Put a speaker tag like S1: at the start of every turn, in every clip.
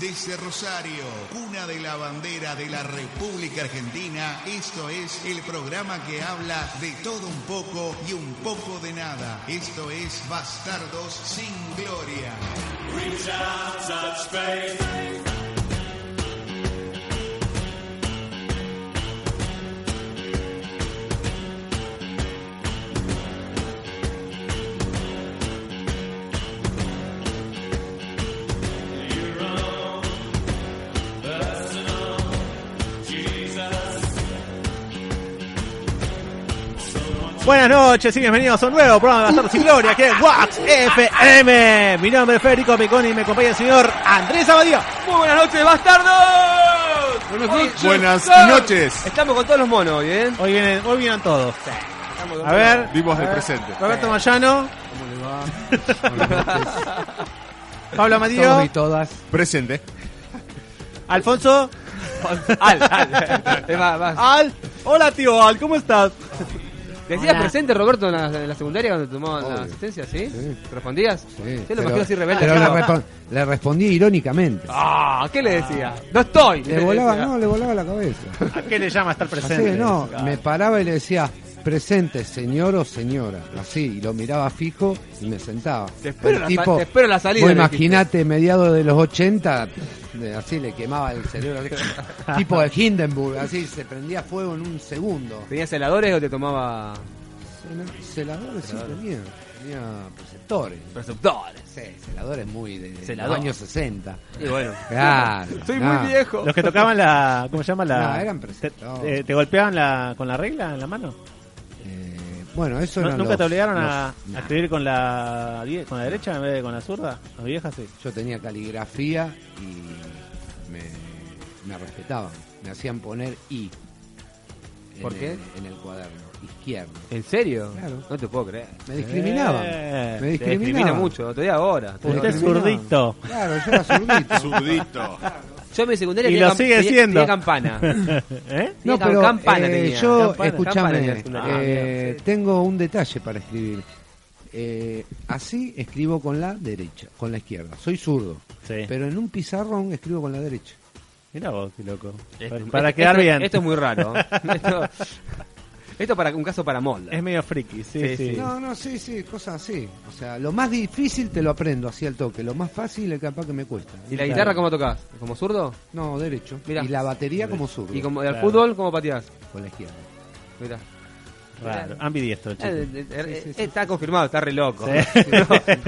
S1: Desde Rosario, cuna de la bandera de la República Argentina, esto es el programa que habla de todo un poco y un poco de nada. Esto es Bastardos sin Gloria.
S2: Reach out, touch faith.
S3: Buenas noches y bienvenidos a un nuevo programa de Bastardos sin Gloria, que es Wax FM. Mi nombre es Federico Piconi y me acompaña el señor Andrés Abadía.
S4: Muy buenas noches, bastardos. Buenas
S3: noches.
S5: Buenas noches.
S4: Estamos con todos los monos hoy, ¿eh?
S3: Hoy vienen, hoy vienen todos.
S4: Estamos con
S3: A ver,
S5: Vivos del presente.
S3: Roberto Mayano,
S6: ¿Cómo le va? Pues, Buenas noches,
S3: Pablo
S6: todos
S3: Amadio,
S6: y todas.
S5: Presente.
S3: Alfonso
S4: todos. Al, al. Te va, vas.
S3: Al. Hola tío Al, ¿cómo estás?
S4: ¿Decías
S3: Hola.
S4: presente, Roberto, en la, en la secundaria cuando tomaban la
S6: Obvio.
S4: asistencia? ¿Sí?
S6: Sí.
S4: ¿Te respondías?
S6: Sí,
S4: Yo lo imagino así rebelde.
S6: pero le,
S4: claro.
S6: respon- le respondí irónicamente.
S4: Ah, ¿qué le decía? No estoy.
S6: Le volaba, no, le volaba la cabeza.
S3: ¿A qué le llama estar
S6: Así
S3: presente? Ah.
S6: que no, me paraba y le decía, presente, señor o señora. Así, y lo miraba fijo y me sentaba.
S4: Te espero
S6: El
S4: la sa- te espero la salida,
S6: vos
S4: le dijiste.
S6: imaginate, mediados de los 80, de- así le quemaba el cerebro. así, tipo de Hindenburg, así se prendía fuego en un segundo.
S4: ¿Tenías heladores o te tomaba
S6: Celadores sí tenía, tenía preceptores.
S4: receptores?
S6: Sí, celadores muy de, de los
S4: Celador.
S6: años 60.
S4: Y bueno.
S6: Claro.
S4: Soy
S6: no.
S4: muy viejo.
S3: Los que tocaban la. ¿Cómo se llama la.?
S6: No, eran
S3: te,
S6: presentados.
S3: eh, ¿te golpeaban la, con la regla en la mano?
S6: Eh, bueno, eso
S3: ¿No-
S6: eran
S3: ¿Nunca
S6: los-
S3: te obligaron
S6: los-
S3: a, a escribir con la, die- con la derecha en vez de con la zurda? Las viejas sí.
S6: Yo tenía caligrafía y me, me respetaban. Me hacían poner I. en
S4: ¿Por qué?
S6: el- en el cuaderno, izquierdo.
S4: ¿En serio?
S6: Claro.
S4: No te puedo creer.
S6: Me discriminaban.
S3: Eh,
S6: me
S3: te
S4: Te discrimina
S6: discriminaban.
S4: mucho, otro día ahora. Te
S3: Usted es
S4: discrimina.
S3: zurdito.
S6: Claro, yo era zurdito.
S5: Sudito.
S4: Yo en mi secundaria
S3: Y
S4: tenía
S3: lo
S4: cam-
S3: sigue
S4: tenía-
S3: siendo.
S4: tenía campana.
S3: ¿Eh?
S6: No,
S4: Tenía
S6: pero
S4: campana
S6: eh,
S4: tenía,
S6: yo,
S4: campana, campana
S6: escúchame,
S4: tenía la
S3: Ah,
S4: secundaria.
S6: eh, tengo un detalle para escribir. Eh, así escribo con la derecha, con la izquierda. Soy zurdo,
S3: Sí.
S6: pero en un pizarrón escribo con la derecha.
S3: Mira vos, qué loco.
S4: Esto-
S3: Para- para
S4: esto-
S3: quedar
S4: esto-
S3: bien.
S4: Esto es muy raro. esto, esto para un caso para molda.
S3: Es medio friki, sí, sí.
S4: Sí, sí.
S6: No, no, sí, sí, cosas así. O sea, lo más difícil te lo aprendo así al toque, lo más fácil es capaz que me cuesta.
S4: ¿Y la
S3: Claro.
S4: guitarra cómo tocas? ¿Como zurdo?
S6: No, derecho.
S4: Mirá.
S6: Y la batería como zurdo,
S4: ¿Y como el
S3: Claro.
S4: fútbol cómo pateás?
S6: con la izquierda.
S4: Mirá.
S3: Raro. Ambidiestro, chico.
S4: Eh, eh, eh, eh, Está confirmado, está re loco.
S3: Sí.
S4: No,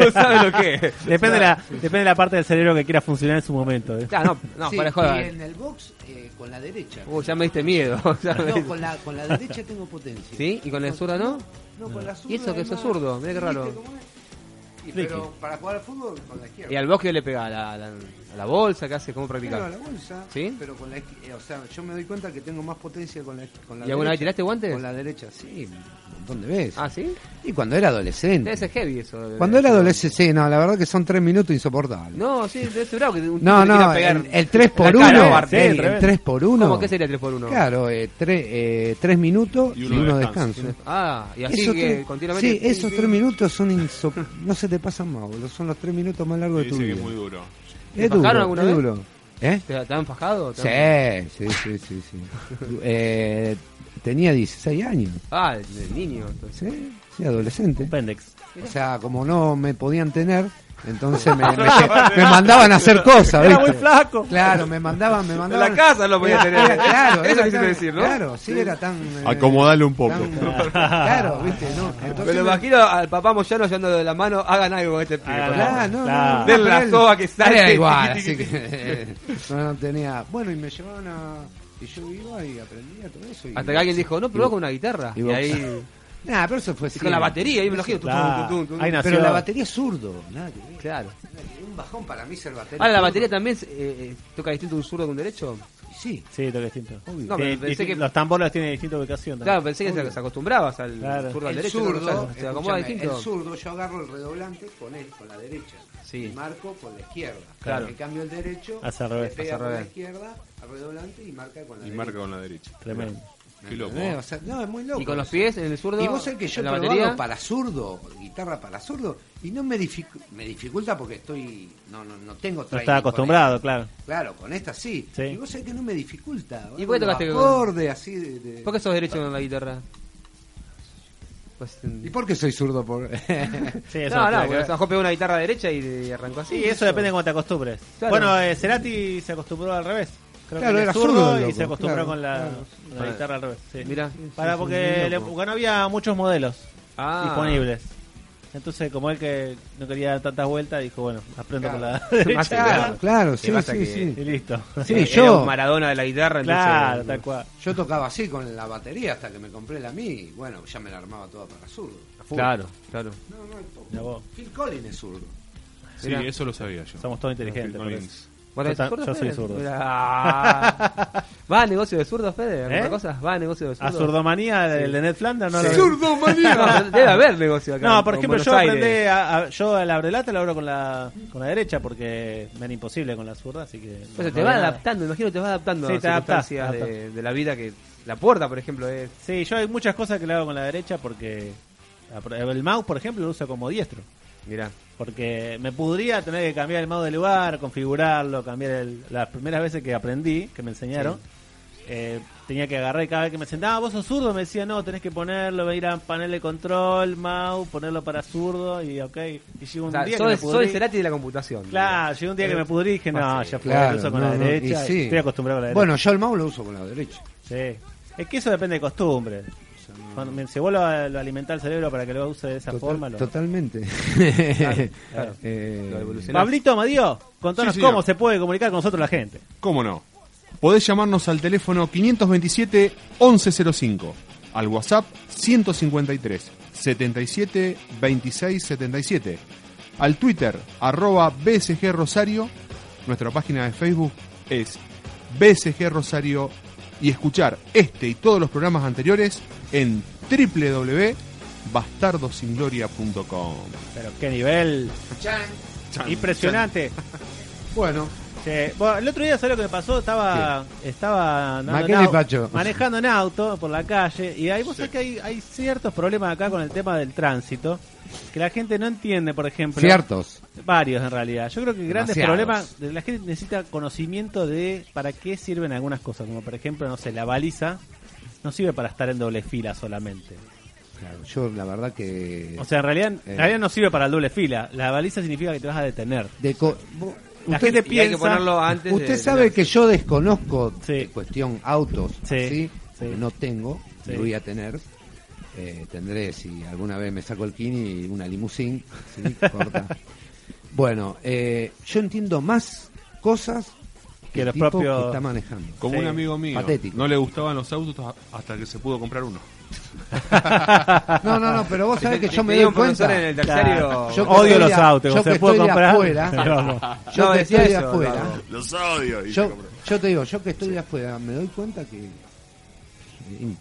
S4: no sabe lo que es.
S3: Depende, la, depende de la parte del cerebro que quiera funcionar en su momento. ¿eh?
S4: Claro, Ah, no, no
S6: Sí,
S4: para
S6: Y
S4: joder.
S6: en el box eh, con la derecha.
S4: Uh, ya me diste miedo. ya me
S6: No,
S4: diste-
S6: con la, con la derecha tengo potencia.
S4: ¿Sí? ¿Y con la zurda no?
S6: No, con la zurda
S4: ¿Y eso que
S6: es
S4: sos
S6: más-
S4: zurdo? Mirá qué raro.
S6: ¿Viste cómo es? Y, pero para jugar al fútbol con la izquierda.
S4: ¿Y al bosque le pega a la, a la- a la bolsa? ¿Qué haces? ¿Cómo
S6: Claro, a
S4: practicás?
S6: la bolsa.
S4: ¿Sí?
S6: Pero con la izqui- eh, o sea, yo me doy cuenta que tengo más potencia con la, con la
S4: ¿Y alguna vez
S6: derecha.
S4: tiraste guantes?
S6: Con la derecha, sí, un montón de veces.
S4: ¿Ah, sí?
S6: Y cuando era
S4: Debe ser
S6: adolescente.
S4: heavy eso. de-
S6: Cuando era
S4: de-
S6: adolescente, sí, no, la verdad que son tres minutos insoportables.
S4: No, sí, debe ser bravo que un tipo
S6: No,
S4: te
S6: no,
S4: quiera pegar
S6: el, el 3 por
S4: la cara,
S6: 1
S3: Bartel, al
S6: el
S3: revés.
S6: 3 por 1
S4: ¿Cómo que sería 3 por 1
S6: Claro, eh, 3 minutos y
S5: Y
S6: uno,
S5: uno
S6: descanso.
S5: descanso.
S4: Ah, y así
S6: Esos
S4: que
S6: tres-
S4: continuamente.
S6: sí, esos 3 minutos son insop- no se te pasan más, boludo, son los 3 minutos más largos de tu
S5: Dice que
S6: vida.
S5: es muy duro.
S6: es
S4: ¿Te bajaron
S6: duro,
S4: alguna
S6: es
S4: vez?
S6: duro. ¿Eh?
S4: ¿Te, te han fajado? ¿Te han-
S6: Sí, sí, sí, sí, sí. Eh, tenía 16 años,
S4: Ah, de niño. entonces.
S6: sí, sí, adolescente.
S3: Pendex.
S6: O sea, como no me podían tener, entonces me, me- me mandaban a hacer cosas,
S3: Era muy
S6: ¿viste?
S3: flaco.
S6: Claro, me mandaban, me
S4: En
S6: mandaban.
S4: la casa lo podías
S6: Era-
S4: tener.
S6: era- claro,
S4: eso
S6: era
S4: quisiste
S6: tan-
S4: decir, ¿no?
S6: Claro, sí, era tan. eh,
S5: Acomodale un poco.
S6: tan- claro, viste, no.
S4: Me
S6: Entonces,
S4: lo imagino al papá Moyano llevando de la mano, hagan algo con este pibe.
S3: Hagan
S4: por
S3: algo.
S4: favor.
S6: claro, no, no,
S3: Claro.
S6: no,
S4: Den
S6: pero
S4: la
S6: él-
S4: soga que sale.
S6: Era igual, así que. eh, No, no tenía. Bueno, y me llevaban a. Y yo iba y aprendía todo eso. y-
S4: Hasta que alguien dijo, no, probá con una guitarra.
S6: y
S4: Y,
S6: box.
S4: ahí.
S6: Nah, pero eso fue
S4: y
S6: así.
S4: con la batería, ahí me lo giro. tum,
S3: Claro.
S4: tum, tum, tum, tum.
S3: Ahí nació.
S6: Pero la batería es zurdo, nada que ver.
S4: Claro.
S6: Un bajón para mí ser batería.
S4: Ahora, la
S6: zurdo.
S4: batería también eh, eh, toca distinto un zurdo que un derecho.
S6: Sí.
S3: Sí, lo que es distinto.
S6: Obvio.
S4: No, pero
S3: Sí,
S4: pensé
S3: disti-
S4: que-
S3: Los tambores tienen distinta ubicación. también.
S4: Claro, pensé que se, se acostumbrabas al
S3: Claro.
S4: zurdo al
S6: El
S4: derecho. no, o sea,
S6: zurdo,
S4: se acomoda
S6: escúchame,
S4: distinto.
S6: el zurdo, yo agarro el redoblante con él, con la derecha.
S4: Sí.
S6: Y marco con la izquierda.
S4: Claro.
S6: En cambio el derecho,
S3: Hace al revés,
S6: le pega
S4: hace al
S6: con la
S4: revés.
S6: izquierda al redoblante y marca con la
S5: Y
S6: derecha.
S5: marca con la derecha.
S3: Tremendo.
S5: Qué loco.
S6: ¿Entendés? O sea, no, es muy loco.
S4: Y con los pies en el zurdo.
S6: Y vos sabés que yo
S4: en
S6: he
S4: la
S6: probado
S4: batería.
S6: para zurdo, guitarra para zurdo, y no me, dificu- me dificulta porque estoy. No, no, no tengo
S3: No
S6: training
S3: estaba
S6: con
S3: acostumbrado,
S6: esta.
S3: claro.
S6: Claro, con esta sí.
S3: Sí.
S6: Y vos sabés que no me dificulta.
S4: ¿Y
S6: Hago
S4: por qué
S6: los
S4: tocaste con-
S6: acordes así de- de-
S4: ¿Por qué sos derecho en la guitarra? Pues,
S6: ¿Y por qué soy zurdo? Por...
S3: Sí, eso
S4: no,
S3: tiene que
S4: no, porque
S3: ver.
S4: a lo mejor pegó una guitarra derecha y, y arrancó así.
S3: Sí, eso depende de cómo te acostumbres.
S4: Claro.
S3: Bueno, eh, Cerati se acostumbró al revés. Creo
S6: Claro,
S3: que él
S6: era
S3: es zurdo
S6: zurdo,
S3: y
S6: loco,
S3: se acostumbró
S6: claro,
S3: con la,
S6: claro.
S3: la
S4: Para-
S3: guitarra al revés. Sí.
S4: Mirá.
S3: Para,
S6: sí,
S3: porque
S6: sí,
S3: le-
S6: loco.
S3: porque no había muchos modelos
S4: Ah.
S3: disponibles. Entonces, como él que no quería dar tantas vueltas, dijo, bueno, aprendo
S6: Claro.
S3: con la derecha.
S4: Más
S6: claro, claro, sí,
S4: Que pasa
S6: sí,
S4: que-
S3: Y
S6: sí.
S3: listo.
S6: Sí,
S4: Era
S6: yo.
S4: un Maradona de la guitarra, entonces,
S3: claro,
S4: no.
S3: tal cual.
S6: Yo tocaba así con la batería hasta que me compré la mí. y Bueno, ya me la armaba toda para zurdo. a full.
S4: Claro, claro.
S6: No, no,
S3: Mirá vos.
S6: Phil Collins es zurdo.
S5: Sí,
S4: Mirá.
S5: eso lo sabía yo.
S3: Somos todos inteligentes.
S5: Phil
S3: parece.
S5: Collins.
S4: ¿Vos eres
S3: ta-
S4: zurdo,
S3: yo soy
S4: Fede?
S3: zurdo.
S4: Mirá. ¿Va a negocio de zurdo, Fede? ¿Alguna
S3: ¿Eh?
S4: cosa? ¿Va a negocio de zurdo?
S3: ¿A zurdomanía del de Ned Flanders? No, lo-
S6: ¡Zurdo,
S4: No, debe haber negocio acá.
S3: no por
S4: en
S3: ejemplo,
S4: Buenos
S3: yo
S4: Aires.
S3: aprendí a, a- yo a la brelata la abro con la, con la derecha porque me era imposible con la zurda, así que...
S4: O sea,
S3: no
S4: te vas
S3: había nada.
S4: adaptando, imagino que te vas adaptando
S3: Sí,
S4: a las
S3: te adaptás,
S4: circunstancias
S3: te
S4: de, de la vida que... La puerta, por ejemplo, es...
S3: Sí, yo hay muchas cosas que le hago con la derecha porque... El mouse, por ejemplo, lo uso como diestro.
S4: Mirá.
S3: Porque me pudría tener que cambiar el mouse de lugar, configurarlo, cambiar el- las primeras veces que aprendí, que me enseñaron. eh, tenía que agarrar y cada vez que me sentaba, vos sos zurdo, me decía, no, tenés que ponerlo, ir a panel de control, mouse, ponerlo para zurdo, y ok. Y llegó un
S4: O sea,
S3: día que
S4: soy,
S3: me
S4: soy
S3: pudrí.
S4: el Cerati de la computación.
S3: Claro, llegó un día que me pudrí y dije, no, ya fue, lo
S6: Eh, pues Claro,
S3: uso con
S6: no,
S3: la
S6: no,
S3: derecha.
S6: y sí.
S3: Estoy acostumbrado a la derecha.
S6: Bueno, yo el mouse lo uso con la derecha.
S3: Sí. Es que eso depende de costumbre. Cuando, si vos lo, lo alimentás al cerebro para que lo use de esa
S6: Total-
S3: forma, lo...
S6: Totalmente.
S4: claro.
S6: Eh,
S4: Lo evolucionás.
S3: Pablito Amadío, contanos
S5: Sí, señor.
S3: cómo se puede comunicar con nosotros la gente.
S5: ¿Cómo no? Podés llamarnos al teléfono 527 1105, al WhatsApp 153 77 26 77, al Twitter arroba BSG Rosario, nuestra página de Facebook es BSG Rosario y escuchar este y todos los programas anteriores en www.bastardosingloria.com.
S3: Pero qué nivel
S6: Chan.
S3: impresionante.
S6: Bueno,
S3: Che, bueno, el otro día, ¿sabes lo que me pasó? Estaba, estaba andando en
S6: Maquele
S3: au-
S6: Pacho.
S3: manejando en auto por la calle y ahí vos sabés que hay, hay ciertos problemas acá con el tema del tránsito que la gente no entiende, por ejemplo.
S6: ciertos.
S3: Varios en realidad. Yo creo que grandes
S6: Demasiados.
S3: problemas, de- la gente necesita conocimiento de para qué sirven algunas cosas, como por ejemplo, no sé, la baliza no sirve para estar en doble fila solamente.
S6: Claro, yo la verdad que...
S3: O sea, en realidad, en
S6: Eh.
S3: realidad no sirve para el doble fila. La baliza significa que te vas a detener.
S6: de co- vos-
S3: La
S6: usted-
S3: gente
S4: Y hay
S3: piensa
S4: que ponerlo antes
S6: Usted sabe que yo desconozco
S3: Sí.
S6: de cuestión autos,
S3: Sí,
S6: ¿sí?
S3: sí.
S6: no tengo,
S3: Sí.
S6: ni voy a tener. Eh, tendré, si alguna vez me saco el kini, una limusín. ¿sí? Corta. bueno, eh, yo entiendo más cosas que,
S3: Que
S6: el
S3: los
S6: tipo
S3: propios-
S6: que está manejando.
S5: Como
S3: Sí.
S5: un amigo mío,
S6: Patético.
S5: no le gustaban los autos hasta que se pudo comprar uno.
S6: No, no, no, pero vos sabés que yo me
S4: dio
S6: doy
S4: un profesor
S6: cuenta.
S4: en el terciario.
S6: Yo que
S3: Odio
S6: estoy
S3: los
S6: de-
S3: autos,
S6: yo
S3: se
S6: que
S3: puede
S6: estoy de
S3: comprar.
S6: afuera. yo
S4: No,
S6: que
S4: decía
S6: estoy de
S4: eso,
S6: afuera.
S4: no.
S5: Los odio. y se
S6: Yo,
S5: compró.
S6: yo te digo, yo que estoy de afuera, me doy cuenta que. y-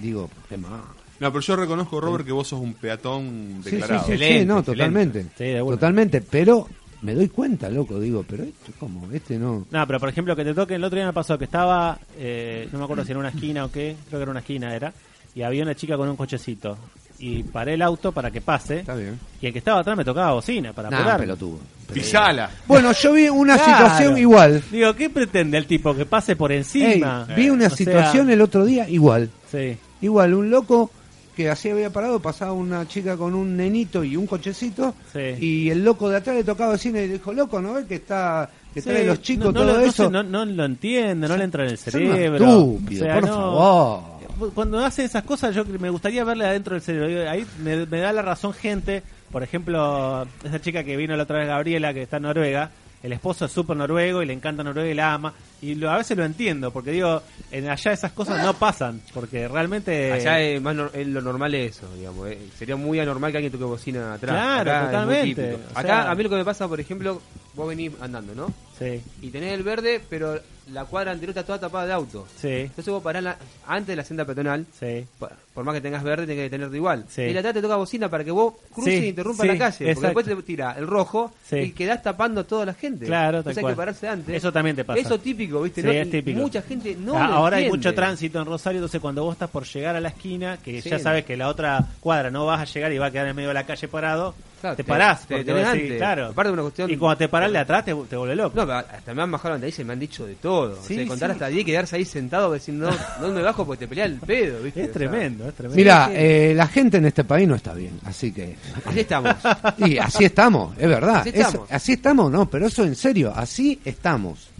S6: Digo, qué mal.
S5: No, pero yo reconozco, Robert, que vos sos un peatón
S6: Sí, sí,
S5: declarado.
S6: sí, sí,
S4: Excelente,
S6: no,
S4: excelente.
S6: totalmente.
S3: Sí, de una.
S6: totalmente, pero me doy cuenta, loco, digo, pero esto como, este no.
S3: No, pero por ejemplo que te toquen, el otro día me pasó que estaba, eh, no me acuerdo si era una esquina o qué, creo que era una esquina era, y había una chica con un cochecito. Y paré el auto para que pase,
S6: Está bien.
S3: y el que estaba atrás me tocaba bocina para
S6: Nah,
S3: apurarme.
S6: pelotudo.
S5: Pisala.
S6: Bueno, yo vi una
S3: Claro.
S6: situación igual.
S3: Digo, ¿qué pretende el tipo? ¿Que pase por
S6: Ey,
S3: encima? Eh,
S6: vi una
S3: O sea,
S6: situación el otro día igual.
S3: Sí,
S6: Igual, un loco que así había parado, pasaba una chica con un nenito y un cochecito,
S3: Sí.
S6: y el loco de atrás le tocaba cine y le dijo, loco, ¿no ves que está, que
S3: Sí,
S6: trae los
S3: no,
S6: chicos
S3: no
S6: todo
S3: lo- no
S6: eso?
S3: sé, No, no lo entiende, no le entra en el
S6: Son unos
S3: cerebro.
S6: estúpidos,
S3: O sea,
S6: por
S3: no.
S6: favor.
S3: Cuando hace esas cosas, yo me gustaría verle adentro del cerebro. Digo, Ahí me, me da la razón gente. Por ejemplo, esa chica que vino la otra vez, Gabriela, que está en Noruega. El esposo es súper noruego y le encanta Noruega y la ama. Y lo- a veces lo entiendo, porque digo, en allá esas cosas no pasan. Porque realmente...
S4: Allá es más nor- es lo normal es eso, digamos. eh. Sería muy anormal que alguien toque bocina atrás.
S3: Claro,
S4: Acá es muy
S3: totalmente.
S4: típico.
S3: O
S4: Acá
S3: sea-
S4: a mí lo que me pasa, por ejemplo, vos venís andando, ¿no?
S3: Sí.
S4: Y tenés el verde, pero la cuadra anterior está toda tapada de autos.
S3: Sí,
S4: Entonces vos parás la- antes de la senda peatonal,
S3: sí.
S4: pa- por más que tengas verde, tenés que tenerlo igual.
S3: Sí.
S4: Y la atrás te toca bocina para que vos cruces
S3: Sí,
S4: e interrumpas
S3: sí,
S4: la calle. Porque
S3: exacto.
S4: después te tira el rojo
S3: Sí.
S4: y quedás tapando a toda la gente.
S3: Claro,
S4: Entonces
S3: tal
S4: hay
S3: cual.
S4: que pararse antes.
S3: Eso también te pasa.
S4: Eso típico, ¿viste?
S3: Sí,
S4: No-
S3: es típico.
S4: Mucha gente no.
S3: Ah,
S4: lo
S3: Ahora hay
S4: entiende.
S3: mucho tránsito en Rosario, entonces cuando vos estás por llegar a la esquina, que
S4: Sí.
S3: ya sabes que la otra cuadra no vas a llegar y va a quedar en medio de la calle parado,
S4: Claro,
S3: te
S4: te-
S3: parás,
S4: te
S3: porque
S4: detenés
S3: vos decís,
S4: antes.
S3: claro.
S4: Aparte de una cuestión-
S3: Y cuando te parás de atrás te, te vuelve loco.
S4: No, pero hasta me han bajado de ahí se me han dicho de todo.
S3: Sí,
S4: o sea, contar
S3: sí.
S4: hasta 10 y quedarse ahí sentado diciendo, no, no me bajo porque te pelea el pedo, ¿viste? O
S3: es
S4: sea,
S3: tremendo, es tremendo.
S6: Mira, la gente en este país no está bien, así que
S4: así estamos.
S6: y así estamos, es verdad.
S4: Así
S6: Es-
S4: estamos.
S6: así estamos, no, pero eso en serio, así estamos.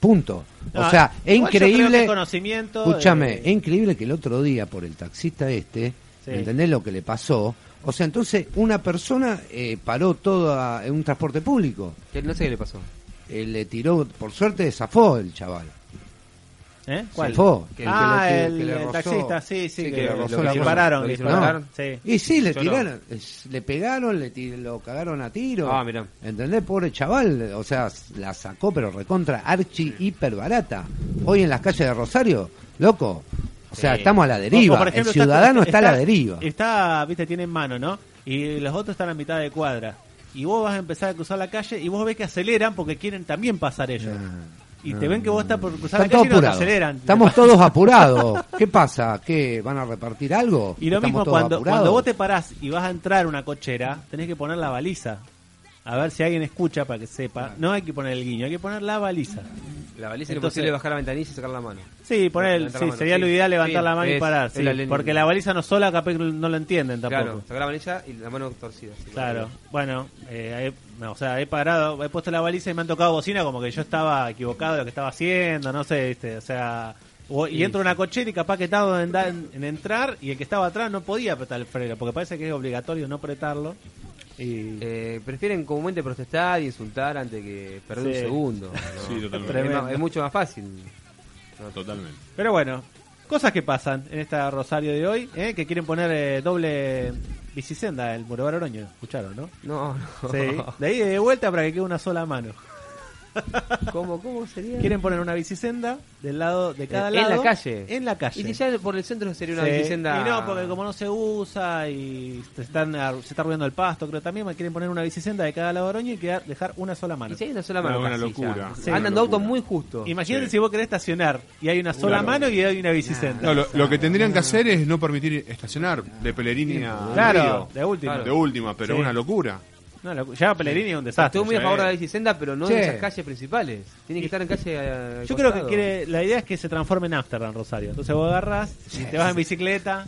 S6: Punto.
S3: No,
S6: o sea, es
S3: Ah, igual yo creo que
S6: increíble.
S3: el conocimiento,
S6: Escúchame,
S3: eh,
S6: es increíble que el otro día por el taxista este,
S3: Sí.
S6: ¿entendés lo que le pasó? O sea, entonces una persona eh, paró todo en un transporte público.
S4: Que No sé qué le pasó.
S6: Eh, le tiró, por suerte, zafó el chaval.
S3: ¿Eh? ¿Cuál?
S6: Zafó. Que- que
S3: ah,
S6: le- que-
S3: el,
S6: que le
S3: el
S6: rozó.
S3: taxista, sí, sí,
S4: Sí,
S3: que,
S4: que
S6: lo
S3: lo
S6: que
S3: que
S6: hicieron-
S3: dispararon,
S4: lo
S3: que
S4: que hicieron
S3: dispararon.
S4: matar.
S3: Sí.
S6: Y sí, le
S4: Yo
S6: tiraron, es- le pegaron, le ti- lo cagaron a tiro.
S4: Ah, mirá.
S6: ¿Entendés? Pobre chaval, o sea, s- la sacó, pero recontra archi hiper barata. Hoy en las calles de Rosario, loco. O sea,
S3: Sí.
S6: estamos a la
S3: O-
S6: deriva.
S3: o, por ejemplo,
S6: el ciudadano está, a la
S3: está-
S6: deriva.
S3: Está, viste, tiene en mano, ¿no? Y los otros están a mitad de cuadra. Y vos vas a empezar a cruzar la calle y vos ves que aceleran porque quieren también pasar ellos.
S6: Ah,
S3: y te ven que vos estás por cruzar
S6: Están
S3: la calle
S6: todos
S3: y no te
S6: apurados.
S3: aceleran.
S6: Estamos todos apurados. ¿Qué pasa? ¿Qué? ¿Van a repartir algo?
S3: Y lo
S6: Estamos
S3: mismo
S6: todos
S3: cuando,
S6: apurados.
S3: cuando vos te parás y vas a entrar a una cochera, tenés que poner la baliza. A ver si alguien escucha para que
S6: Ah.
S3: sepa. No hay que poner el guiño, hay que poner la baliza.
S4: La baliza
S3: Entonces-
S4: es posible bajar la ventanilla y sacar la mano.
S3: Sí, poner el-
S4: Levantar la
S3: sí,
S4: mano,
S3: sería
S4: sí.
S3: lo ideal levantar
S4: Sí,
S3: la mano y
S4: es-
S3: parar.
S4: es
S3: sí,
S4: la línea.
S3: porque la baliza no sola, capaz que no lo entienden tampoco.
S4: Claro, sacar la baliza y la mano torcida. así,
S3: Claro, bueno, eh, he- no, o sea, he parado, he puesto la baliza y me han tocado bocina como que yo estaba equivocado de lo que estaba haciendo, no sé, ¿viste? o sea, o- y entro a una cochera y capaz que estaba en, da- en- en entrar y el que estaba atrás no podía apretar el freno, porque parece que es obligatorio no apretarlo. Y
S4: Eh, prefieren comúnmente protestar y insultar antes que perder
S3: Sí.
S4: un segundo. ¿no?
S5: Sí, totalmente.
S4: Es, más- es mucho más fácil.
S5: Totalmente.
S3: Pero bueno, cosas que pasan en esta Rosario de hoy, ¿eh? que quieren poner eh, doble bicicenda el Boulevard Oroño, escucharon, ¿no?
S4: No, no.
S3: Sí, de ahí de vuelta para que quede una sola mano.
S4: ¿Cómo, ¿Cómo sería?
S3: Quieren poner una bicisenda del lado de cada
S4: Eh, en
S3: lado.
S4: la calle.
S3: En la calle.
S4: Y si ya por el centro sería una
S3: Sí,
S4: bicicenda.
S3: Y no, porque como no se usa y se, están, ar- se está arruinando el pasto, creo también, me quieren poner una bicicenda de cada lado de Oroño y quedar, dejar una sola mano.
S4: Y si hay una sola mano.
S5: No, una
S4: casi ya.
S5: locura.
S3: Sí.
S4: Andan
S5: Una
S4: dos autos
S5: locura.
S4: muy justos.
S3: Imagínate
S5: Sí.
S3: si vos querés estacionar y hay una sola
S5: Claro.
S3: mano y hay una bicicenda.
S5: No, lo, lo que tendrían que hacer es no permitir estacionar de Pelerini a
S3: claro,
S5: Río.
S3: de última.
S5: De última, pero
S3: Sí.
S5: una locura.
S3: No, la- ya Pellerini es un desastre.
S4: Estoy muy a
S5: Sí.
S4: favor de la bicisenda, pero no
S6: Sí.
S4: en esas calles principales. Tiene que estar en calle. eh, al
S3: Yo creo que
S4: costado.
S3: quiere, la idea es que se transforme en Amsterdam, Rosario. Entonces vos agarras y te vas en bicicleta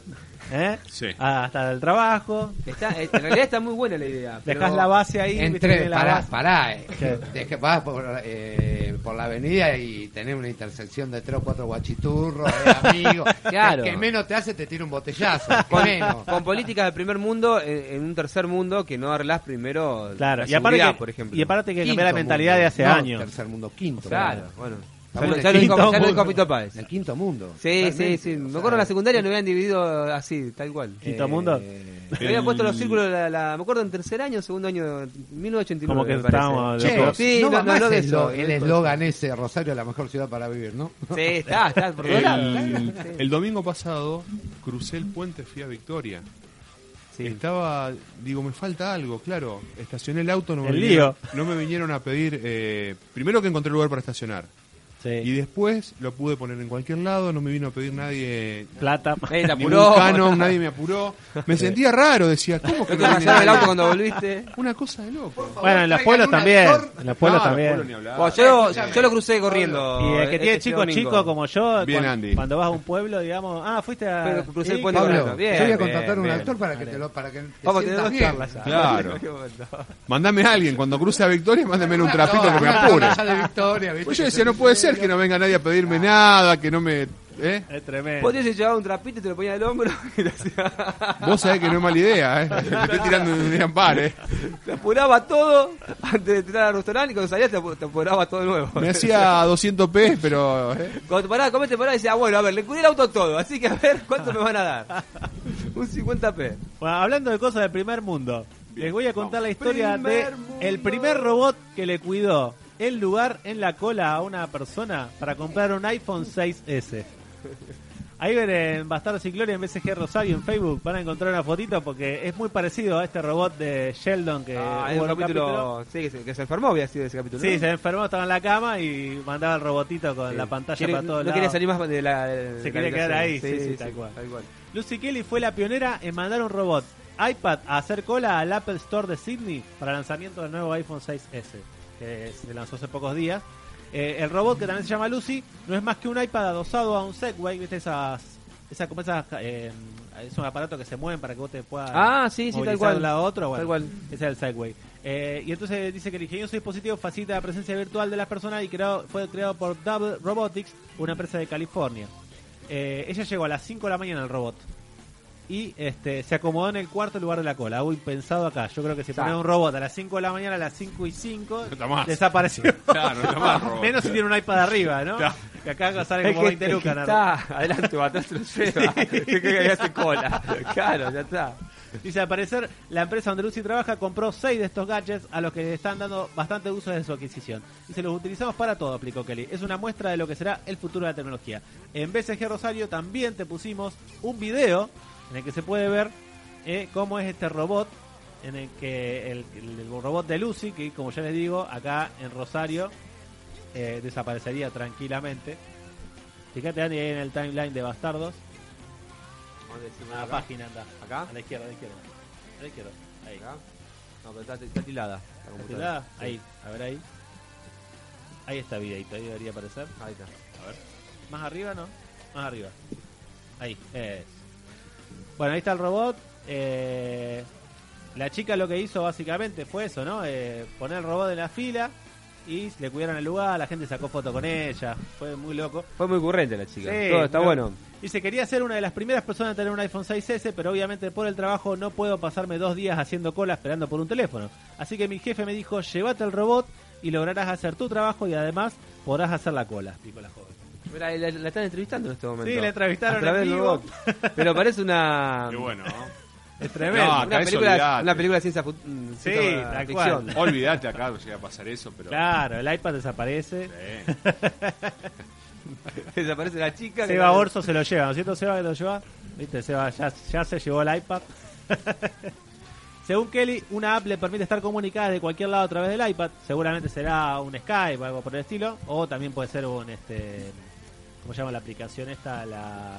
S3: ¿eh?
S5: Sí.
S3: Ah, hasta el trabajo,
S4: Está, eh, en realidad está muy buena la idea. pero-
S3: dejás la base ahí. viste,
S6: Entre,
S3: tenés la
S6: pará,
S3: base.
S6: pará. eh.
S3: ¿Qué?
S6: Es que vas por, eh, por la avenida y tenés una intersección de tres o cuatro guachiturros, eh, amigos.
S4: Claro.
S6: El que menos te hace te tira un botellazo. el que menos.
S4: Con políticas del primer mundo, eh, en un tercer mundo, que no arreglás primero
S3: Claro,
S4: la
S3: y aparte,
S4: seguridad,
S3: que,
S4: por ejemplo.
S3: y aparte hay que cambiar la
S6: Quinto
S3: mentalidad
S6: mundo.
S3: de hace
S6: No,
S3: años.
S6: Tercer mundo, quinto.
S4: Claro,
S6: mundo.
S4: bueno.
S6: Estamos en el
S4: Ya lo dijo-
S3: quinto
S4: ya lo dijo
S3: mundo.
S4: Pito Páez.
S6: En el quinto mundo.
S4: Sí, sí, sí. Me acuerdo en la secundaria lo habían dividido así, tal cual.
S3: Quinto mundo.
S4: Le habían puesto los círculos, la, la- me acuerdo en tercer año, segundo año, 1989.
S3: Como que
S4: me parece.
S3: estábamos
S6: Che,
S3: locos.
S4: Sí,
S6: no
S4: no,
S6: va
S4: no,
S6: más
S4: no de
S6: el
S4: eso,
S6: lo-
S4: no
S6: el
S4: de eso.
S6: eslogan ese, Rosario es la mejor ciudad para vivir, ¿no?
S4: Sí, está, está, por todos lados,
S5: El,
S4: claro, sí.
S5: el domingo pasado crucé el puente, fui a Victoria.
S4: Sí.
S5: Estaba, digo, me falta algo, claro. Estacioné el auto, no me,
S3: El
S5: vinieron,
S3: lío.
S5: no me vinieron a pedir. eh, primero que encontré lugar para estacionar. Y
S3: Sí.
S5: después lo pude poner en cualquier lado, no me vino a pedir nadie.
S3: Plata.
S4: Nadie te
S5: Ningún
S4: apuró.
S5: canon, nadie me apuró. Me sentía raro, decía, ¿cómo que no
S4: No te
S5: viene
S4: rayaron el
S5: nadie?
S4: auto cuando volviste.
S5: Una cosa de loco.
S3: Bueno, en los pueblos también. En
S5: No,
S3: los pueblos
S5: pueblos ni
S3: también. Eh,
S5: hablar.
S4: Bueno, yo, yo lo crucé corriendo.
S3: Y el que tiene
S4: este
S3: chicos
S4: domingo.
S3: chicos como yo,
S5: Bien,
S3: cuando,
S5: Andy.
S3: cuando vas a un pueblo, digamos, ah, fuiste a.
S4: Pero crucé el
S3: y-
S4: puente con
S6: Pablo,
S4: Bueno, bien,
S6: yo voy a
S4: bien,
S6: contratar un
S4: bien.
S6: actor para que te lo para que te
S4: Vamos a tener
S6: sientas
S4: dos
S6: bien.
S4: charlas ya.
S5: Claro. Mandame a alguien, cuando cruce a Victoria, mándame un trapito
S6: Ah, No,
S5: que me
S6: una
S5: apure.
S6: charla de Victoria, ¿viste?
S5: Pues yo decía, no puede ser que no venga nadie a pedirme nada, que no me... ¿eh?
S3: Es tremendo.
S4: Vos te llevaba un trapito y te lo ponía al hombro y lo hacía-
S5: Vos sabés que no es mala idea, ¿eh? Te estoy tirando un gran par, ¿eh?
S4: Te apuraba todo antes de entrar al restaurante y cuando salías te, apu- te apuraba todo de nuevo.
S5: Me hacía 200 pesos, pero... ¿eh?
S4: Cuando te paraba, comés, te paraba y decía, "Ah, bueno, a ver, le curé el auto todo, así que a ver cuánto me van a dar. Un 50p.
S3: Bueno, hablando de cosas del primer mundo, les voy a contar la historia
S4: Primer
S3: de
S4: mundo.
S3: el primer robot que le cuidó el lugar en la cola a una persona para comprar un iPhone 6S. Ahí ven en Bastardos y Gloria en BCG Rosario en Facebook van a encontrar una fotito porque es muy parecido a este robot de Sheldon que
S4: Ah,
S3: hubo
S4: es un
S3: en un
S4: capítulo,
S3: Eh, capítulo.
S4: Sí, que se, que se enfermó, había sido ese capítulo.
S3: Sí,
S4: ¿no?
S3: se enfermó, estaba en la cama y mandaba el robotito con la pantalla
S4: Quiere-
S3: para todos
S4: No quería
S3: lados.
S4: salir más de la. de
S3: Se
S4: la
S3: quería quedar
S4: habitación.
S3: ahí, sí, sí, tal cual.
S4: tal cual.
S3: Lucy Kelly fue la pionera en mandar un robot iPad a hacer cola al Apple Store de Sydney para el lanzamiento del nuevo iPhone 6S, que se lanzó hace pocos días. Eh, el robot, que también se llama Lucy, no es más que un iPad adosado a un Segway, ¿viste? Esas, esas, como esas, eh, es un aparato que se mueven para que vos te puedas
S4: Ah, sí, sí,
S3: movilizar
S4: tal cual.
S3: de un lado a otro.
S4: Tal
S3: Bueno,
S4: cual.
S3: Ese es el Segway. Eh, y entonces dice que el ingenioso dispositivo facilita la presencia virtual de las personas y creado, fue creado por Double Robotics, una empresa de California. Eh, ella llegó a las 5 de la mañana el robot. Y este, se acomodó en el cuarto lugar de la cola. Uy, pensado acá. Yo creo que si
S4: Sa-
S3: pones un robot a las 5 de la mañana, a las 5 y 5,
S5: está más.
S3: desapareció.
S5: Claro, no está más robot.
S3: Menos si tiene un iPad arriba, ¿no?
S5: Claro.
S3: Que acá sale
S4: Es
S3: como
S4: que,
S3: 20
S4: es que
S3: lucas. ¿no?
S4: está, adelante o atrás se lo lleva. que que hace cola. Claro, ya está.
S3: Dice, al parecer, la empresa donde Lucy trabaja compró seis de estos gadgets a los que le están dando bastante uso desde su adquisición. Dice, los utilizamos para todo, aplicó Kelly. Es una muestra de lo que será el futuro de la tecnología. En BCG Rosario también te pusimos un video en el que se puede ver eh, cómo es este robot, en el que el, el robot de Lucy, que como ya les digo, acá en Rosario eh, desaparecería tranquilamente. Fíjate Andy, ahí en el timeline de Bastardos. A la página anda.
S4: ¿Acá?
S3: A la izquierda, a la izquierda. A la izquierda. Ahí.
S4: Acá. No, pero está, está tilada. la computadora.
S3: ¿Tirada? Ahí, a ver ahí. Ahí está videito, ahí debería aparecer.
S4: Ahí está.
S3: Más arriba, ¿no? Más arriba. Ahí, es. Bueno, ahí está el robot. Eh, la chica lo que hizo básicamente fue eso, ¿no? Eh, poner el robot en la fila y le cuidaron el lugar, la gente sacó foto con ella. Fue muy loco.
S4: Fue muy currente la chica.
S3: Sí,
S4: Todo está
S3: pero-
S4: bueno.
S3: Y se quería ser una de las primeras personas en tener un iPhone 6S, pero obviamente por el trabajo no puedo pasarme dos días haciendo cola esperando por un teléfono. Así que mi jefe me dijo, llévate el robot y lograrás hacer tu trabajo y además podrás hacer la cola. Explicó la joven.
S4: Mira, la, la están entrevistando en este momento.
S3: Sí, la entrevistaron
S4: A través
S3: en
S4: del
S3: vivo.
S4: robot. Pero parece una.
S5: Qué bueno, ¿no?
S3: Es tremendo.
S5: No, acá
S4: una,
S5: eso
S4: película,
S5: olvidate.
S4: una película de ciencia, fu- mm,
S3: Sí,
S4: ciencia
S3: tal
S4: ficción.
S3: cual.
S5: Olvídate acá, no llega a pasar eso, pero. ¿eh?
S3: Claro, el iPad desaparece.
S5: Sí.
S4: Desaparece la chica. que-
S3: Seba Orso se lo lleva, ¿no es cierto Seba que lo lleva? Viste, Seba ya, ya se llevó el iPad. Según Kelly, una app le permite estar comunicada de cualquier lado a través del iPad. Seguramente será un Skype o algo por el estilo. O también puede ser un, este, ¿cómo se llama la aplicación esta? La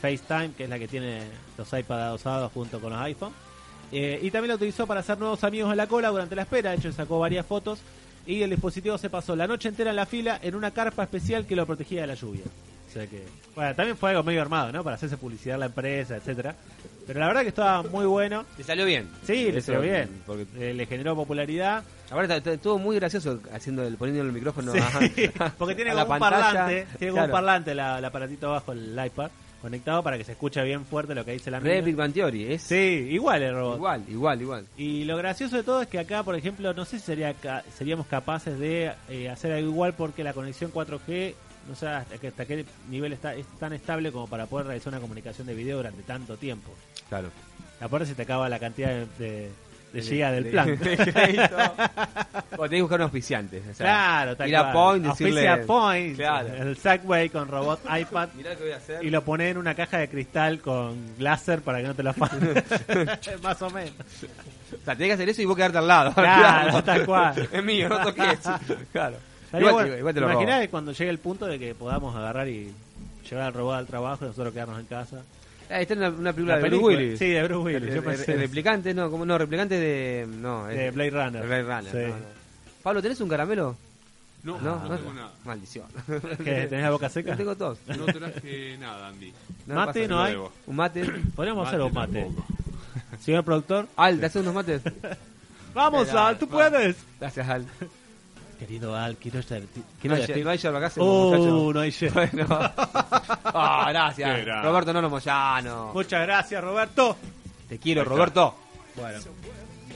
S3: FaceTime, que es la que tiene los iPads adosados junto con los iPhone. Eh, y también la utilizó para hacer nuevos amigos en la cola durante la espera. De hecho, sacó varias fotos. Y el dispositivo se pasó la noche entera en la fila en una carpa especial que lo protegía de la lluvia. O sea que, bueno, también fue algo medio armado, ¿no? Para hacerse publicidad a la empresa, etcétera. Pero la verdad que estaba muy bueno.
S4: Le salió bien.
S3: Sí, le
S4: Eso, mm,
S3: salió bien.
S4: Porque,
S3: Eh, le generó popularidad.
S4: aparte, está- estuvo muy gracioso haciendo el, poniendo el micrófono.
S3: Sí,
S4: a-
S3: porque tiene
S4: a la
S3: como un
S4: pantalla.
S3: parlante, tiene como un
S4: Claro.
S3: parlante la- el aparatito abajo, el iPad, conectado para que se escuche bien fuerte lo que dice la
S4: Re Big
S3: mina.
S4: Bang Theory, es
S3: Sí, igual el robot.
S4: igual, igual, igual.
S3: Y lo gracioso de todo es que acá, por ejemplo, no sé si sería ca- seríamos capaces de eh, hacer algo igual porque la conexión 4G, no sé hasta, qué- hasta qué nivel está es tan estable como para poder realizar una comunicación de video durante tanto tiempo.
S4: Claro.
S3: Aparte se te acaba la cantidad de, de, de giga del plan.
S4: o tenés que buscar un auspiciante. O sea,
S3: claro, tal
S4: ir a
S3: cual.
S4: Point,
S3: Auspicia
S4: decirle.
S3: Point,
S4: Claro.
S3: el Segway con robot iPad
S4: Mirá lo que voy a hacer.
S3: y lo pone en una caja de cristal con láser para que no te lo afanen. Más o menos.
S4: O sea, tenés que hacer eso y vos quedarte al lado.
S3: Claro, tal cual.
S4: Es mío, no toques. claro.
S3: Estaría
S4: Igual,
S3: bueno.
S4: te- igual te lo robo.
S3: Imaginá que cuando llegue el punto de que podamos agarrar y llevar al robot al trabajo y nosotros quedarnos en casa.
S4: Ah, está en una, una película
S3: La
S4: de Bruce
S3: película.
S4: Willis.
S3: Sí, de Bruce Willis.
S4: El-
S3: Yo
S4: el-
S3: pensé-
S4: el replicante, no, como no, replicante de. No, es-
S3: De Blade Runner.
S4: de Blade Runner,
S3: Sí.
S4: no, no. Pablo, ¿tenés un caramelo?
S5: No,
S4: no,
S5: no,
S4: no.
S5: tengo nada.
S4: Maldición.
S3: ¿Qué, ¿Tenés la boca seca?
S4: No tengo tos.
S5: No traje nada, Andy.
S4: No
S3: Mate,
S4: pasa
S3: no
S4: nada.
S3: hay.
S4: Un mate.
S3: Podríamos hacer un mate.
S5: tampoco.
S3: Señor productor.
S4: Al, ¿te haces unos mates?
S3: ¡Vamos,
S4: Dale,
S3: Al! ¡Tú
S4: vamos.
S3: puedes!
S4: Gracias, Al.
S3: Querido Al, quiero estar...
S4: No hay, no hay yerba acá,
S3: ¡Oh,
S4: muchacho.
S3: no hay ye-
S4: Bueno. Ah, gracias.
S5: Qué grande.
S4: Roberto Nono Moyano.
S3: Muchas gracias, Roberto.
S4: Te quiero, Roberto.
S3: Bueno.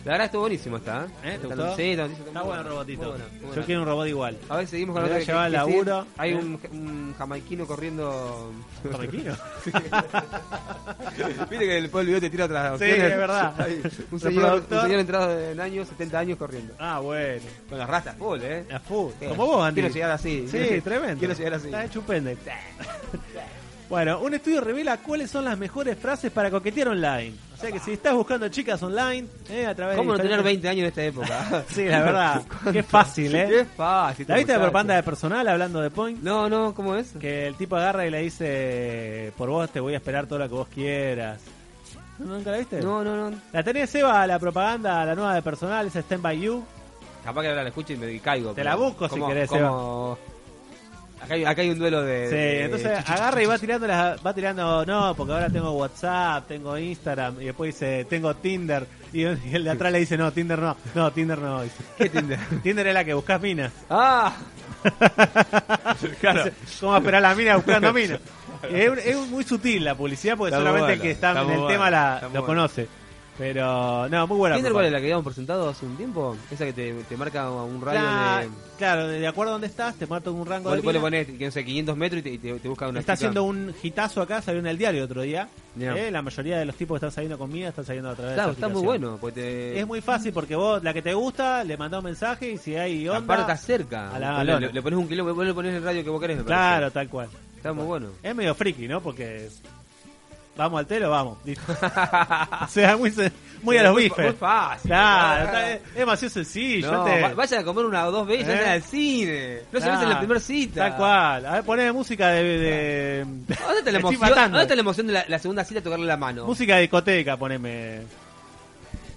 S4: La verdad estuvo buenísimo esta, ¿eh?
S3: ¿Eh? ¿Te
S4: Está-
S3: gustó?
S4: ¿Eh? Sí, está,
S3: Está bueno el robotito.
S4: Muy bueno, muy
S3: Yo
S4: bueno.
S3: quiero un robot igual.
S4: A ver, seguimos con
S3: Me
S4: la
S3: voy
S4: otra.
S3: a llevar al
S4: sigue.
S3: laburo.
S4: Hay
S3: ¿Eh?
S4: un, un jamaiquino corriendo.
S3: Tranquilo.
S4: Viste que el pueblo video te tira otras
S3: Sí,
S4: opciones?
S3: es verdad.
S4: Hay un, señor, un
S3: Reproductor.
S4: señor entrado en años, 70 años corriendo.
S3: Ah, bueno.
S4: Con las rastas full, ¿eh?
S3: A full.
S4: Sí.
S3: Como vos, Andy.
S4: Quiero llegar así.
S3: Sí,
S4: Quiero llegar-
S3: tremendo.
S4: quiero llegar así.
S3: Está hecho un pendejo. bueno, un estudio revela cuáles son las mejores frases para coquetear online. O sea que si estás buscando chicas online, eh, a través de
S4: ¿Cómo no tener
S3: diferentes-
S4: 20 años en esta época?
S3: Sí, la verdad. Qué fácil, ¿eh?
S4: Qué fácil.
S3: ¿La viste la
S4: muchacho.
S3: propaganda de personal hablando de Point?
S4: No, no, ¿cómo es?
S3: Que el tipo agarra y le dice, por vos te voy a esperar todo lo que vos quieras. ¿No- ¿Nunca la viste?
S4: No, no, no.
S3: La tenés, Eva, la propaganda, la nueva de personal, es Stand By You.
S4: Capaz que ahora la escucho y me caigo.
S3: Te
S4: pero
S3: la busco si
S4: ¿cómo-
S3: querés,
S4: cómo- Acá hay, acá hay un duelo de.
S3: Sí,
S4: de-
S3: entonces
S4: chi- chi-
S3: agarra y va tirando, las, va tirando, no, porque ahora tengo WhatsApp, tengo Instagram, y después dice, tengo Tinder, y el de atrás le dice, no, Tinder no, no, Tinder no. dice.
S4: ¿Qué Tinder?
S3: Tinder es la que buscas minas.
S4: ¡Ah!
S3: Claro. ¿Cómo va a esperar la mina buscando minas? Es, un- es un- muy sutil la publicidad, porque
S4: Está muy
S3: solamente el
S4: bueno,
S3: que está,
S4: está
S3: en
S4: muy
S3: el
S4: bueno,
S3: tema la,
S4: está muy
S3: lo
S4: bueno.
S3: conoce. Pero, no, muy buena.
S4: ¿Tinder cuál
S3: propaganda.
S4: es la que habíamos presentado hace un tiempo? Esa que te, te marca un radio
S3: Claro,
S4: de. vos
S3: claro, de acuerdo a dónde estás, te mato un rango
S4: le-
S3: de
S4: Vos le
S3: minas.
S4: pones, que no sé, 500 metros y te, y te- te busca una.
S3: Está
S4: chica.
S3: haciendo un hitazo acá, salió en el diario el otro día.
S4: Ya.
S3: Eh, la mayoría de los tipos que están saliendo con minas están saliendo a través
S4: Está,
S3: de esta
S4: está muy
S3: aplicación.
S4: bueno. eh. Porque te...
S3: Es muy fácil porque vos, la que te gusta, le mandás un mensaje y si hay onda...
S4: Aparte está cerca.
S3: A la
S4: Vos le,
S3: lona.
S4: le- le pones un kilómetro, vos le pones el radio que vos querés. me
S3: Claro,
S4: parece.
S3: tal cual.
S4: Está muy bueno.
S3: Es medio friki, ¿no? Porque... Vamos al telo, vamos. Listo. o sea, muy, se- muy a los
S4: Muy-
S3: bifes.
S4: muy fácil.
S3: Claro, está- es es demasiado sencillo.
S4: No,
S3: antes-
S4: va- vayan a comer una o dos veces
S3: ¿Eh?
S4: y vayan al cine. No se
S3: Claro,
S4: besen en la primera cita.
S3: Tal cual. A ver, poné música de... de-
S4: ¿Dónde está la
S3: Estoy
S4: emoción,
S3: matando.
S4: ¿Dónde está la emoción de la, la segunda cita tocarle la mano?
S3: Música de discoteca, poneme.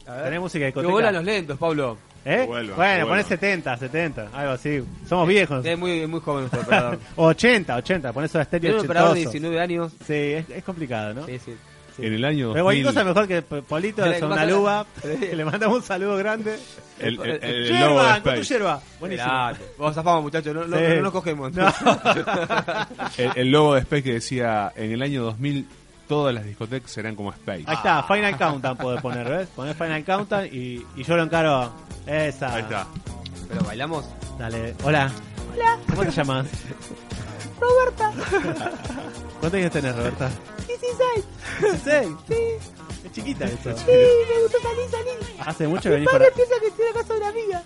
S3: Tenés música de
S4: Que
S3: discoteca.
S4: vuelan los lentos, Pablo.
S3: ¿Eh?
S5: Que vuelva, que
S3: bueno,
S5: vuelva.
S3: poné 70, 70, algo así.
S4: Eh,
S3: Somos viejos.
S4: Es muy, muy joven nuestro operador.
S3: 80, 80, pon eso de
S4: Tiene
S3: estéreo
S4: un operador de
S3: ochentoso.
S4: 19 años.
S3: Sí, es, es complicado, ¿no?
S4: Sí, sí.
S5: En el año
S3: Pero cualquier
S5: 2000,
S3: cosa mejor que P- Polito
S4: Mira,
S3: de
S4: ¿qué
S3: una
S4: pasa?
S3: luba,
S4: Sí.
S3: que le mandamos un saludo grande.
S5: el, el- el logo de
S3: Yerba, con tu
S5: Space.
S3: yerba. Buenísimo.
S4: Mirá, Vos zafamos, muchachos. No, no,
S3: Sí.
S4: no nos cogemos.
S3: No.
S5: El, el logo de Space que decía, en el año 2000 todas las discotecas serán como Space.
S3: Ahí está, Final Countdown podés poner, ¿ves? Ponés Final Countdown y, y yo lo encaro. Esa.
S5: Ahí está.
S4: Pero bailamos.
S3: Dale, hola. Hola. ¿Cómo te llamas? Roberta. ¿Cuántos años tenés, Roberta? 16. 16. Sí. Es chiquita eso. Sí, me gusta salir, salir. Hace mucho que venís para... piensa que estoy en la casa de una amiga.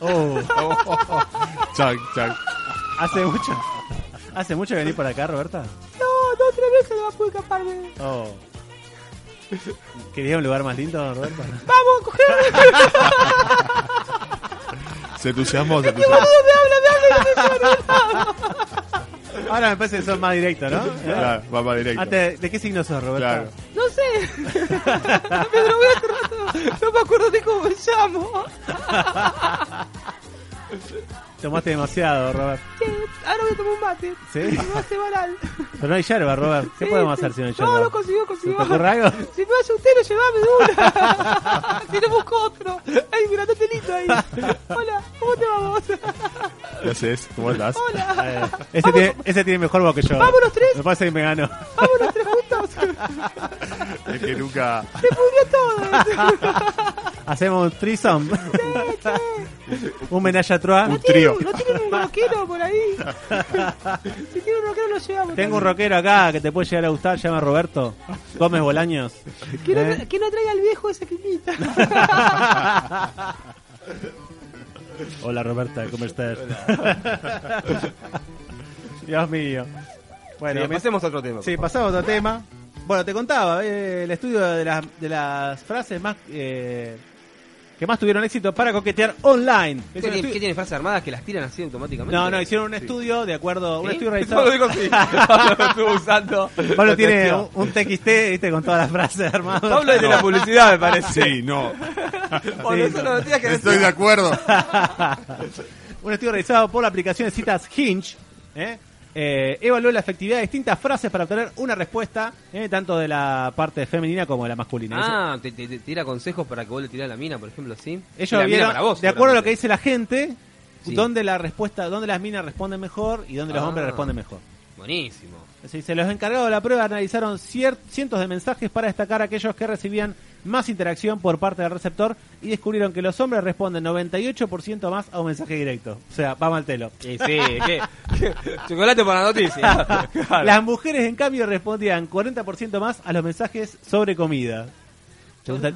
S5: Chac, chac.
S3: Oh, hace mucho... ¿Hace mucho que venís por acá, Roberta? No, no, tres veces no pude escaparme. Oh. ¿Querías un lugar más lindo, Roberta?
S5: Se entusiasmó, se entusiasmó.
S3: Ahora me parece que sos más directo, ¿no? ¿Eh?
S5: Claro, va para directo.
S3: Antes, ¿De qué signo sos, Roberta?
S5: Claro.
S4: No sé. me drogué hace rato. No me acuerdo de cómo me llamo.
S3: Tomaste demasiado, Robert.
S4: Ahora voy a tomar un mate.
S3: ¿Sí?
S4: Me hace banal.
S3: Pero no hay yerba, Robert. ¿Qué podemos hacer si no hay yerba? Eh,
S4: No, no consiguió, consiguió.
S3: ¿Se te ocurre algo?
S4: Si me hace usted, lo llevame de una. si no busco otro. Ay, mira, está telito ahí. Hola, ¿cómo te vamos?
S5: ¿Qué haces? ¿Cómo estás?
S3: Eh, ese, tiene, ese tiene mejor voz que yo.
S4: Vamos los tres.
S3: Me parece que me ganó.
S4: Vámonos tres juntos.
S5: Es que nunca.
S4: Se pudrió todo.
S3: Hacemos un threesome. un menaje a Troa.
S5: Un trío.
S4: ¿No tienen un rockero por ahí? si tienen un rockero, lo llevamos.
S3: Tengo un rockero acá que te puede llegar a gustar. Se llama Roberto Gómez Bolaños.
S4: Que no,
S3: Eh,
S4: tra- que no traiga al viejo ese que imita.
S3: Hola Roberta, ¿cómo
S4: Pues,
S3: estás? Dios mío. Bueno, me-
S4: pasemos a otro tema.
S3: Sí, pasamos a otro tema. Bueno, te contaba, eh, el estudio de, las- de las frases más eh, que más tuvieron éxito para coquetear online. Es
S4: ¿Qué
S3: un
S4: tiene,
S3: estudio-
S4: qué tiene frases armadas que las tiran así automáticamente?
S3: No, no, hicieron un estudio de acuerdo. Un
S4: ¿Sí?
S3: estudio
S4: No
S3: realizado.
S4: lo digo así. Pablo lo estuvo usando.
S3: Pablo
S4: Lo
S3: tiene un,
S4: testió.
S3: un TXT, viste, con todas las frases armadas.
S4: Pablo es de la publicidad, me parece.
S5: Sí, no.
S4: Por
S3: Sí.
S4: eso no lo tenías que
S5: Estoy de
S4: decir.
S5: acuerdo.
S3: un estudio realizado por la aplicación de citas Hinge. ¿eh? Eh, evaluó la efectividad de distintas frases para obtener una respuesta, ¿eh? tanto de la parte femenina como de la masculina. Dice-
S4: Ah, te, te- te tira consejos para que vos le tirás a la mina, por ejemplo, ¿sí? Y
S3: Ellos
S4: la mina
S3: vieron,
S4: para vos,
S3: de acuerdo a lo
S4: seguramente.
S3: que dice la gente,
S4: Sí.
S3: dónde la respuesta, dónde las minas responden mejor y dónde los
S4: Ah.
S3: hombres responden mejor.
S4: Buenísimo.
S3: Así dice, los encargados de la prueba analizaron cier- cientos de mensajes para destacar aquellos que recibían más interacción por parte del receptor y descubrieron que los hombres responden 98% más a un mensaje directo. O sea, vamos al telo.
S4: Y sí, ¿qué? Chocolate para la noticia. Claro.
S3: Las mujeres, en cambio, respondían 40% más a los mensajes sobre comida. ¿Te gusta,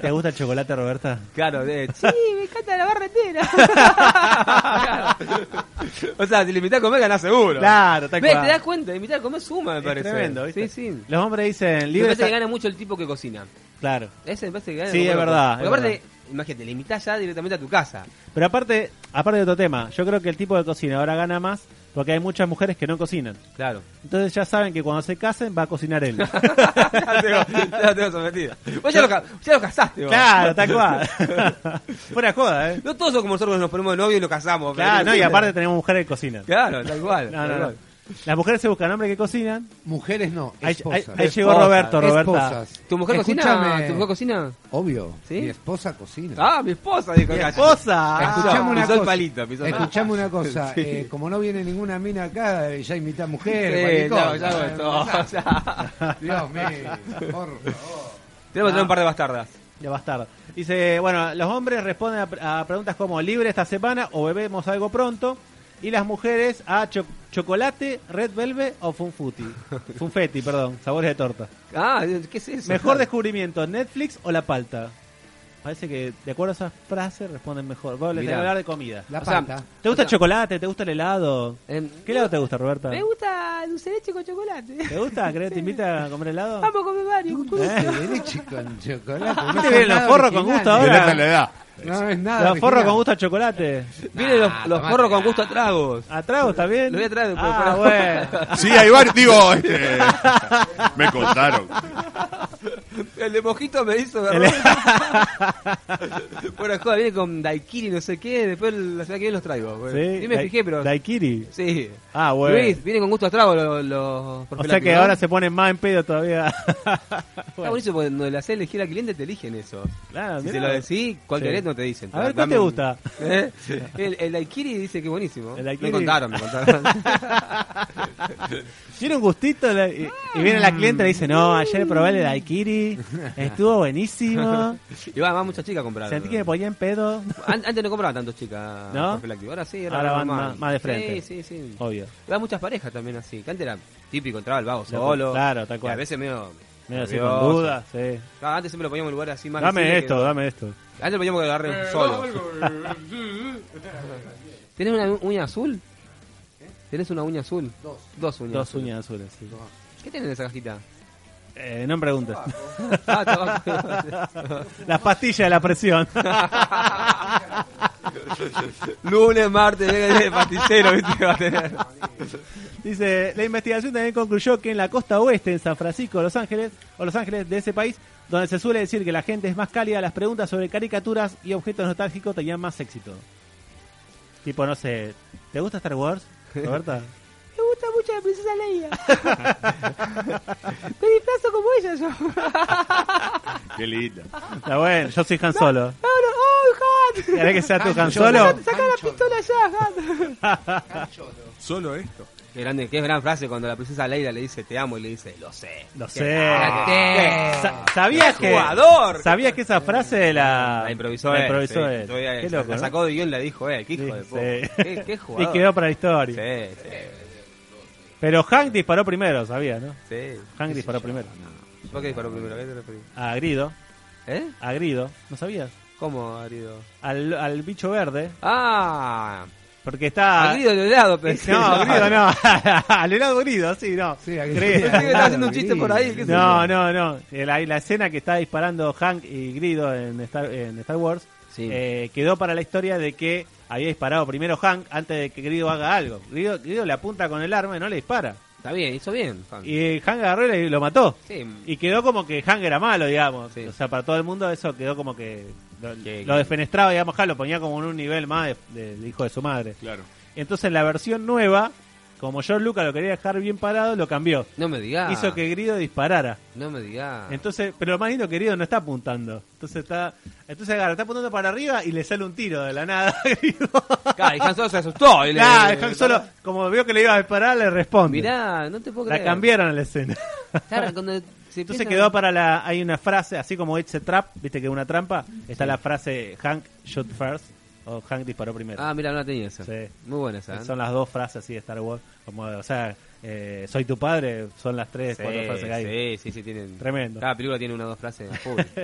S3: ¿Te gusta el chocolate, Roberta?
S4: Claro, de hecho.
S7: Sí, me encanta la barra entera.
S4: O sea, si le invitás a comer, ganás seguro.
S3: Claro, está
S4: Ve, te das cuenta, invitar a comer suma, me
S3: Es
S4: parece.
S3: tremendo, ¿viste?
S4: Sí, sí.
S3: Los hombres dicen
S4: Me
S3: libre.
S4: parece que gana mucho el tipo que cocina.
S3: Claro.
S4: Ese me parece que gana.
S3: Sí,
S4: el
S3: es
S4: tipo que
S3: verdad,
S4: cocina.
S3: es
S4: Porque
S3: verdad.
S4: aparte, imagínate, le invitás ya directamente a tu casa.
S3: Pero aparte, aparte de otro tema, yo creo que el tipo de cocina ahora gana más porque hay muchas mujeres que no cocinan.
S4: Claro.
S3: Entonces ya saben que cuando se casen va a cocinar él.
S4: ya la tengo, ya la tengo sometida. Vos ya lo, ca- ya lo casaste, vos.
S3: claro, tal cual. Fuera joda, ¿eh?
S4: No todos somos como nosotros que nos ponemos de novio y nos casamos. pero-
S3: Claro, no, y aparte tenemos mujeres que cocinan.
S4: Claro, tal cual.
S3: No, no,
S4: tal
S3: no.
S4: cual.
S3: Las mujeres se buscan hombres que cocinan.
S6: Mujeres no,
S3: Ahí,
S6: esposas.
S3: ahí- ahí llegó Roberto, Roberta.
S6: Esposas.
S4: ¿Tu mujer
S6: Escúchame.
S4: cocina? ¿Tu mujer cocina?
S6: Obvio,
S4: ¿Sí?
S6: mi esposa cocina.
S4: Ah, mi esposa, dijo
S3: Mi
S4: acá.
S3: esposa.
S6: Escuchame una
S4: pisó el
S6: cosa.
S4: palito, pisó el palito.
S6: Escuchame una cosa. eh, como no viene ninguna mina acá, eh, ya invita a mujeres.
S4: Sí,
S6: cualquier
S4: ya,
S6: cosa.
S4: ya
S3: eh.
S4: hago todo, ya.
S6: Dios mío, por favor.
S4: Tenemos que tener un par de bastardas.
S3: De bastardo. Dice, bueno, los hombres responden a, pre- a preguntas como libre esta semana o bebemos algo pronto. Y las mujeres a cho- chocolate, red velvet o funfuti. Funfetti, perdón, sabores de torta.
S4: Ah, ¿qué es eso?
S3: Mejor descubrimiento, Netflix o la palta. Parece que de acuerdo a esas frases responden mejor. Vos les
S4: Mirá.
S3: tengo que hablar de comida.
S6: La
S4: O sea,
S6: pata.
S3: ¿Te gusta el chocolate? ¿Te gusta el helado?
S4: Em,
S3: ¿Qué helado te gusta, Roberta?
S7: Me gusta dulce de leche con chocolate.
S3: ¿Te gusta? ¿Eh? ¿Querés que te invita a comer helado?
S7: Vamos a comer varios. con gusto.
S6: Dulce de leche con chocolate.
S3: ¿Viste
S6: son
S3: bien los
S6: nada
S3: forros con
S6: originales.
S3: gusto ahora?
S5: Violeta le da.
S6: No es
S4: Ah,
S6: nada.
S3: Los forros
S6: original.
S3: con gusto a chocolate.
S4: Vienen
S3: Ah,
S4: los, los
S6: tomate.
S4: porros con gusto a tragos.
S3: ¿A tragos también?
S4: Lo voy a traer después,
S3: Ah,
S4: fuera.
S3: bueno.
S5: Sí, hay varios. Digo, este, me contaron.
S4: El de mojito me hizo
S3: El-
S4: Bueno, joda, viene con daiquiri, no sé qué. Después la semana que viene los traigo. güey.
S3: Sí,
S4: Ni me
S3: dai-
S4: fijé, pero.
S3: Daiquiri.
S4: Sí.
S3: Ah, bueno.
S4: Luis, viene con gusto a trago los. los
S3: O sea
S4: profilácticos,
S3: que
S4: ¿no?
S3: ahora se ponen más en pedo todavía.
S4: Está
S3: Bueno,
S4: buenísimo porque cuando le haces elegir al cliente te eligen eso.
S3: claro,
S4: Si
S3: Ah, mirá.
S4: se lo decís, cuál
S3: Sí.
S4: querés no te dicen.
S3: A ver, ¿cuál
S4: Dame
S3: te
S4: un-
S3: gusta?
S4: ¿Eh? El, el daiquiri dice que buenísimo.
S3: El daiquiri.
S4: Me contaron, me contaron.
S3: Tiene un gustito la- y, y viene la cliente y le dice, no, ayer probé el daiquiri, estuvo buenísimo,
S4: y va, va muchas chicas a comprar.
S3: sentí que me ponía en pedo.
S4: An- Antes no compraban tantos chicas
S3: ¿No?
S4: profilácticos. Ahora sí,
S3: Ahora van más- más de frente.
S4: Sí, sí, sí.
S3: Obvio.
S4: Y van muchas parejas también así. Que antes era típico, entraba el vago
S3: Loco,
S4: solo.
S3: claro, tal
S4: Y
S3: cual.
S4: a veces medio.
S3: Mira, así
S4: nervioso.
S3: con dudas, sí.
S4: Claro, antes siempre lo poníamos en lugares así más.
S3: Dame
S4: visibles que-
S3: esto, dame esto.
S4: Antes lo poníamos que agarre solo. ¿Tenés una uña azul? ¿Tenés una uña azul? Dos. Dos uñas.
S3: Dos
S4: azules.
S3: uñas azules. sí.
S4: ¿Qué tenés en esa cajita?
S3: Eh, no me preguntes.
S4: Ah, tabaco.
S3: Las pastillas de la presión.
S4: Lunes, martes, venga de pasticero, ¿viste? Va a tener.
S3: Dice, la investigación también concluyó que en la costa oeste, en San Francisco, Los Ángeles, o Los Ángeles de ese país, donde se suele decir que la gente es más cálida, las preguntas sobre caricaturas y objetos nostálgicos tenían más éxito. Tipo, no sé, ¿te gusta Star Wars, Roberta?
S7: Me gusta mucho la princesa Leia. Me disfrazo como ella yo.
S5: Qué linda.
S3: Está bueno, yo soy Han Solo.
S7: Ahora, ¡oh, Han!
S3: ¿Querés que sea tu Han
S6: Yo
S3: Solo?
S6: no-
S7: Saca la pistola ya, Han.
S5: Solo esto.
S4: Qué grande, qué gran frase cuando la princesa Leila le dice te amo y le dice lo sé.
S3: Lo
S4: Qué
S3: sé.
S4: grande.
S3: Sa- ¿Sabías que,
S4: jugador!
S3: ¿Sabías que esa frase la,
S4: La improvisó
S3: la
S4: él.
S3: improvisó
S4: sí.
S3: él?
S4: Todavía
S3: Qué
S4: la-
S3: loco,
S4: La
S3: ¿no?
S4: sacó de guión y la dijo él. Qué hijo de
S3: Sí,
S4: puta.
S3: sí.
S4: Qué, qué jugador.
S3: Y quedó para la historia.
S4: Sí, sí,
S3: Pero Hank disparó primero, sabía, ¿no?
S4: sí.
S3: Hank disparó primero.
S4: ¿Por qué disparó primero? ¿A qué te referís?
S3: A Grido,
S4: ¿Eh?
S3: a Grido, ¿no sabías?
S4: ¿Cómo, Arido?
S3: Al, al bicho verde,
S4: Ah,
S3: porque está...
S4: Arido de helado, pensé.
S3: No, a Grido no, al helado Grido, sí, no.
S6: Sí, a Grido.
S3: Grido.
S4: Pensé que estaba haciendo un
S6: Claro,
S4: chiste por ahí. qué sé
S3: No,
S4: yo.
S3: no, no. La, la escena que está disparando Hank y Grido en Star, en Star Wars
S4: Sí.
S3: eh, quedó para la historia de que había disparado primero Hank antes de que Grido haga algo. Grido, Grido le apunta con el arma y no le dispara.
S4: Está bien, hizo bien. Juan.
S3: Y Hank agarró y le- lo mató.
S4: Sí.
S3: Y quedó como que Hank era malo, digamos.
S4: Sí.
S3: O sea, para todo el mundo eso quedó como que lo,
S4: Que-
S3: lo desfenestraba, digamos, Hank lo ponía como en un nivel más de- del hijo de su madre.
S5: Claro.
S3: Entonces la versión nueva, como George Lucas lo quería dejar bien parado, lo cambió.
S4: No me digas.
S3: Hizo que Grido disparara.
S4: No me digas.
S3: Entonces, pero lo más lindo que Grido no está apuntando. Entonces está, entonces agarra, está apuntando para arriba y le sale un tiro de la nada. Grido.
S4: Claro, y Han Solo se asustó. Y le-
S3: Nah, Hank solo, como vio que le iba a disparar, le responde.
S4: Mirá, no te puedo
S3: la
S4: creer.
S3: cambiaron a la escena.
S4: Claro, cuando Si
S3: Entonces
S4: empiezan-
S3: quedó para la. Hay una frase, así como It's a Trap, viste que es una trampa. Está la frase Hank shoot first o Hank disparó primero.
S4: Ah, mira, no la tenía esa.
S3: Sí.
S4: Muy buena esa. ¿eh?
S3: Son las dos frases así de Star Wars. Como, o sea, eh, soy tu padre, son las tres, cuatro frases que hay.
S4: Sí, sí, sí, tienen.
S3: Tremendo.
S4: Cada película tiene una o dos frases. full.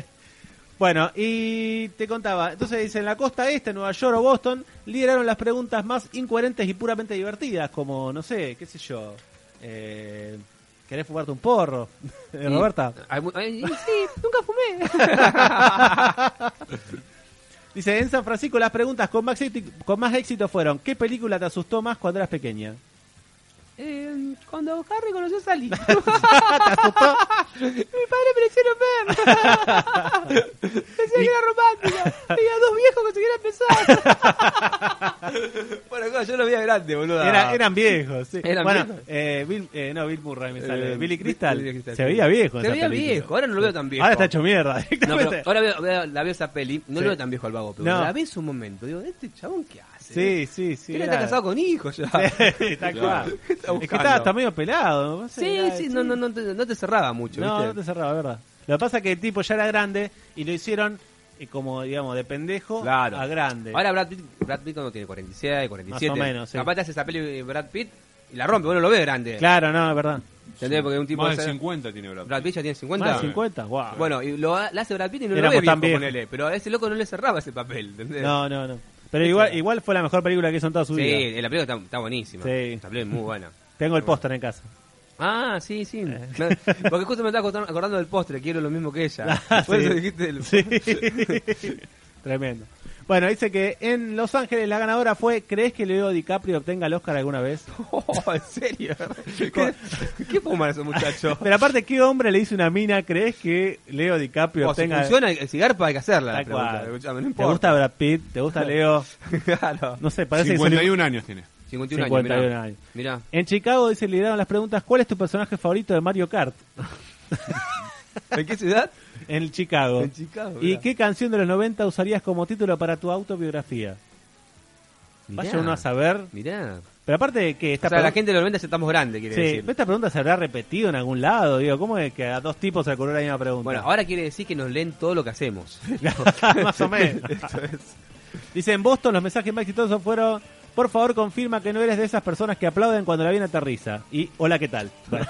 S3: Bueno, y te contaba, entonces dice, en la costa este, Nueva York o Boston, lideraron las preguntas más incoherentes y puramente divertidas, como, no sé, qué sé yo, eh, ¿querés fumarte un porro? Eh, Roberta.
S4: Hay mu- hay-
S7: Sí, nunca fumé.
S3: Dice, en San Francisco las preguntas con más, éxito, con más éxito fueron, ¿qué película te asustó más cuando eras pequeña?
S7: Eh, cuando Harry conoció a Sally. Mi
S4: padre me lo hicieron ver.
S7: Pensé que era romántica. Tenía dos viejos que se querían besar.
S4: bueno, claro, yo lo veía grande, boludo.
S3: Era- eran viejos, sí.
S4: ¿Eran
S3: bueno,
S4: viejos?
S3: eh, Bill, eh, no, Bill Murray me sale.
S4: Eh,
S3: Billy Crystal.
S4: Billy Crystal,
S3: Se
S4: sí.
S3: veía viejo. en
S4: Se
S3: esa
S4: veía
S3: película.
S4: viejo, ahora no lo veo tan viejo.
S3: Ahora está hecho mierda.
S4: No,
S3: directamente.
S4: pero ahora veo- veo- la veo esa peli, no
S3: Sí.
S4: lo veo tan viejo al vago, pero
S3: No.
S4: la ves un momento, digo, ¿este chabón qué hace?
S3: sí, sí, sí.
S4: Él
S3: era-
S4: está casado con hijos ya.
S3: Sí, tal cual.
S4: ¿Qué está
S3: Es que
S4: buscando?
S3: estaba hasta medio pelado. no sé,
S4: Sí,
S3: era-
S4: sí, no, no, no, te, no te cerraba mucho,
S3: No, no
S4: ¿viste?
S3: te cerraba, verdad. Lo que pasa es que el tipo ya era grande y lo hicieron eh, como, digamos, de pendejo
S4: Claro.
S3: a grande.
S4: Ahora Brad Pitt, Brad Pitt cuando tiene 46, 47.
S3: Más o menos, sí.
S4: Capaz te hace esa peli de Brad Pitt y la rompe, vos no lo ves grande.
S3: Claro, no, es verdad.
S4: ¿Entendés? Porque un tipo
S5: Más de
S4: hace-
S5: 50 tiene Brad Pitt.
S4: Brad Pitt ya tiene 50.
S3: Más de 50, wow.
S4: Bueno, y lo ha- la hace Brad Pitt y no
S3: Éramos
S4: lo ve
S3: tan
S4: viejo,
S3: viejos.
S4: ponele, pero a ese loco no le cerraba ese papel, ¿entendés?
S3: No, no, no. Pero igual, igual fue la mejor película que hizo en toda su
S4: Sí,
S3: vida.
S4: la película está, está buenísima.
S3: Sí.
S4: La película es muy buena.
S3: Tengo el Eh. póster en casa.
S4: Ah, sí, sí. Me- Porque justo me estaba acordando- acordando del postre, quiero lo mismo que ella. Por eso
S3: Ah, Sí.
S4: dijiste el-
S3: Sí. Tremendo. Bueno, dice que en Los Ángeles la ganadora fue ¿Crees que Leo DiCaprio obtenga el Oscar alguna vez?
S4: Oh, ¿En serio? ¿Qué, qué fuman esos muchachos?
S3: Pero aparte, ¿qué hombre le dice una mina? ¿Crees que Leo DiCaprio
S4: Oh, si
S3: obtenga
S4: funciona el cigarpa hay que hacerla. La
S3: Tal
S4: pregunta.
S3: cual.
S4: Escuchame, no
S3: ¿Te
S4: importa.
S3: gusta Brad Pitt? ¿Te gusta Leo?
S4: claro.
S3: No sé, parece que son-
S5: 51 años tiene.
S4: 51,
S3: 51
S4: años, mirá.
S3: años.
S4: Mirá.
S3: En Chicago dice, le dieron las preguntas, ¿cuál es tu personaje favorito de Mario Kart?
S4: ¿En qué ciudad?
S3: En Chicago.
S4: En Chicago,
S3: ¿Y
S4: mirá.
S3: qué canción de los 90 usarías como título para tu autobiografía? Vaya
S4: Mirá.
S3: uno a saber.
S4: Mirá.
S3: Pero aparte de que
S4: O
S3: esta
S4: sea, la
S3: pregunta-
S4: gente de los 90 ya estamos grandes, quiere
S3: Sí,
S4: decir.
S3: pero esta pregunta se habrá repetido en algún lado, digo, ¿cómo es que a dos tipos se le ocurrió la misma pregunta?
S4: Bueno, ahora quiere decir que nos leen todo lo que hacemos.
S3: más o menos. Dice, en Boston los mensajes más exitosos fueron, por favor confirma que no eres de esas personas que aplauden cuando la avión aterriza. Y hola, ¿qué tal? Bueno.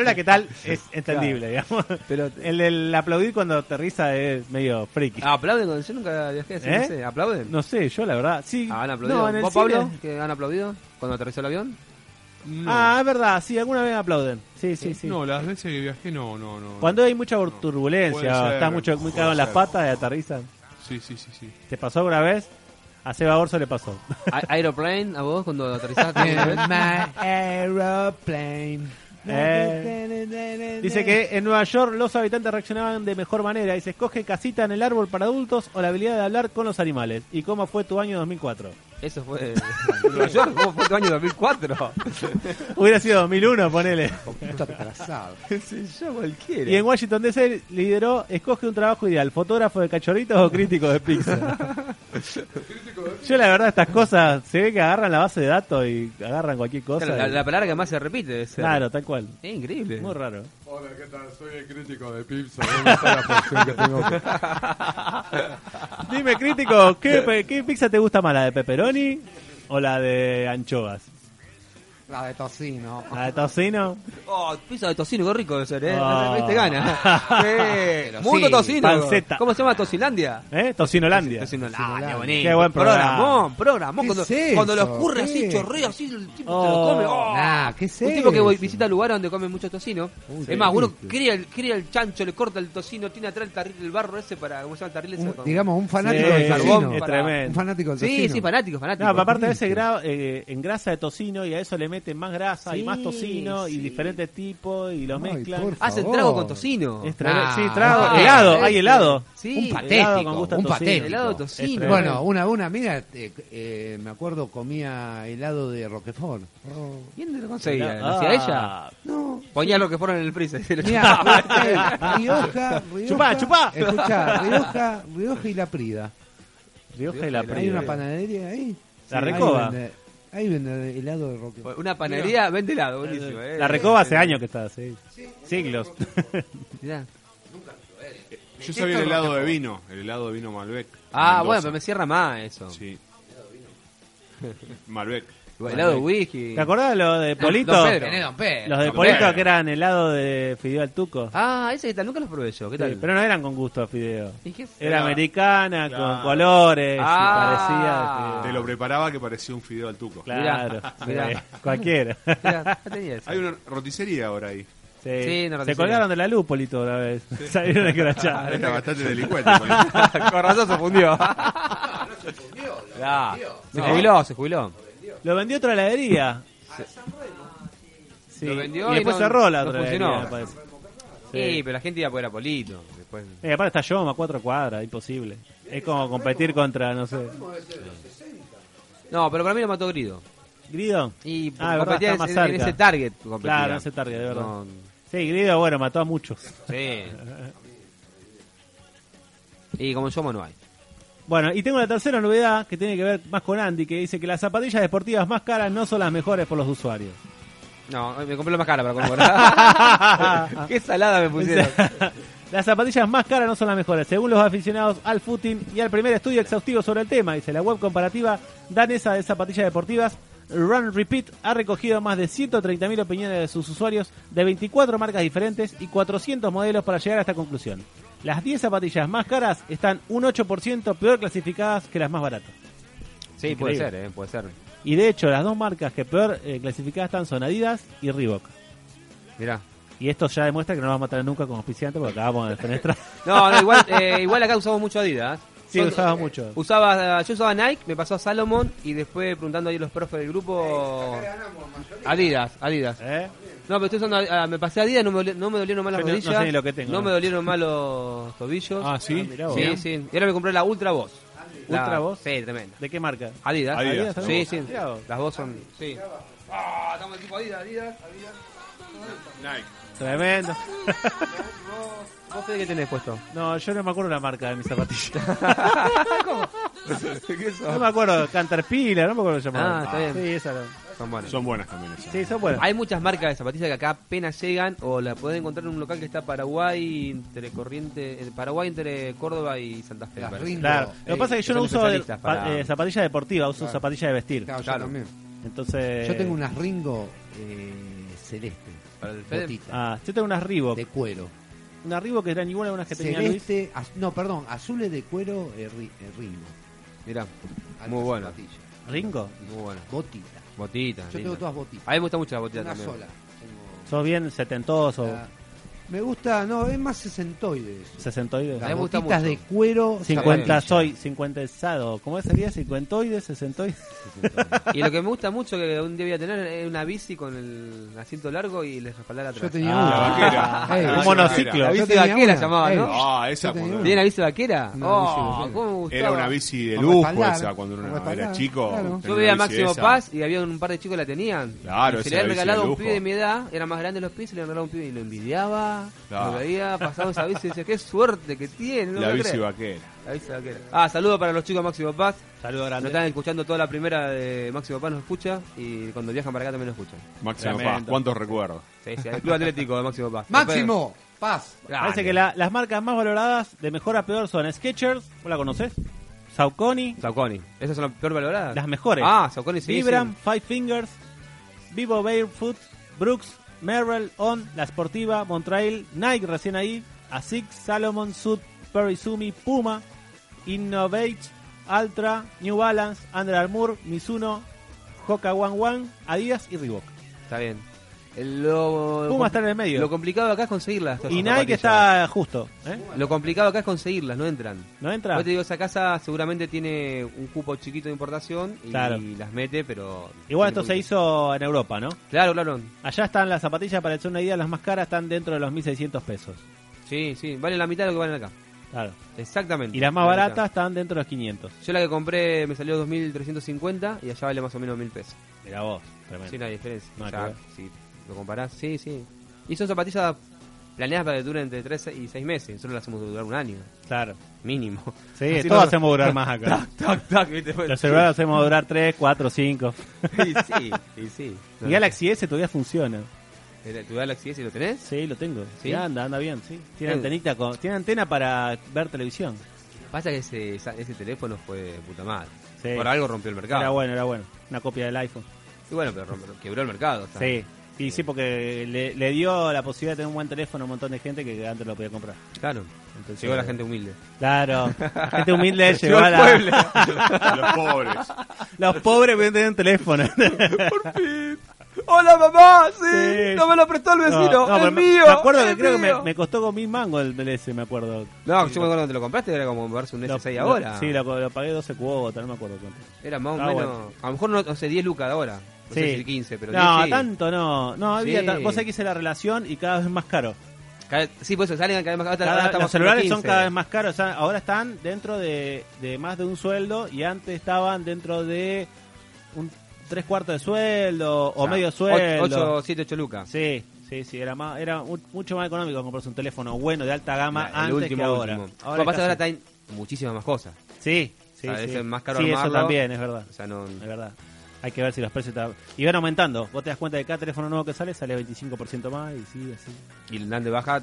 S3: El hola, ¿qué tal? Es entendible, digamos.
S4: Pero-
S3: el, del aplaudir cuando aterriza es medio friki.
S4: ¿Aplauden? cuando- Yo nunca viajé así,
S3: ¿Eh?
S4: no sé. ¿Aplauden?
S3: No sé, yo la verdad, sí.
S4: Ah, ¿Han aplaudido?
S3: no, en el
S4: ¿Vos,
S3: cine-
S4: Pablo, que han aplaudido cuando aterrizó el avión?
S3: Ah, es verdad, sí, alguna vez aplauden. Sí, sí, sí.
S5: No, las veces que viajé no, no, no.
S3: Cuando hay mucha
S5: No. Puede
S3: turbulencia,
S5: ser,
S3: estás mucho, muy
S5: puede
S3: cagado en las
S5: ser.
S3: patas y aterrizan.
S5: Sí, sí, sí, sí.
S3: ¿Te pasó alguna vez? A Seba Orso le pasó.
S4: A- ¿Aeroplane a vos cuando aterrizaste?
S3: Eh, dice que en Nueva York los habitantes reaccionaban de mejor manera. Dice, escoge casita en el árbol para adultos o la habilidad de hablar con los animales. ¿Y cómo fue tu año 2004?
S4: Eso fue en Nueva York, ¿cómo fue tu año 2004?
S3: Hubiera sido 2001, ponele.
S6: Está atrasado.
S4: Sí, yo cualquiera.
S3: Y en Washington DC lideró, escoge un trabajo ideal, fotógrafo de cachorritos o crítico de pizza. Yo la verdad estas cosas, se ve que agarran la base de datos y agarran cualquier cosa.
S4: Claro, la,
S3: y-
S4: la palabra que más se repite es...
S3: claro, tal cual.
S4: Es increíble.
S3: Muy raro.
S8: Hola, ¿qué tal? Soy el crítico de Pipsa. ¿Dónde está la porción que tengo que
S3: Dime, crítico, ¿qué, pe- qué pizza te gusta más, la de pepperoni o la de anchoas?
S6: La Ah, de tocino.
S3: ¿La de tocino?
S4: Oh, pizza de tocino, qué rico debe ser, ¿eh?
S3: Oh.
S4: Te gana.
S6: Pero
S4: Sí. Mundo
S6: sí,
S4: tocino.
S3: panceta.
S4: ¿Cómo se llama Tocilandia?
S3: ¿Eh? Tocinolandia.
S4: Tocinolandia, bonito.
S3: Qué buen programa.
S4: Programón, programón.
S6: ¿Qué
S4: Cuando,
S6: es eso?
S4: cuando lo escurre
S6: ¿Qué?
S4: así, chorrea así, el tipo se
S3: Oh.
S4: lo come. Oh.
S6: Nah, ¿qué es
S4: Un tipo que
S6: eso?
S4: visita lugares donde comen mucho tocino.
S6: Uy,
S4: es más,
S6: qué
S4: uno
S6: rico.
S4: cría el, cría el chancho, le corta el tocino, tiene atrás el, tarril, el barro ese para... ¿Cómo se llama el tarril ese?
S6: Un-
S4: Para-
S6: digamos, un fanático
S4: Sí,
S6: del
S4: es
S6: tocino.
S3: es
S4: para-
S6: Un
S3: tremendo.
S6: fanático del
S4: Sí,
S6: tocino.
S4: sí, fanático, fanático.
S3: No, pero aparte a veces gra- eh, engrasa de tocino y a eso le meten más grasa y
S4: Sí,
S3: más tocino y
S4: sí.
S3: diferentes tipos y lo
S6: Ay,
S3: mezclan.
S6: por
S4: Hacen
S6: favor.
S4: trago con tocino.
S3: Es tremendo.
S6: Nah.
S3: sí, trago,
S6: Ah,
S3: helado,
S4: eh,
S3: hay helado.
S4: Sí,
S6: un
S3: helado
S6: patético,
S3: con gusto a
S6: un
S3: tocino.
S6: patético.
S4: helado de
S3: Es
S4: tocino.
S3: tremendo.
S6: Bueno, una, una amiga, eh, eh, me acuerdo, comía helado de Roquefort. Oh.
S4: ¿Y dónde lo conseguía? ¿Lo
S3: Ah,
S4: hacía ella?
S6: No,
S4: Ponía lo que fueron en el freezer. y lo chupaba.
S6: mira, Rioja, Rioja.
S3: Chupá, chupá.
S6: Escuchá, Rioja, Rioja y La Prida.
S3: Rioja y la
S4: Hay
S3: Prida.
S6: Hay una panadería ahí.
S3: La
S6: Sí, ahí
S3: Recoba.
S6: vende- Ahí venden helado de Roque.
S4: Pues Una panadería vende helado, buenísimo. eh.
S3: La recoba hace años que está, sí. Siglos.
S4: Mirá.
S5: Yo sabía el helado de vino, el helado de vino Malbec.
S4: Ah,
S5: Mendoza.
S4: bueno, pero me cierra más eso.
S5: Sí. Malbec.
S4: Helado de whisky.
S3: ¿Te acordás lo de Polito?
S4: Don Pedro.
S9: Tenés Don Pedro.
S3: Los de
S5: Don
S3: Polito
S5: Pedro.
S3: que eran helado de fideo al tuco.
S4: Ah, ese que tal, nunca los probé yo. ¿Qué
S3: Sí,
S4: tal?
S3: pero no eran con gusto a fideo.
S4: ¿Y qué fue?
S3: Era americana, con
S5: Claro.
S3: colores,
S4: Ah.
S3: y
S5: Te lo preparaba que parecía un fideo al tuco.
S3: parecía. de- Claro,
S4: Mirá.
S3: sí, cualquiera.
S4: Mirá, no tenía eso.
S5: Hay una roticería ahora ahí.
S4: Ah,
S3: Sí,
S4: Sí, no,
S3: se
S4: sí.
S3: colgaron de la luz, Polito, una vez. Salieron escrachados.
S5: Era bastante delincuente.
S4: Con razón se fundió. Mirá, Se jubiló, se jubiló.
S3: Lo vendió otra heladería. Sí.
S4: Lo vendió
S3: y
S4: y
S3: después
S4: no-
S3: cerró la
S4: no
S3: otra
S4: funcionó.
S3: heladería, me parece.
S4: Sí, pero la gente iba por Apolito. Después...
S3: Eh, aparte está Yoma, cuatro cuadras, imposible. Es como competir contra, no sé.
S4: No, pero para mí lo mató Grido.
S3: Grido.
S4: Y
S3: Ah, de verdad, está
S4: competía en,
S3: más
S4: en- en
S3: cerca.
S4: ese target. competía.
S3: Claro, no se targa, de verdad.
S4: No,
S3: Sí, Grido, bueno, mató a muchos.
S4: sí. Y como yo, no hay.
S3: Bueno, y tengo la tercera novedad que tiene que ver más con Andy, que dice que las zapatillas deportivas más caras no son las mejores por los usuarios.
S4: No, me compré la más cara para comprar. Qué salada me pusieron.
S3: las zapatillas más caras no son las mejores, según los aficionados al footing y al primer estudio exhaustivo sobre el tema, dice la web comparativa danesa de zapatillas deportivas. Run Repeat ha recogido más de 130.000 opiniones de sus usuarios de 24 marcas diferentes y 400 modelos para llegar a esta conclusión. Las 10 zapatillas más caras están un 8% peor clasificadas que las más baratas.
S4: Sí, puede
S3: Increíble.
S4: ser, eh, puede ser.
S3: Y de hecho, las dos marcas que peor eh, clasificadas están son Adidas y Reebok.
S4: Mirá.
S3: Y esto ya demuestra que no nos vamos a matar nunca como auspiciante porque acabamos de defenestrar.
S4: No, no, igual, eh, igual acá usamos mucho Adidas.
S3: Sí,
S4: Son-
S3: usaba mucho.
S4: Usaba, yo usaba Nike, me pasó a Salomon y después preguntando ahí a los profes del grupo. Adidas, Adidas.
S3: ¿Eh?
S4: No, pero estoy usando, ah, me pasé Adidas, no me, doli- no me dolieron mal las
S3: Yo no- no
S4: rodillas.
S3: sé ni lo que tengo, eh.
S4: no
S3: ¿no?
S4: me dolieron mal los tobillos.
S5: Ah, sí.
S3: mirá vos.
S4: sí, sí. Y ahora me compré la Ultra Boss. La-
S3: ¿Ultra Boss?
S4: Sí, tremenda.
S3: ¿De qué marca?
S4: Adidas.
S5: Adidas.
S4: Sí,
S3: Adidas,
S4: sí.
S3: mirá vos.
S4: Las Boss son. Sí. Ah, estamos equipo Adidas, Adidas, Adidas.
S3: Tremendo.
S4: ¿Vos Fede, qué tenés puesto?
S3: No, yo no me acuerdo la marca de mis zapatillas.
S4: ¿Cómo? ¿Qué
S3: No
S4: son?
S3: me acuerdo, Canterpila, no me acuerdo llamar.
S4: Ah, está bien.
S3: Sí, esa era.
S4: Son buenas.
S5: Son buenas también esas.
S3: Sí, son buenas.
S4: Hay muchas marcas de zapatillas que acá apenas llegan o la podés encontrar en un local que está Paraguay entre Corriente, eh, Paraguay entre Córdoba y Santa Fe.
S6: Las
S4: me parece.
S6: Ringo.
S3: Claro. Lo que pasa es que yo no
S4: son
S3: uso de-
S4: especialistas
S3: pa-
S4: para-
S3: eh, zapatilla deportiva, uso zapatilla de vestir.
S6: Claro, yo
S4: Claro.
S6: también.
S3: Entonces.
S6: Yo tengo unas Ringo eh, celeste.
S4: Para el Fede.
S6: Botitas.
S3: Ah, yo tengo unas Reebok.
S6: De cuero.
S3: Unas Reebok que era ninguna de unas que tenía Luis.
S6: Celeste, az- no, perdón, azules de cuero eh, ri- eh, Ringo.
S4: Mirá,
S6: Altas
S4: muy bueno,
S6: zapatillas.
S3: ¿Ringo?
S4: muy bueno.
S6: Botitas.
S4: Botitas.
S6: Yo tengo
S4: lindo.
S6: todas botitas.
S4: A mí me gusta mucho la botita
S6: Una
S4: también.
S6: sola. Tengo
S3: ¿Sos bien setentoso?
S6: la- Me gusta, no, es más sesentoide eso.
S3: ¿Sesentoides?
S4: A mí
S6: Las
S4: me gusta
S6: botitas de
S4: mucho.
S6: cuero.
S3: 50
S6: zapatillas.
S3: soy, 50 sado. ¿Cómo sería? 50 60
S4: Y lo que me gusta mucho que un día voy a tener es una bici con el asiento largo y el respaldar atrás.
S6: Yo tenía
S3: Ah,
S5: la
S6: una.
S5: vaquera.
S6: Ey,
S5: Un
S6: yo
S3: monociclo.
S6: tenía
S4: La bici
S6: una. Eh,
S4: vaquera llamaba,
S6: Ey,
S4: ¿no? Oh,
S5: Ah, esa
S6: Yo tenía
S5: cuando-
S6: una.
S4: ¿Tiene la bici vaquera?
S6: Una
S4: Oh,
S6: bici vaquera.
S4: cómo me gustaba.
S5: Era una bici de
S6: Con
S5: lujo
S6: respaldar,
S5: esa cuando
S6: con
S5: era, era
S6: respaldar,
S5: chico.
S6: claro.
S5: tenía
S4: Yo
S5: una
S4: veía a
S5: bici
S4: Máximo
S5: esa.
S4: Paz y había un par de chicos que la tenían.
S5: Claro,
S4: Y se
S5: esa
S4: le había
S5: bici de
S4: regalado un
S5: lujo.
S4: pibe de mi edad, era más grande los pies, se le regalaba un pibe y lo envidiaba.
S5: Claro.
S4: Lo veía, pasaba esa bici y decía, qué suerte que tiene. no
S5: La
S4: lo
S5: bici
S4: creo".
S5: vaquera.
S4: La bici vaquera. Ah, saludo para los chicos de Máximo Paz.
S3: Saludos
S4: Nos están escuchando toda la primera de Máximo Paz, nos escucha. Y cuando viajan para acá también nos escuchan.
S5: Máximo Paz,
S3: Tremendo.
S5: cuántos recuerdos.
S4: Sí, sí, el Club Atlético de Máximo Paz.
S6: Máximo, paz.
S4: Grande.
S3: Parece que la- las marcas más valoradas de mejor a peor son Skechers, ¿vos la conocés? Saucony,
S4: Saucony. ¿Esas son las peor valoradas?
S3: las mejores.
S4: Ah, Saucony sí.
S3: Vibram, Five Fingers, Vivo Barefoot, Brooks, Merrell, On, La Sportiva, Montreal, Nike recién ahí, Asics, Salomon, Sud, Perizumi, Puma, Innovate, Altra, New Balance, Under Armour, Mizuno, Hoka One One, Adidas y Reebok.
S4: sí. Está bien. El- Lo,
S3: Puma está en el medio.
S4: Lo complicado acá es conseguirlas. todas
S3: Y
S4: esas
S3: Nike
S4: zapatillas.
S3: está justo, ¿eh?
S4: Lo complicado acá es conseguirlas, no entran.
S3: ¿No entra?
S4: Yo te digo, esa casa seguramente tiene un cupo chiquito de importación y,
S3: Claro.
S4: las mete, pero...
S3: Igual
S4: tiene
S3: esto se
S4: poquito.
S3: hizo en Europa, ¿no?
S4: Claro, claro.
S3: Allá están las zapatillas para echar una idea, las más caras están dentro de los 1600 pesos.
S4: Sí, sí, vale la mitad de lo que valen acá.
S3: Claro.
S4: Exactamente.
S3: Y las más
S4: La
S3: baratas
S4: mitad.
S3: están dentro de los 500.
S4: Yo la que compré me salió 2.350 y allá vale más o menos 1.000 pesos.
S3: Mira vos, tremendo.
S4: Sí, una diferencia.
S3: No,
S4: O
S3: que
S4: sea,
S3: ver.
S4: si lo comparás, sí, sí. Y son zapatillas planeadas para que dure entre 3 y 6 meses. Nosotros las hacemos durar un año,
S3: Claro.
S4: mínimo.
S3: Sí,
S4: Así
S3: todos
S4: no-
S3: hacemos durar más acá.
S4: Tac, tac, tac, ¿viste?
S3: Los celulares hacemos durar 3, 4, 5.
S4: Sí, sí, sí. sí.
S3: Mi Galaxy S todavía funciona.
S4: ¿El- ¿Tu Galaxy S lo tenés?
S3: Sí, lo tengo.
S4: ¿Sí?
S3: Sí, anda, anda bien, sí. Tiene
S4: Eh.
S3: antenita con- tiene antena para ver televisión.
S4: Pasa que ese, esa- ese teléfono fue de puta madre.
S3: Sí.
S4: Por algo rompió el mercado.
S3: Era bueno, era bueno. Una copia del iPhone.
S4: Y bueno, pero romp- quebró el mercado. o sea.
S3: Sí. Y sí, porque le, le dio la posibilidad de tener un buen teléfono a un montón de gente que antes lo podía comprar.
S4: Claro.
S3: Entonces-
S4: Llegó la gente humilde.
S3: Claro. La gente humilde llegó
S4: Llegó
S3: a
S4: el
S3: la-
S4: pueblo.
S5: Los pobres.
S3: Los pobres pueden tener un teléfono.
S4: ¡Hola, mamá! ¡Sí!
S3: Sí.
S4: ¡No me lo prestó el
S3: No,
S4: vecino!
S3: no,
S4: ¡Es
S3: me-
S4: mío!
S3: Me acuerdo que
S4: ¡Es
S3: creo que me,
S4: mío!
S3: me costó con mil mangos el BLS, me acuerdo.
S4: No, yo me acuerdo cuando te lo compraste, era como comprarse un
S3: Lo-
S4: S6
S3: lo-
S4: ahora.
S3: Sí, lo, lo pagué 12 cuotas, no me acuerdo cuánto.
S4: Era más o
S3: Ah,
S4: menos.
S3: bueno.
S4: A lo mejor no, o sea, 10 lucas de ahora. No
S3: Sí.
S4: sé si 15, pero 10
S3: No,
S4: sí.
S3: tanto no. No, había
S4: Sí.
S3: ta- vos sabés que hice la relación y cada vez más caro.
S4: Cada- sí, por eso salen cada vez más ahora
S3: Cada-
S4: estamos
S3: los celulares son
S4: 15.
S3: cada vez más caros. o sea, ahora están dentro de, de más de un sueldo y antes estaban dentro de un tres cuartos de sueldo o
S4: sea,
S3: medio
S4: ocho-
S3: sueldo.
S4: Ah. ocho- siete, ocho lucas.
S3: Sí, sí, sí, era más, era mu- mucho más económico comprarse un teléfono bueno de alta gama
S4: La- el
S3: antes
S4: último,
S3: que ahora.
S4: último. Bueno, pasa que ahora
S3: casi-
S4: traen muchísimas más cosas.
S3: Sí, sí,
S4: a
S3: sí.
S4: veces es más caro
S3: Sí, eso
S4: armarlo.
S3: también, es verdad.
S4: O sea, no.
S3: Es verdad. Hay que ver si los precios están... Y van aumentando. Vos te das cuenta de que cada teléfono nuevo que sale sale 25% más y sí, así.
S4: Y el dan de baja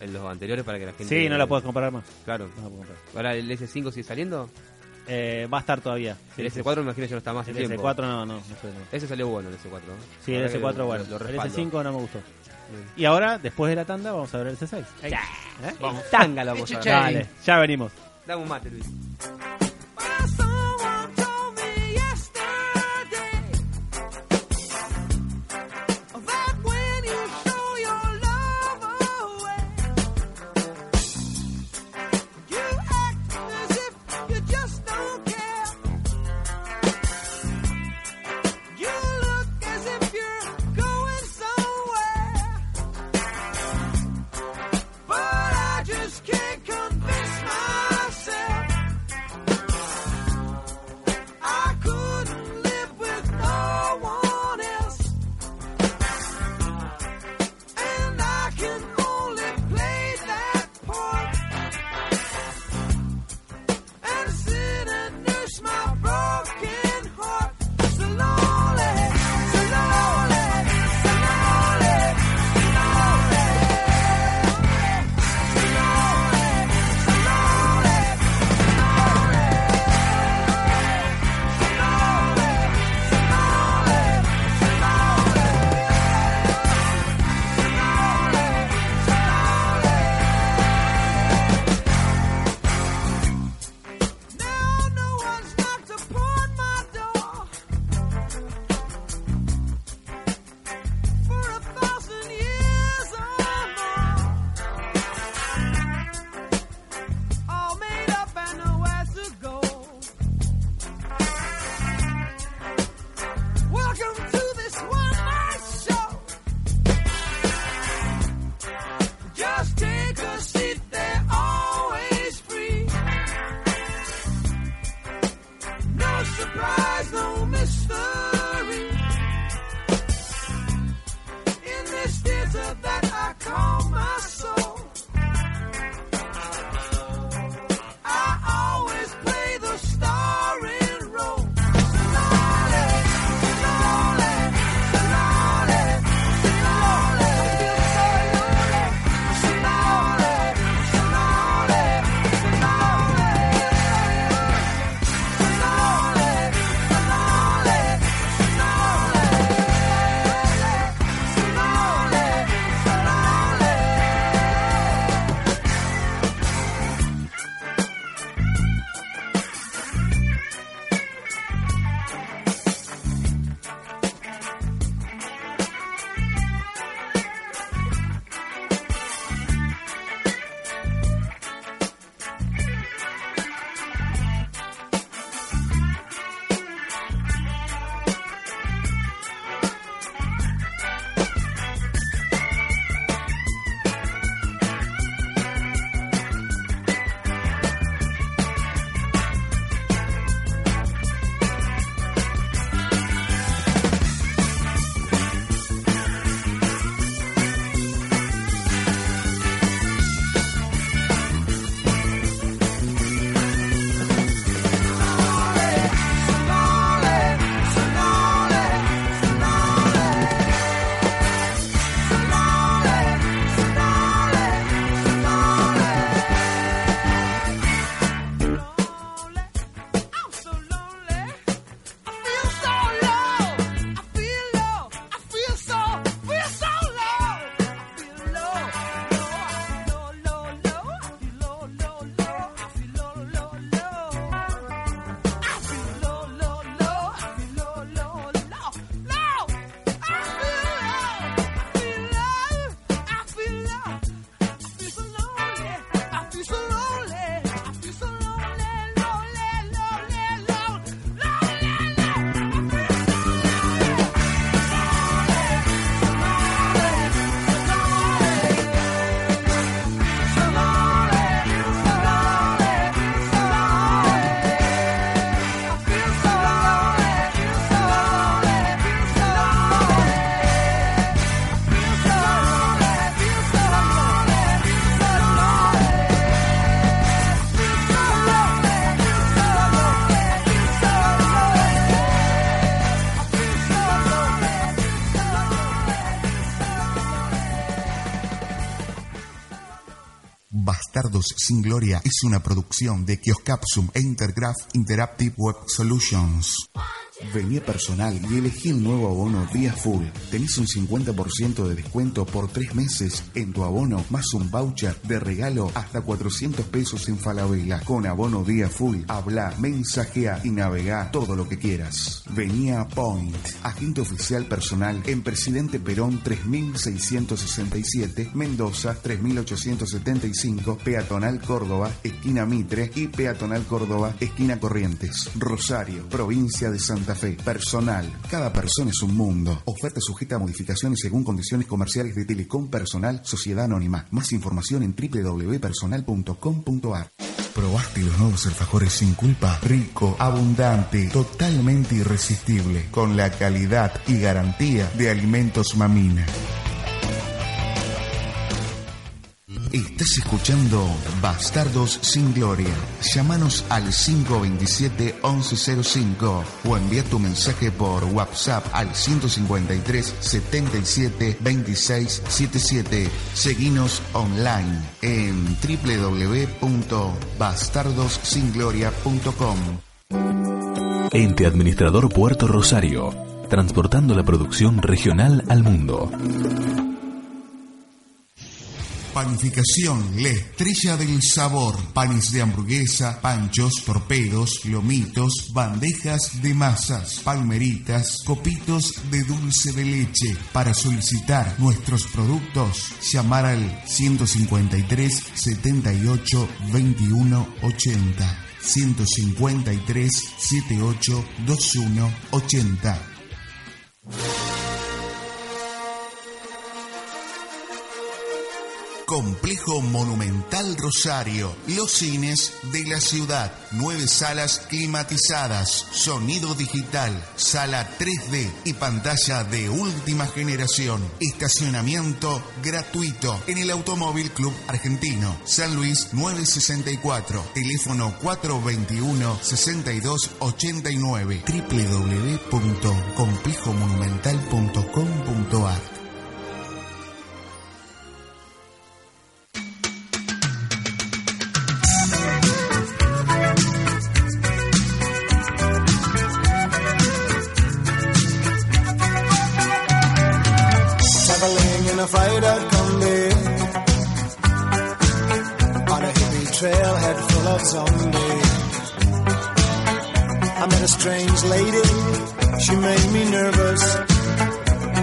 S4: en los anteriores para que la gente.
S3: Sí, no la puedes comprar más.
S4: Claro.
S3: No la puedo comprar.
S4: Ahora el S5 sigue saliendo.
S3: Eh, va a estar todavía. Sí,
S4: el
S3: sí,
S4: S4 me imagino ya no está más
S3: sí.
S4: el
S3: El
S4: tiempo.
S3: S4 no, no. no sé, no.
S4: Ese salió bueno, el S4. ¿no?
S3: Sí,
S4: La
S3: el
S4: verdad que
S3: S4
S4: lo-
S3: bueno.
S4: Lo,
S3: el
S4: respaldo.
S3: S5 no me gustó.
S4: Bien.
S3: Y ahora, después de la tanda, vamos a ver el S6. ¿Eh?
S4: Tanga la vamos a ver.
S3: Dale, ya venimos.
S4: Dame un mate, Luis.
S7: But I just can't convince myself
S9: Relatos sin Gloria es una producción de Kioscapsum e Intergraph Interactive Web Solutions. Vení personal y elegí el nuevo abono Día Full. Tenés un 50% de descuento por tres meses en tu abono, más un voucher de regalo hasta 400 pesos en Falabella. Con abono Día Full, habla, mensajea y navega todo lo que quieras. Vení a Point, agente oficial personal en Presidente Perón 3667, Mendoza 3875, Peatonal Córdoba, esquina Mitre y Peatonal Córdoba, esquina Corrientes, Rosario, provincia de Santa Fe. Personal, cada persona es un mundo. Oferta sujeta a modificaciones según condiciones comerciales de Telecom Personal, Sociedad Anónima. Más información en www.personal.com.ar. ¿Probaste los nuevos alfajores sin culpa? Rico, abundante, totalmente irresistible, con la calidad y garantía de Alimentos Mamina. Estás escuchando Bastardos sin Gloria. Llámanos al 527-1105 o envía tu mensaje por WhatsApp al 153 77 26 77. Seguinos online en www.bastardosingloria.com.
S10: Ente Administrador Puerto Rosario, transportando la producción regional al mundo.
S9: Panificación, la estrella del sabor. Panes de hamburguesa, panchos, torpedos, lomitos, bandejas de masas, palmeritas, copitos de dulce de leche. Para solicitar nuestros productos, llamar al 153 78 21 80. 153 78 21 80. Complejo Monumental Rosario, los cines de la ciudad, nueve salas climatizadas, sonido digital, sala 3D y pantalla de última generación, estacionamiento gratuito en el Automóvil Club Argentino, San Luis 964, teléfono 421-6289, www.complejomonumental.com.ar
S1: traveling in a freighter combi on a hippie trailhead full of zombies. I met a strange lady, she made me nervous.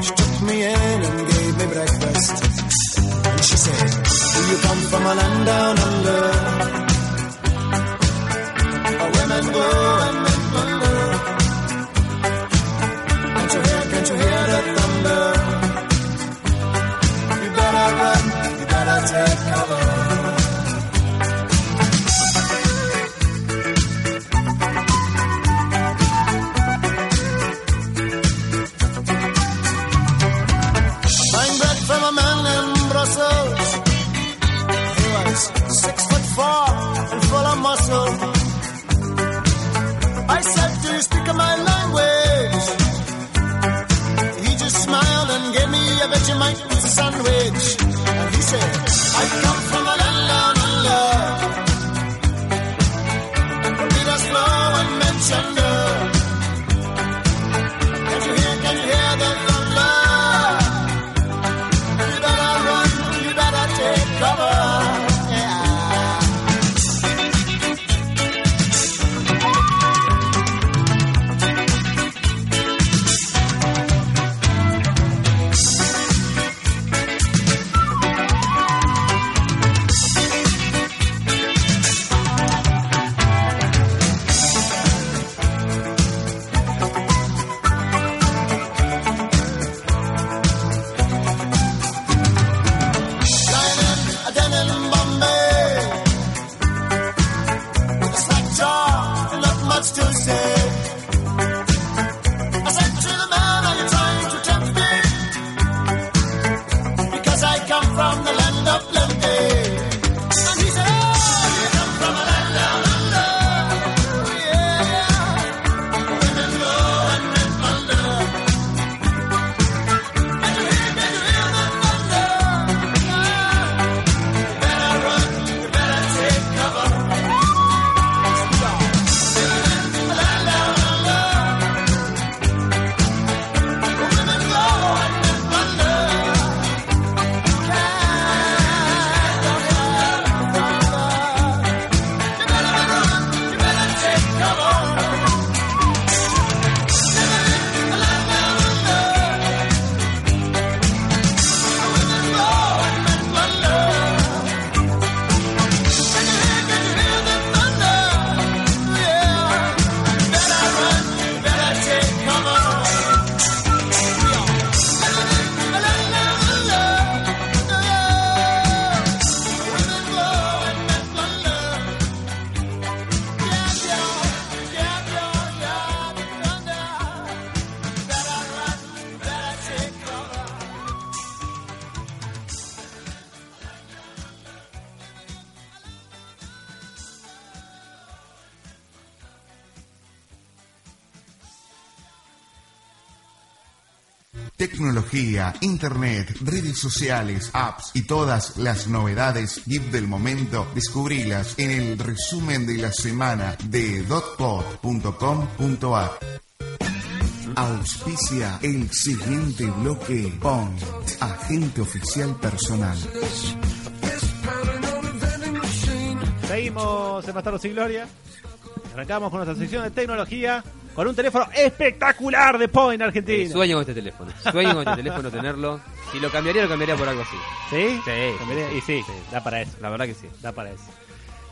S1: She took me in and gave me breakfast. And she said, Do you come from a land down under? Where women go and men wonder. Can't you hear, can't you hear the thunder? You better run, you better take cover. Buying bread from a man in Brussels. He was six foot four and full of muscle. I said, Do you speak my language? He just smiled and gave me a Vegemite sandwich. And he said, I come from a land down under. Where leaders flow and men chunder. Can you hear, can you hear the thunder? You better run, you better take cover. Yeah. Lying in a den in Bombay with a slack jaw and not much to say. I said to the man, "Are you trying to tempt me? Because I come from the land of plenty." And he said, "Oh, you come from a land down under, oh yeah, where women go and men wonder." Can you hear? Can you hear the thunder? Yeah. You better run, you better Tecnología, internet, redes sociales, apps y todas las novedades GIF del momento, descubrilas en el resumen de la semana de dotpod.com.ar. Auspicia el siguiente bloque con Agente Oficial Personal.
S3: Seguimos en Bastardos y Gloria. Arrancamos con nuestra sección de tecnología con un teléfono espectacular de Point Argentina.
S4: Sueño con este teléfono. Sueño con este teléfono tenerlo. Si lo cambiaría, lo cambiaría por algo así.
S3: ¿Sí?
S4: Sí.
S3: Cambiaría- y sí, da para eso.
S4: La verdad que sí.
S3: Da para eso.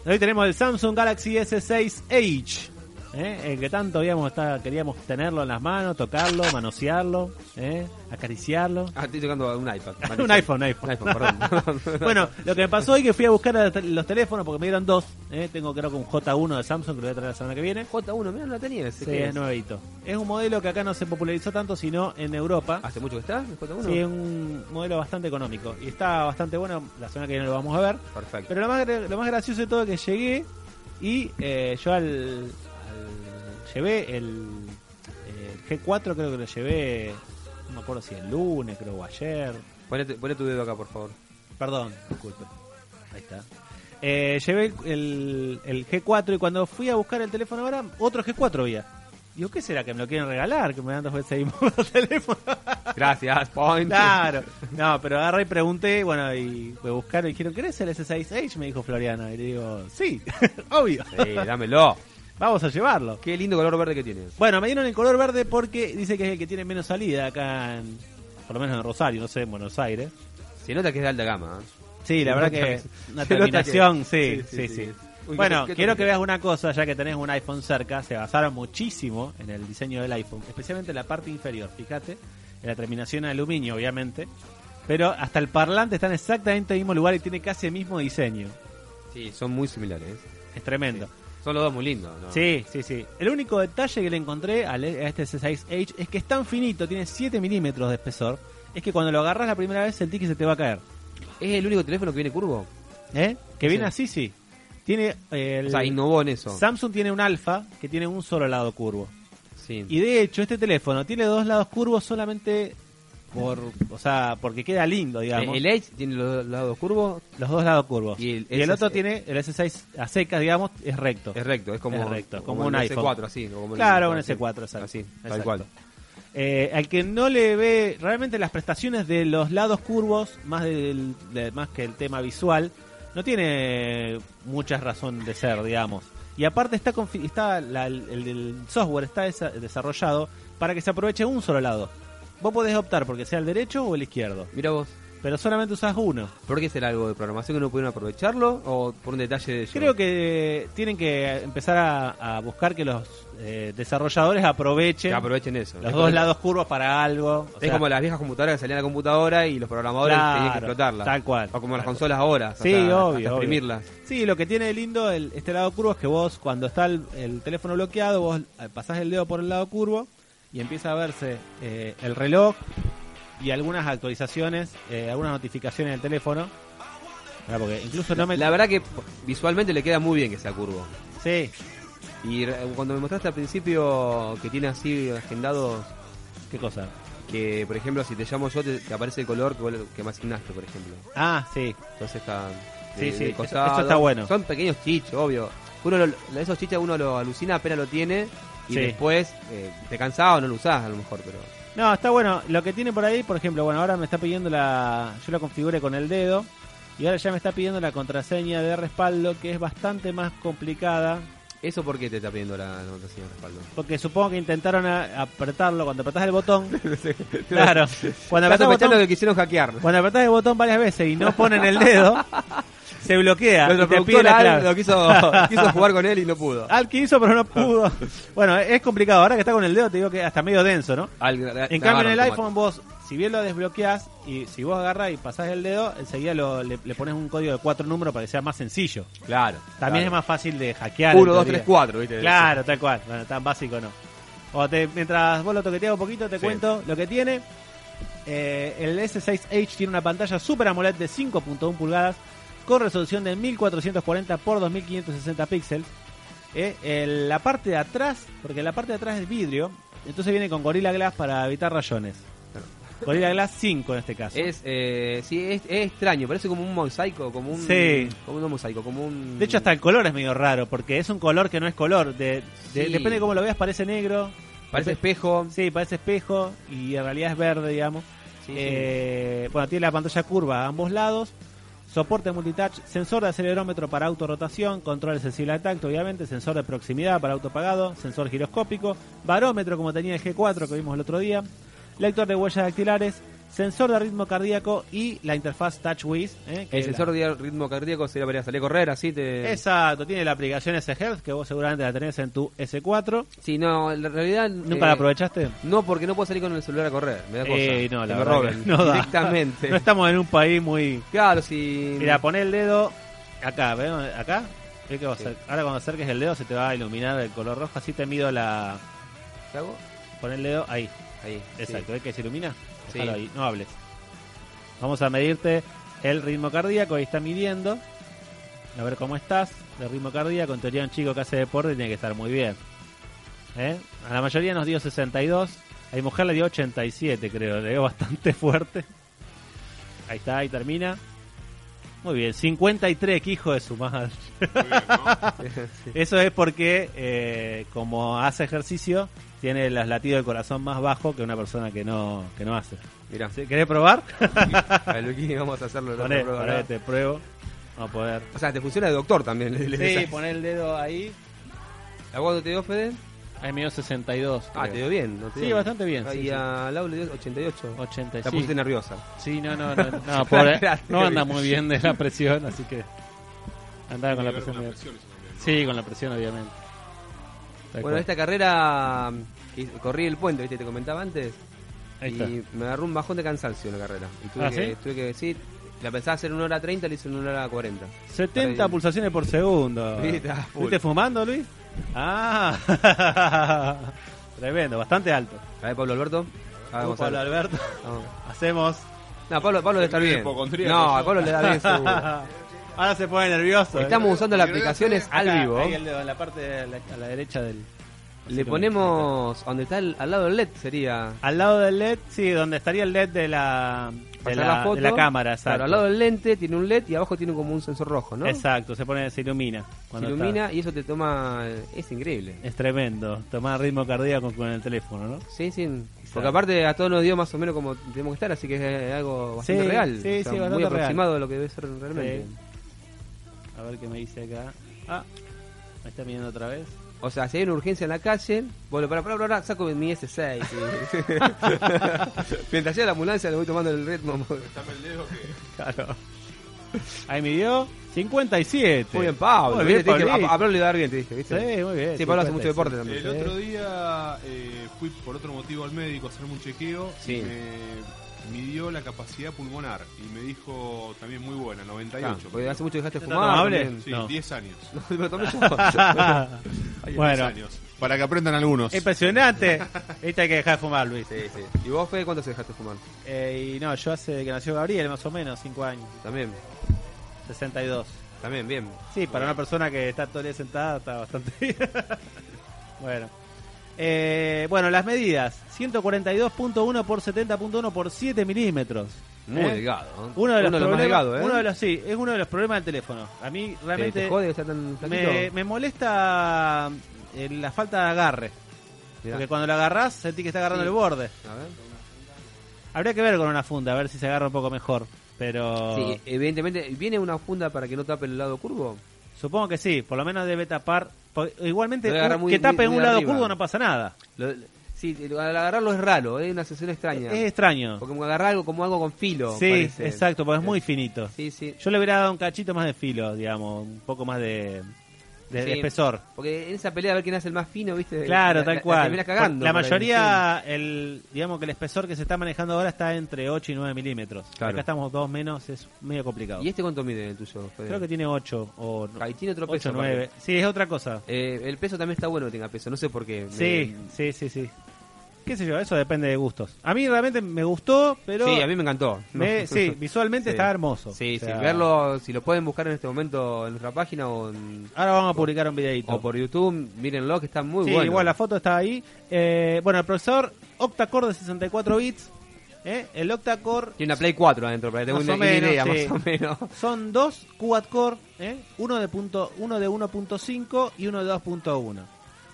S3: Hoy tenemos el Samsung Galaxy S6 Edge. ¿eh? El que tanto habíamos estado- queríamos tenerlo en las manos, tocarlo, manosearlo, ¿eh? acariciarlo.
S4: Ah, estoy tocando un iPad.
S3: un iPhone, un iPhone.
S4: Un iPhone, perdón.
S3: bueno, lo que me pasó hoy que fui a buscar a- los teléfonos porque me dieron dos. ¿eh? Tengo creo que un J1 de Samsung que lo voy a traer la semana que viene.
S4: J1, mira, no la tenía. ese
S3: Sí,
S4: que
S3: es
S4: es.
S3: nuevito. Es un modelo que acá no se popularizó tanto, sino en Europa.
S4: ¿Hace mucho que está? el J1?
S3: Sí, es un modelo bastante económico. Y está bastante bueno. La semana que viene lo vamos a ver.
S4: Perfecto.
S3: Pero lo más, gra- lo más gracioso de todo es que llegué y eh, yo al, al- llevé el, el G4, creo que lo llevé, no me acuerdo si el lunes, creo, o ayer.
S4: Ponete, poné tu dedo acá, por favor.
S3: Perdón, disculpe. Ahí está. Eh, llevé el, el- el G4 y cuando fui a buscar el teléfono ahora, otro G4 había. Digo, ¿qué será? ¿Que me lo quieren regalar? Que me dan dos veces el mismo teléfono.
S4: Gracias, Point.
S3: Claro. No, pero agarré y pregunté, bueno, y me buscaron y dijeron, ¿querés el S6 Edge? Me dijo Floriano. Y le digo, sí, obvio.
S4: Sí, dámelo.
S3: Vamos a llevarlo.
S4: Qué lindo color verde que tiene.
S3: Bueno, me dieron el color verde porque dice que es el que tiene menos salida acá, en, por lo menos en Rosario, no sé, en Buenos Aires.
S4: Se nota que es de alta gama. ¿eh?
S3: Sí, la
S4: Se
S3: verdad
S4: nota
S3: que
S4: que-
S3: una
S4: se nota
S3: terminación,
S4: que-
S3: sí,
S4: sí, sí,
S3: sí, sí.
S4: sí. Uy,
S3: Bueno,
S4: qué- qué
S3: quiero que
S4: tontería.
S3: veas una cosa, ya que tenés un iPhone cerca, se basaron muchísimo en el diseño del iPhone, especialmente en la parte inferior, fíjate, en la terminación en aluminio, obviamente, pero hasta el parlante está en exactamente el mismo lugar y tiene casi el mismo diseño.
S4: Sí, son muy similares. ¿eh?
S3: Es tremendo.
S4: Son los dos muy lindos, ¿no?
S3: Sí, sí, sí. El único detalle que le encontré al- a este C6H es que es tan finito, tiene 7 milímetros de espesor, es que cuando lo agarras la primera vez sentí que se te va a caer.
S4: ¿Es el único teléfono que viene curvo?
S3: ¿Eh? Que viene
S4: Sí.
S3: así, sí. Tiene eh, el-
S4: O sea, innovó en eso.
S3: Samsung tiene un alfa que tiene un solo lado curvo.
S4: Sí.
S3: Y de hecho, este teléfono tiene dos lados curvos solamente por, o sea, porque queda lindo, digamos.
S4: el Edge tiene los dos lados curvos.
S3: los dos lados curvos.
S4: Y el
S3: otro
S4: S6
S3: tiene el S6 a secas, digamos, es recto.
S4: Es recto, es como,
S3: Es recto, como un
S4: el
S3: iPhone.
S4: S4, así. o como el-
S3: Claro, un
S4: así.
S3: S4, exacto.
S4: Así, tal
S3: Exacto.
S4: cual.
S3: Eh, al que no le ve realmente las prestaciones de los lados curvos, más, del, de- más que el tema visual, no tiene mucha razón de ser, digamos. Y aparte está, confi- está la- el, el software está desa- desarrollado para que se aproveche un solo lado. Vos podés optar porque sea el derecho o el izquierdo,
S4: Mira vos.
S3: pero solamente usás uno.
S4: ¿Por qué será algo de programación que no pudieron aprovecharlo? ¿O por un detalle de ellos?
S3: Creo que tienen que empezar a, a buscar que los eh, desarrolladores aprovechen
S4: Que aprovechen eso.
S3: los
S4: Es
S3: dos
S4: como-
S3: lados curvos para algo. o
S4: Es
S3: sea,
S4: como las viejas computadoras que salían a la computadora y los programadores
S3: Claro,
S4: tenían que explotarlas.
S3: tal cual.
S4: O como las
S3: Tal cual.
S4: consolas ahora.
S3: Sí,
S4: hasta-
S3: obvio,
S4: hasta
S3: obvio.
S4: exprimirlas.
S3: Sí, lo que tiene de lindo el, este lado curvo es que vos, cuando está el, el teléfono bloqueado, vos eh, pasás el dedo por el lado curvo y empieza a verse eh, el reloj y algunas actualizaciones, eh, algunas notificaciones del teléfono. Mirá, porque incluso no me.
S4: La verdad que visualmente le queda muy bien que sea curvo.
S3: Sí,
S4: Y eh, cuando me mostraste al principio que tiene así agendados
S3: ¿qué cosa?
S4: que, por ejemplo, si te llamo yo, te, te aparece el color que, vos le- que me asignaste, por ejemplo.
S3: Ah, sí.
S4: Entonces está.
S3: Sí, sí, eso-
S4: costado.
S3: eso está bueno.
S4: Son pequeños chichos, obvio. Uno lo- esos chichos uno lo alucina apenas lo tiene y
S3: Sí.
S4: después eh, te cansás o no lo usás a lo mejor, pero.
S3: No, está bueno. Lo que tiene por ahí, por ejemplo, bueno, ahora me está pidiendo la. Yo la configuré con el dedo. Y ahora ya me está pidiendo la contraseña de respaldo, que es bastante más complicada.
S4: ¿Eso por qué te está pidiendo la anotación de respaldo?
S3: Porque supongo que intentaron a- apretarlo cuando apretás el botón. claro. Cuando apretás,
S4: Estás
S3: el
S4: sospechando
S3: botón,
S4: que quisieron hackear.
S3: cuando apretás el botón varias veces y no ponen el dedo, se bloquea.
S4: Nuestro
S3: y te
S4: productor
S3: pide la
S4: Al
S3: clave.
S4: lo quiso, quiso jugar con él y no pudo.
S3: Al que hizo, pero no pudo. Bueno, es complicado. Ahora que está con el dedo, te digo que hasta medio denso, ¿no?
S4: Al-
S3: En
S4: grabaron,
S3: cambio, en el
S4: tomate.
S3: iPhone vos, si bien lo desbloqueás y si vos agarrás y pasás el dedo, enseguida lo- le, le pones un código de cuatro números para que sea más sencillo.
S4: Claro.
S3: También es
S4: claro.
S3: más fácil de hackear.
S4: Uno,
S3: en
S4: dos,
S3: teoría.
S4: tres, cuatro, ¿viste?
S3: Claro, tal cual. Bueno, tan básico no. O te- mientras vos lo toqueteas un poquito, te
S4: Sí.
S3: cuento lo que tiene. Eh, el S6H tiene una pantalla Super AMOLED de 5.1 pulgadas con resolución de 1440 x 2560 píxeles. Eh, el- la parte de atrás, porque la parte de atrás es vidrio, entonces viene con Gorilla Glass para evitar rayones. Gorilla Glass 5 en este caso.
S4: Es, eh, sí, es, es extraño, parece como un mosaico, como un.
S3: Sí.
S4: Como un mosaico, como un.
S3: De hecho, hasta el color es medio raro, porque es un color que no es color. De, de-
S4: Sí.
S3: Depende de cómo lo veas, parece negro.
S4: Parece espejo.
S3: Sí, parece espejo y en realidad es verde, digamos.
S4: Sí,
S3: Eh, Bueno, tiene la pantalla curva a ambos lados, soporte multitouch, sensor de acelerómetro para autorrotación, control sensible al tacto, obviamente, sensor de proximidad para autopagado, sensor giroscópico, barómetro como tenía el G4 que vimos el otro día, lector de huellas dactilares, sensor de ritmo cardíaco y la interfaz TouchWiz. eh, que
S4: El
S3: la-
S4: sensor de ritmo cardíaco sería para salir a correr, así te.
S3: Exacto, tiene la aplicación S-Health que vos seguramente la tenés en tu S4.
S4: Sí, no, en realidad. eh,
S3: ¿Nunca la aprovechaste?
S4: No, porque no puedo salir con el celular a correr. Me da cosa.
S3: Eh, no,
S4: que
S3: la
S4: me
S3: verdad
S4: roben
S3: que no da.
S4: directamente.
S3: No estamos en un país muy...
S4: Claro, si.
S3: Mira, poné el dedo acá, ¿ves? Acá. ¿Ves que va a hacer? Ahora cuando acerques el dedo se te va a iluminar el color rojo, así te mido la...
S4: ¿Qué hago?
S3: Pon el dedo ahí.
S4: Ahí.
S3: Exacto, ¿ves que se ilumina?
S4: Sí.
S3: Déjalo ahí, no hables. Vamos a medirte el ritmo cardíaco, ahí está midiendo. A ver cómo estás de ritmo cardíaco. En teoría un chico que hace deporte tiene que estar muy bien. ¿Eh? A la mayoría nos dio 62. A mi mujer le dio 87, creo. Le dio bastante fuerte. Ahí está, ahí termina. Muy bien, 53, que hijo de su madre. Eso es porque, eh, como hace ejercicio, tiene los latidos del corazón más bajo que una persona que no, que no hace.
S4: Mirá.
S3: ¿Sí? ¿Querés probar?
S4: A ver, Luquini, vamos a hacerlo.
S3: Poné,
S4: no, no, no,
S3: poné, este.
S4: no.
S3: te pruebo. Vamos a poder.
S4: O sea, te funciona de doctor también. le- le-
S3: Sí,
S4: esa-
S3: poné el dedo ahí.
S4: ¿A cuánto te dio, Fede?
S3: Ahí me dio 62.
S4: Ah,
S3: creo.
S4: te dio bien. ¿no? Te
S3: Sí,
S4: dio
S3: bastante bien, sí,
S4: Ahí
S3: sí.
S4: a Lau le dio 88.
S3: 80,
S4: Te
S3: sí.
S4: pusiste nerviosa.
S3: Sí, no, no, no, no,
S4: Claro,
S3: pobre,
S4: claro.
S3: no anda muy bien de la presión, así que andaba con la
S8: Tiene que ver con
S3: presión.
S8: la presión,
S3: medio-
S8: eso también, ¿no?
S3: Sí, con la presión, obviamente. Tal
S4: Bueno,
S3: cual.
S4: esta carrera mm, que corrí el puente, ¿viste? Te comentaba antes.
S3: Ahí
S4: y
S3: está.
S4: me agarró un bajón de cansancio en la carrera. Y tuve,
S3: Ah,
S4: que,
S3: ¿sí?
S4: tuve que decir, la pensaba hacer en una hora 30, le hice en una hora 40.
S3: 70
S4: Perdí.
S3: pulsaciones por segundo.
S4: Sí, está full.
S3: ¿Viste fumando, Luis? Ah, tremendo, bastante alto.
S4: A ver, Pablo Alberto. A ver,
S3: Uh,
S4: vamos a
S3: Pablo
S4: ver.
S3: Alberto,
S4: Vamos.
S3: hacemos.
S4: No, Pablo, Pablo debe estar
S8: Termina
S4: bien.
S8: hipocondríaco,
S4: No, a
S8: yo.
S4: Pablo le da bien seguro.
S3: Ahora se pone nervioso. ¿eh?
S4: Uh. Estamos usando las
S8: Yo creo que
S4: aplicaciones
S3: Acá,
S4: al vivo.
S3: ahí el dedo, en la parte de la- a la derecha del.
S4: Le ponemos donde está el- al lado del LED sería
S3: Al lado del LED, sí, donde estaría el LED de la, de
S4: pasar
S3: la,
S4: foto.
S3: de la cámara, exacto.
S4: Claro, al lado del lente tiene un LED y abajo tiene como un sensor rojo, ¿no?
S3: Exacto, se pone, se ilumina.
S4: Se
S3: cuando
S4: ilumina y eso te toma. Es increíble.
S3: está. Es tremendo, tomar ritmo cardíaco con el teléfono, ¿no?
S4: Sí, sí. Porque aparte a todos nos dio más o menos como tenemos que estar, así que es algo bastante
S3: Sí,
S4: real.
S3: sí,
S4: O sea,
S3: sí,
S4: muy
S3: bastante
S4: aproximado de lo que debe ser realmente.
S3: A ver qué me dice acá. Ah, me está mirando otra vez.
S4: O sea, si hay una urgencia en la calle, bueno, para, para, para, saco mi S6. sí. Mientras llega la ambulancia le voy tomando el ritmo.
S3: Claro. Ahí midió 57.
S4: Muy bien, Pablo. ¿eh?
S3: Muy bien,
S4: Te dije,
S3: Pablito.
S4: a, a Pablo le va a dar bien, te dije, ¿viste?
S3: Sí, muy bien.
S4: Sí, Pablo hace
S3: 57.
S4: mucho deporte también.
S8: El otro día eh, fui por otro motivo al médico a hacerme un chequeo
S4: Sí.
S8: y me midió la capacidad pulmonar y me dijo también muy buena, 98.
S4: Ah, porque hace mucho dejaste
S3: ¿Está
S4: fumar.
S3: tomable?
S4: también.
S8: Sí,
S3: No.
S8: 10 años.
S4: No, me lo tomé yo.
S8: Hay 10
S3: Ah, bueno,
S8: años. Para que aprendan algunos.
S3: impresionante. Esta hay que dejar de fumar, Luis.
S4: Sí, sí. ¿Y vos, Fede, cuánto se dejaste fumar?
S3: Eh, y no, yo hace que nació Gabriel, más o menos, 5 años,
S4: También,
S3: 62.
S4: también, bien.
S3: Sí, para una persona que está todo el día sentada está bastante bien. bueno. Eh, bueno, las medidas. 142.1 por 70.1 por 7 milímetros.
S4: Muy
S3: ¿Eh?
S4: delgado. ¿eh?
S3: Uno de los,
S4: más
S3: problemas,
S4: delgados, ¿eh?
S3: uno de los- sí, es uno de los problemas del teléfono. A mí
S4: ¿Te-
S3: realmente
S4: ¿Te jode que sea tan flaquito?
S3: me, me molesta eh, la falta de agarre.
S4: Mirá.
S3: Porque cuando lo agarrás sentí que está agarrando
S4: Sí.
S3: el borde.
S4: A ver.
S3: Habría que ver con una funda, a ver si se agarra un poco mejor. Pero
S4: Sí, evidentemente, ¿viene una funda para que no tape el lado curvo?
S3: supongo que sí, por lo menos debe tapar. po- Igualmente,
S4: Debe agarrar
S3: un-
S4: muy-
S3: que tape
S4: muy- muy
S3: un lado
S4: arriba.
S3: curvo no pasa nada.
S4: Lo- sí, el- al agarrarlo es raro, es una sensación extraña.
S3: Es extraño.
S4: Porque como agarrar algo como algo con filo.
S3: Sí,
S4: parece.
S3: exacto, porque es muy finito.
S4: Sí, sí.
S3: Yo le hubiera dado un cachito más de filo, digamos, un poco más de, de- de
S4: Sí.
S3: espesor.
S4: Porque en esa pelea a ver quién hace el más fino, ¿viste?
S3: Claro,
S4: La-
S3: tal
S4: la-
S3: cual.
S4: La, terminás cagando
S3: la
S4: por ahí,
S3: mayoría, el, digamos que el espesor que se está manejando ahora está entre 8 y 9 milímetros.
S4: Claro.
S3: Acá estamos dos menos, es medio complicado.
S4: ¿sí? ¿Y este cuánto mide el tuyo? Fede?
S3: Creo que tiene 8 o
S4: Ahí tiene otro
S3: 8
S4: peso.
S3: o 9. Sí, es otra cosa.
S4: Eh, el peso también está bueno que tenga peso, no sé por qué.
S3: Sí, sí, sí, sí. ¿Qué sé yo? Eso depende de gustos. A mí realmente me gustó, pero...
S4: sí, a mí me encantó.
S3: me- sí, visualmente
S4: Sí.
S3: está hermoso.
S4: Sí,
S3: O sea,
S4: sí, verlo, si lo pueden buscar en este momento en nuestra página o, en-
S3: Ahora vamos a publicar un videito.
S4: o por YouTube, mírenlo que está muy
S3: sí,
S4: bueno.
S3: igual la foto está ahí. Eh, bueno, el procesador octa-core de 64 bits, ¿eh? El octa-core
S4: Tiene una Play 4 adentro, para que tenga
S3: Más
S4: una
S3: o menos,
S4: idea,
S3: sí.
S4: más o menos.
S3: Son dos quad-core, ¿eh? uno de punto, uno de 1.5 y uno de 2.1.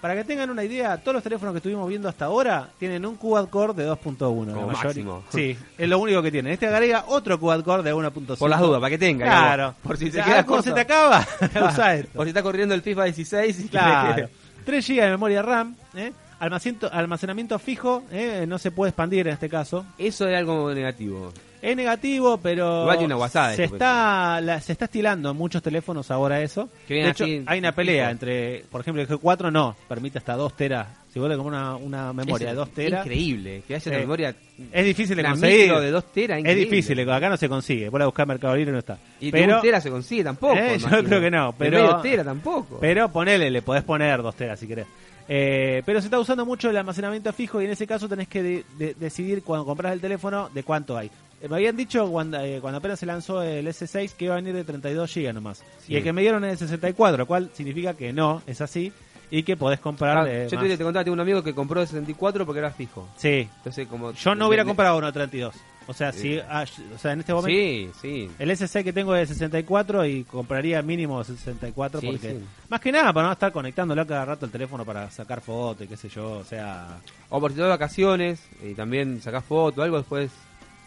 S3: Para que tengan una idea, todos los teléfonos que estuvimos viendo hasta ahora tienen un quad-core de 2.1. la
S4: Como
S3: mayoría.
S4: máximo.
S3: Sí, es lo único que tienen. Este agrega otro quad-core de 1.5.
S4: Por las dudas, para que tenga.
S3: Claro.
S4: digamos. Por si se
S3: Ya,
S4: queda
S3: algo
S4: corto. Ah,
S3: se te acaba, usa esto.
S4: Por si está corriendo el FIFA 16 y
S3: Claro. 3 GB de memoria RAM, ¿eh? Almaciento- almacenamiento fijo, ¿eh? no se puede expandir en este caso.
S4: Eso es algo negativo.
S3: Es negativo, pero
S4: Igual que una guasada
S3: se
S4: esto, pues,
S3: está la- se está estilando en muchos teléfonos ahora eso.
S4: Que
S3: de
S4: viene
S3: hecho,
S4: así,
S3: hay una pelea
S4: fijo.
S3: entre, por ejemplo, el G4 no, permite hasta 2 teras. Si vos le compras una, una memoria de 2 teras,
S4: Increíble. Que haya
S3: Eh,
S4: una memoria.
S3: es difícil de
S4: una
S3: conseguir.
S4: micro de 2 teras.
S3: es
S4: increíble.
S3: difícil, acá no se consigue. Vos la buscás en Mercado Libre y no está.
S4: Y de
S3: pero,
S4: 1 tera se consigue tampoco.
S3: Eh, yo
S4: imagino.
S3: creo que no,
S4: De
S3: pero-
S4: medio tera tampoco.
S3: Pero ponele, le podés poner dos teras si querés. Eh, pero se está usando mucho el almacenamiento fijo y en ese caso tenés que de- de- decidir cuando compras el teléfono de cuánto hay. Eh, me habían dicho cuando, eh, cuando apenas se lanzó el S6 que iba a venir de 32 GB nomás.
S4: Sí.
S3: Y el que me dieron es de 64, lo cual significa que no, es así, y que podés comprar eh,
S4: Ah,
S3: de
S4: yo
S3: más.
S4: te, te contaba, tengo un amigo que compró de 64 porque era fijo.
S3: Sí,
S4: Entonces, como.
S3: yo no hubiera comprado uno de 32. O sea, si, ah, o sea, en este momento...
S4: Sí, sí.
S3: El SC que tengo es de 64 y compraría mínimo 64
S4: Sí,
S3: porque
S4: sí.
S3: más que nada para no estar conectándolo a cada rato el teléfono para sacar fotos y qué sé yo, o sea,
S4: O por si te vas de vacaciones y también sacás foto, algo después.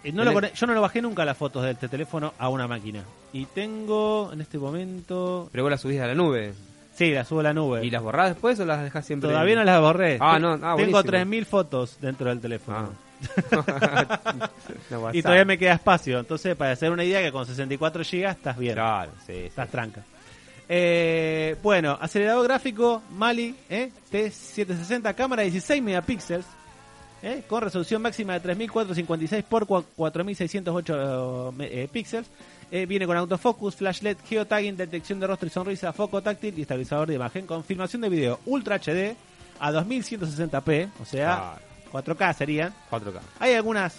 S3: y eh, no lo
S4: Tenés-
S3: cone- yo no lo bajé nunca las fotos de este teléfono a una máquina. Y tengo en este momento
S4: Pero vos las subís a la nube.
S3: sí, las subo a la nube.
S4: ¿Y las borrás después o las dejás siempre?
S3: Todavía no las borré.
S4: Ah, no, ah,
S3: tengo
S4: buenísimo.
S3: 3000 fotos dentro del teléfono.
S4: Ah. Una guasada.
S3: y todavía me queda espacio, entonces para hacer una idea que con 64 GB estás bien.
S4: Claro, sí, sí.
S3: Estás tranca. Eh, bueno, acelerador gráfico Mali ¿eh? T760, cámara de 16 megapíxeles, ¿eh? con resolución máxima de 3456 por cua- 4608 me- eh, píxeles. Eh, viene con autofocus, flash LED, geotagging, detección de rostro y sonrisa, foco táctil y estabilizador de imagen con filmación de video Ultra HD a 2160p, o sea,
S4: Claro.
S3: 4K serían.
S4: 4K.
S3: Hay algunas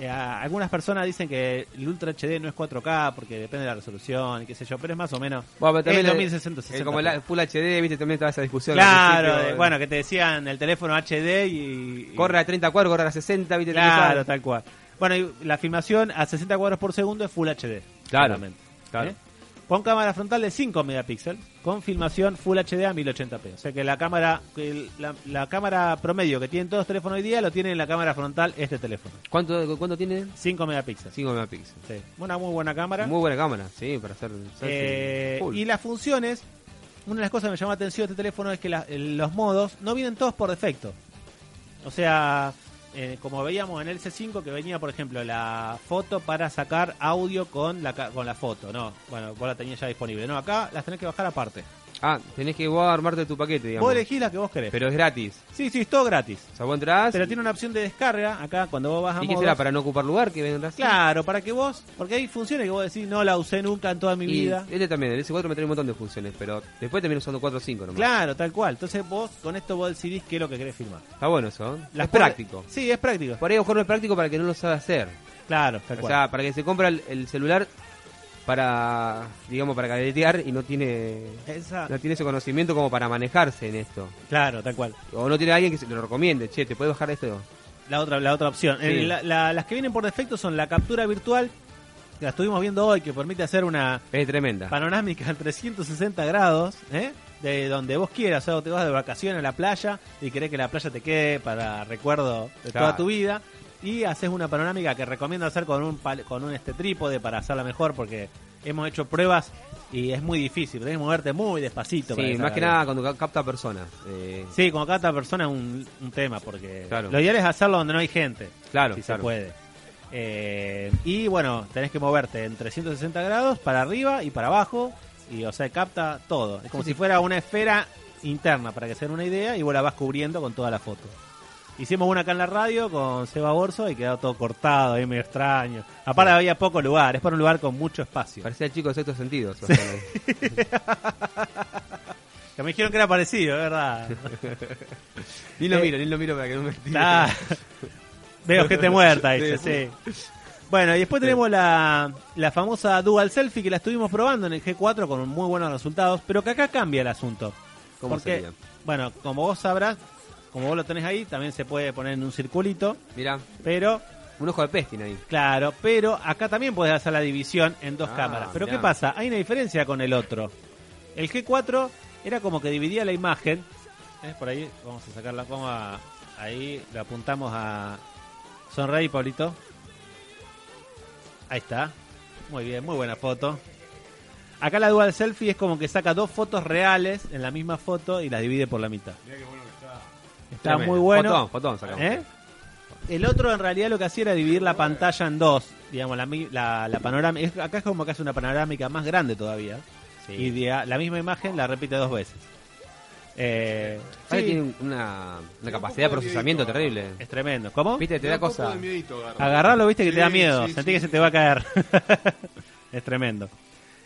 S3: eh, a- algunas personas dicen que el Ultra HD no es 4K porque depende de la resolución y qué sé yo, pero es más o menos
S4: Bueno, pero
S3: es
S4: también el-
S3: 2660.
S4: el como la Full HD, viste, también estaba esa discusión. al
S3: claro,
S4: principio,
S3: eh, bueno, que te decían el teléfono HD y, y-
S4: Corre a 30 cuadros, corre a 60, viste.
S3: claro,
S4: tenés esa-
S3: tal cual. Bueno, y la filmación a 60 cuadros por segundo es Full HD.
S4: Claro,
S3: solamente,
S4: claro.
S3: ¿eh? Con cámara frontal de 5 megapíxeles, con filmación Full HD a 1080p. O sea que la cámara que el- la, la cámara promedio que tienen todos los teléfonos hoy día lo tiene en la cámara frontal este teléfono.
S4: ¿Cuánto, ¿Cuánto tiene?
S3: 5 megapíxeles.
S4: 5 megapíxeles.
S3: Sí. Una muy buena cámara.
S4: Muy buena cámara, sí, para hacer.
S3: Eh,
S4: selfie. Full.
S3: y las funciones, una de las cosas que me llamó la atención de este teléfono es que la- el- los modos no vienen todos por defecto. O sea, eh, como veíamos en el C5 que venía, por ejemplo, la foto para sacar audio con la, ca- con la foto, ¿no? Bueno, vos la tenías ya disponible. No, acá las tenés que bajar aparte.
S4: Ah, tenés que vos armarte tu paquete, digamos.
S3: Vos elegís la que vos querés.
S4: Pero es gratis.
S3: sí, sí, es todo gratis.
S4: O sea, vos entrás.
S3: Pero tiene una opción de descarga acá cuando vos vas a
S4: ¿Y qué
S3: modos.
S4: será? ¿Para no ocupar lugar que vendrás?
S3: Claro, para que vos, porque hay funciones que vos decís, no la usé nunca en toda mi
S4: Y
S3: vida.
S4: este también, el S4 me trae un montón de funciones, pero después termino usando 4 o 5 nomás.
S3: Claro, tal cual. Entonces vos con esto vos decidís qué es lo que querés firmar.
S4: Está bueno eso. ¿eh?
S3: Las
S4: es práctico.
S3: puertas- Sí, es práctico.
S4: Por ahí a lo mejor no es práctico para el que no lo sabe hacer.
S3: Claro, tal
S4: O
S3: cual.
S4: sea, para que se compra el, el celular para, digamos, para cadetear y no tiene
S3: Esa-
S4: no tiene ese conocimiento como para manejarse en esto.
S3: Claro, tal cual.
S4: O no tiene alguien que se lo recomiende, che, te puedes bajar esto.
S3: La otra, la otra opción.
S4: Sí.
S3: Eh, la- la- las que vienen por defecto son la captura virtual, que la estuvimos viendo hoy, que permite hacer una
S4: Es tremenda.
S3: panorámica en 360 grados, ¿eh? de donde vos quieras. O sea, te vas de vacaciones a la playa y querés que la playa te quede para recuerdo de toda
S4: Claro.
S3: tu vida. Y haces una panorámica que recomiendo hacer con un, pal- con un este trípode para hacerla mejor, porque hemos hecho pruebas y es muy difícil. Tenés que moverte muy despacito. para
S4: Sí,
S3: esa
S4: más que
S3: realidad.
S4: nada cuando ca- capta personas. eh,
S3: Sí, como cada persona es un, un tema, porque
S4: Claro.
S3: lo ideal es hacerlo donde no hay gente.
S4: Claro,
S3: Si
S4: claro.
S3: se puede. Eh, y bueno, tenés que moverte en 360 grados para arriba y para abajo. Y o sea, capta todo. Es como
S4: Sí,
S3: si
S4: sí.
S3: fuera una esfera interna, para que se den una idea, y vos la vas cubriendo con toda la foto. Hicimos una acá en la radio con Seba Borso y quedó todo cortado, ahí medio extraño. Aparte había poco lugar, es para un lugar con mucho espacio.
S4: Parecía el chico de sexto sentido. Sebastián.
S3: Que me dijeron que era parecido, es verdad.
S4: ni lo
S3: Eh,
S4: miro, ni lo miro para que no me tire.
S3: Está. Veo gente muerta, dice,
S4: Sí,
S3: sí. Bueno, y después tenemos la, la famosa Dual Selfie que la estuvimos probando en el G4 con muy buenos resultados, pero que acá cambia el asunto.
S4: ¿Cómo sería?
S3: Bueno, como vos sabrás, como vos lo tenés ahí, también se puede poner en un circulito,
S4: Mirá,
S3: pero
S4: Un ojo de pestin ahí.
S3: Claro, pero acá también podés hacer la división en dos
S4: Ah,
S3: cámaras. Pero
S4: mirá.
S3: ¿qué pasa? Hay una diferencia con el otro. El G4 era como que dividía la imagen. ¿Eh? Por ahí, vamos a sacarla. Vamos a, ahí la apuntamos a. Sonreí, Pablito. Ahí está. Muy bien, muy buena foto. Acá la dual selfie es como que saca dos fotos reales en la misma foto y las divide por la mitad.
S8: Mirá qué bueno que está.
S3: Está
S4: Tremendo.
S3: muy bueno.
S4: Fotón, fotón sacamos.
S3: ¿Eh? El otro en realidad lo que hacía era dividir la pantalla en dos. Digamos, la, mi- la, la panorama- es- Acá es como que hace una panorámica más grande todavía.
S4: Sí.
S3: Y de- la misma imagen la repite dos veces. Eh,
S4: Ahí
S3: sí,
S4: tiene una, una capacidad de procesamiento
S8: miedito,
S4: terrible.
S3: es tremendo. ¿Cómo?
S4: Viste, te da cosa.
S3: Agarrarlo, viste que te da
S8: Sí,
S3: miedo.
S8: sí,
S3: Sentí
S8: sí.
S3: que se te va a caer. es tremendo.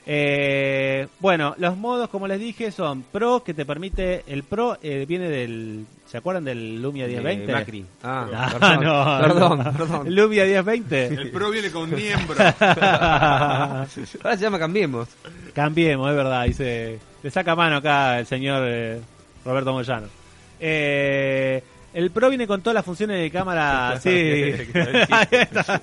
S3: Eh, bueno, los modos, como les dije, son Pro, que te permite. El Pro eh, viene del. ¿Se acuerdan del Lumia
S4: Eh,
S3: 1020?
S4: Macri. Ah,
S3: Ah,
S4: perdón,
S3: no.
S4: perdón, perdón.
S3: Lumia 1020.
S8: El pro viene con miembro.
S4: Ahora se llama Cambiemos.
S3: Ah, Cambiemos, es verdad. Dice, le saca mano acá el señor eh, Roberto Moyano. Eh, el Pro viene con todas las funciones de cámara. sí. Ahí está.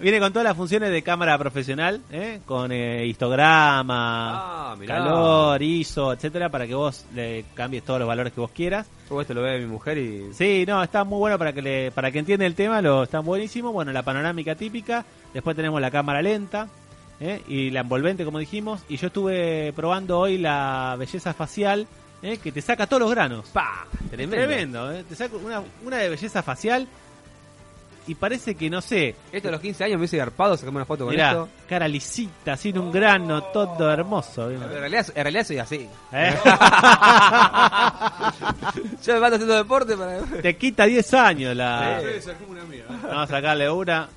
S3: viene con todas las funciones de cámara profesional, ¿eh? con eh, histograma,
S4: Ah, mirá.
S3: calor, ISO, etcétera, para que vos le cambies todos los valores que vos quieras.
S4: Yo esto lo ve mi mujer y...
S3: Sí, no, está muy bueno para que le, para que entienda el tema, lo está buenísimo. Bueno, la panorámica típica, después tenemos la cámara lenta ¿eh? y la envolvente, como dijimos. Y yo estuve probando hoy la belleza facial, ¿eh? que te saca todos los granos.
S4: ¡Pa! Tremendo.
S3: Tremendo, ¿eh? te saca una, una de belleza facial y parece que no sé,
S4: Esto a los 15 años me hubiese garpado sacarme una foto con
S3: mirá,
S4: esto.
S3: cara lisita, sin un grano, todo hermoso. ¿eh?
S4: En realidad, en realidad soy así.
S3: ¿Eh?
S4: Yo me mando haciendo deporte para...
S3: Te quita 10 años la.
S8: Ustedes sacó una mierda.
S3: Vamos a sacarle una.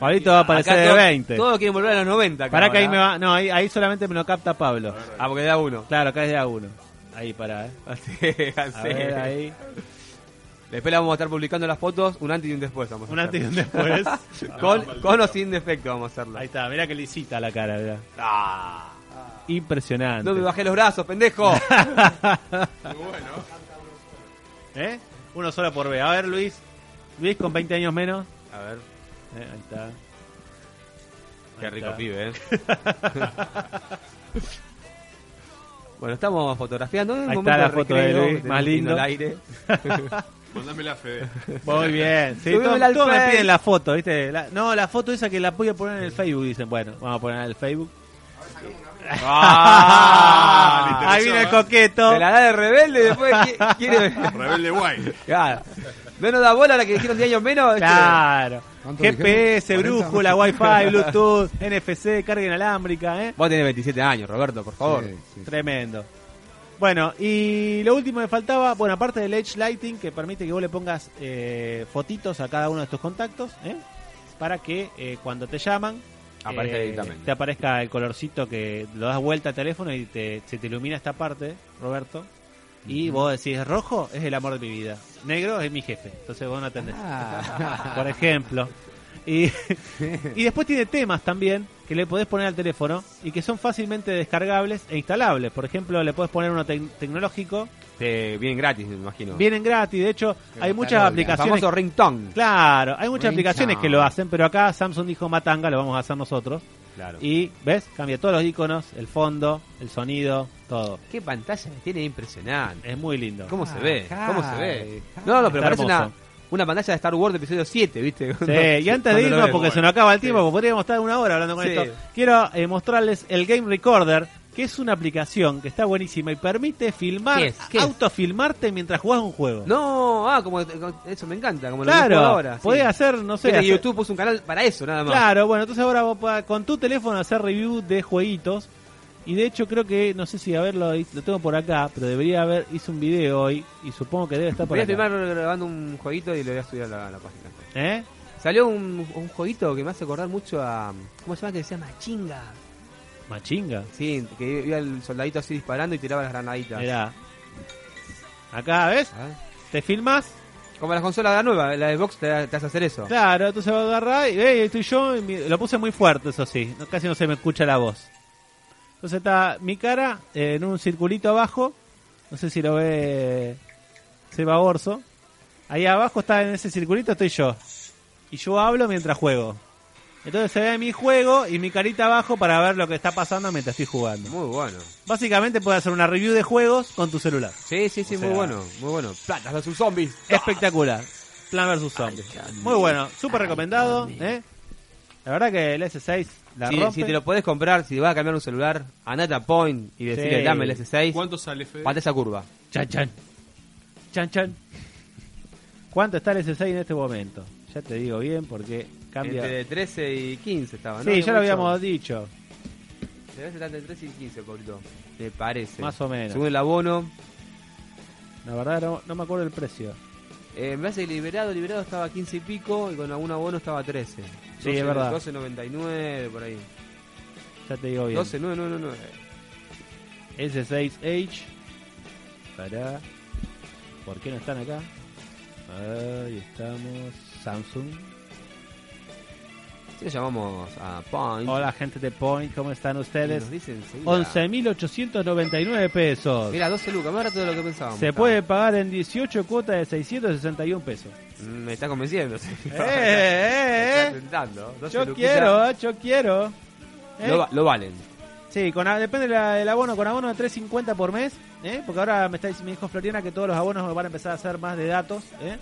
S3: Pablito va a aparecer
S4: Acá
S3: de
S4: todo-
S3: 20.
S4: Todos quieren volver a los 90. acá
S3: Pará que ahí me
S4: ahora.
S3: va. No, ahí, ahí solamente me lo capta Pablo.
S4: Ah, porque da uno.
S3: Claro, acá es de a uno. Ahí, pará, eh.
S4: Así,
S3: A
S4: así.
S3: ver, ahí.
S4: Después la vamos a estar publicando las fotos, un antes y un después. Vamos a
S3: Un antes
S4: hacer.
S3: y un después.
S4: Con, con o sin defecto vamos a hacerlo.
S3: Ahí está, mirá que lisita la cara, mirá.
S4: Ah,
S3: Impresionante.
S4: no me bajé los brazos, pendejo.
S3: ¿Eh? Uno solo por B. A ver, Luis. Luis con 20 años menos.
S4: A ver,
S3: Eh, ahí está.
S4: qué
S3: Ahí
S4: rico
S3: está.
S4: pibe, eh. Bueno, estamos fotografiando. en un
S3: Ahí
S4: momento
S3: está la
S4: de
S3: foto de
S4: recreo,
S3: Luis,
S4: que
S3: más
S4: tenemos
S3: lindo.
S4: el aire.
S8: Mandámela a Fede.
S3: Muy bien. Sí,
S4: Subímela
S3: todo-
S4: al
S3: todos me
S4: Face.
S3: piden la foto, ¿viste? La- no, la foto esa que la voy a poner en el Facebook, dicen. Bueno, vamos a poner en el Facebook.
S4: Ah,
S3: ahí viene el coqueto.
S4: Se la da de rebelde y después qui- quiere.
S8: Rebelde guay.
S4: Claro. Menos da bola a la que dijeron 10 años menos. este-
S3: Claro.
S6: ¿Cuánto
S3: GPS,
S6: dijeron?
S3: brújula, Wi-Fi, Bluetooth, NFC, carga inalámbrica, ¿eh?
S4: Vos tenés 27 años, Roberto, por favor.
S6: Sí, sí, sí.
S3: Tremendo. Bueno, y lo último que faltaba, bueno, aparte del Edge Lighting, que permite que vos le pongas eh, fotitos a cada uno de tus contactos, ¿eh? Para que eh, cuando te llaman,
S4: Aparezca
S3: eh,
S4: directamente.
S3: te aparezca el colorcito que lo das vuelta al teléfono y te, se te ilumina esta parte, Roberto. Y vos decís, rojo es el amor de mi vida, negro es mi jefe, entonces vos no atendés. por ejemplo. Y, y después tiene temas también que le podés poner al teléfono y que son fácilmente descargables e instalables. Por ejemplo, le podés poner uno tec- tecnológico.
S4: Te vienen gratis, me imagino.
S3: Vienen gratis, de hecho, hay muchas
S6: Motorola,
S4: El
S3: aplicaciones.
S4: famoso ringtone.
S3: Claro, hay muchas
S6: Ringtone.
S3: aplicaciones que lo hacen, pero acá Samsung dijo matanga, lo vamos a hacer nosotros.
S4: Claro.
S3: Y, ¿ves? Cambia todos los iconos, el fondo, el sonido, todo.
S4: Qué pantalla que tiene impresionante.
S3: Es muy lindo.
S4: ¿Cómo se ve?
S6: Ah,
S4: ¿Cómo se ve?
S6: ah,
S4: No, no, pero
S3: está
S4: parece una,
S3: hermoso.
S4: una pantalla de Star Wars de episodio 7, ¿viste?
S3: Sí, y antes de
S4: Cuando lo
S3: irnos,
S4: vemos.
S3: porque se nos acaba el tiempo, porque podríamos estar una hora hablando con
S4: Sí.
S3: esto, quiero eh, mostrarles el Game Recorder, que es una aplicación que está buenísima y permite filmar,
S4: ¿Qué es? ¿Qué es?
S3: autofilmarte mientras jugás un juego.
S4: No, ah, como, como- eso me encanta, como lo que
S3: claro,
S4: juego ahora. sí.
S3: podés hacer, no sé,
S4: Viste,
S3: hacer-
S4: YouTube puso un canal para eso, nada más.
S3: Claro, bueno, entonces ahora vos podés con tu teléfono hacer review de jueguitos. Y de hecho creo que, no sé si a verlo, lo tengo por acá, pero debería haber, hice un video hoy y supongo que debe estar por
S4: Voy a
S3: acá.
S4: filmar grabando un jueguito y lo voy a subir a la, a la página.
S3: ¿Eh?
S4: Salió un, un jueguito que me hace acordar mucho a. ¿Cómo se llama? Que decía Machinga.
S3: Machinga.
S4: Sí, que iba el soldadito así disparando y tiraba las granaditas.
S3: Mirá. Acá, ¿ves?
S4: Ah.
S3: Te filmas
S4: Como las consolas de la nueva, la de Xbox te, te hace hacer eso.
S3: Claro, entonces va a agarrar y "Ey, estoy yo. y mi- lo puse muy fuerte, eso sí. no- casi no se me escucha la voz. Entonces está mi cara eh, en un circulito abajo. No sé si lo ve Seba Borso. Ahí abajo está en ese circulito, estoy yo. y yo hablo mientras juego. Entonces se ve mi juego y mi carita abajo para ver lo que está pasando mientras estoy jugando.
S4: Muy bueno.
S3: Básicamente puedes hacer una review de juegos con tu celular.
S4: Sí, sí, sí,
S3: O
S4: muy
S3: sea,
S4: bueno, muy bueno. Plantas versus zombies.
S3: Espectacular. Plan versus Zombies. Muy bueno, súper recomendado. ¿eh? La verdad que el S6 la
S4: Si,
S3: rompe.
S4: si te lo podés comprar, si vas a cambiar un celular, anate a Point y decirle
S3: Sí.
S4: dame el S6.
S8: ¿Cuánto sale, Fede?
S4: Pate esa curva.
S3: Chan, chan. Chan, chan. ¿Cuánto está el S6 en este momento? Ya te digo bien porque cambia.
S4: Entre 13 y 15 estaba, ¿no?
S3: Sí,
S4: Había
S3: ya lo
S4: mucho.
S3: habíamos dicho.
S4: Debe ser entre 13 y 15, Pablito. Me parece.
S3: Más o menos.
S4: Según el abono.
S3: La verdad no, no me acuerdo el precio.
S4: Eh, me parece que liberado, liberado estaba a 15 y pico y con algún abono estaba a 13.
S3: Sí, es verdad.
S4: 12.99 por ahí.
S3: Ya te digo bien.
S4: 12, no, no, no, no.
S3: S6H. Pará. ¿Por qué no están acá? Ahí estamos. Samsung.
S4: Sí, llamamos a Point.
S3: Hola gente de Point, ¿cómo están
S4: Y
S3: ustedes?
S4: nos dicen enseguida.
S3: 11.899 pesos.
S4: Mira, 12 lucas, más barato de lo que pensábamos.
S3: Se puede pagar en 18 cuotas de 661 pesos.
S4: Mm, Me está convenciendo. sí.
S3: Eh, eh,
S4: Me
S3: eh.
S4: está tentando. 12
S3: Yo
S4: luquitas,
S3: quiero, eh, yo quiero. ¿Eh?
S4: Lo, va- lo valen.
S3: Sí, con, a- depende de la- del abono. Con abono de 3.50 por mes, ¿eh? porque ahora me está diciendo mi hijo Floriana que todos los abonos van a empezar a hacer más de datos. ¿eh?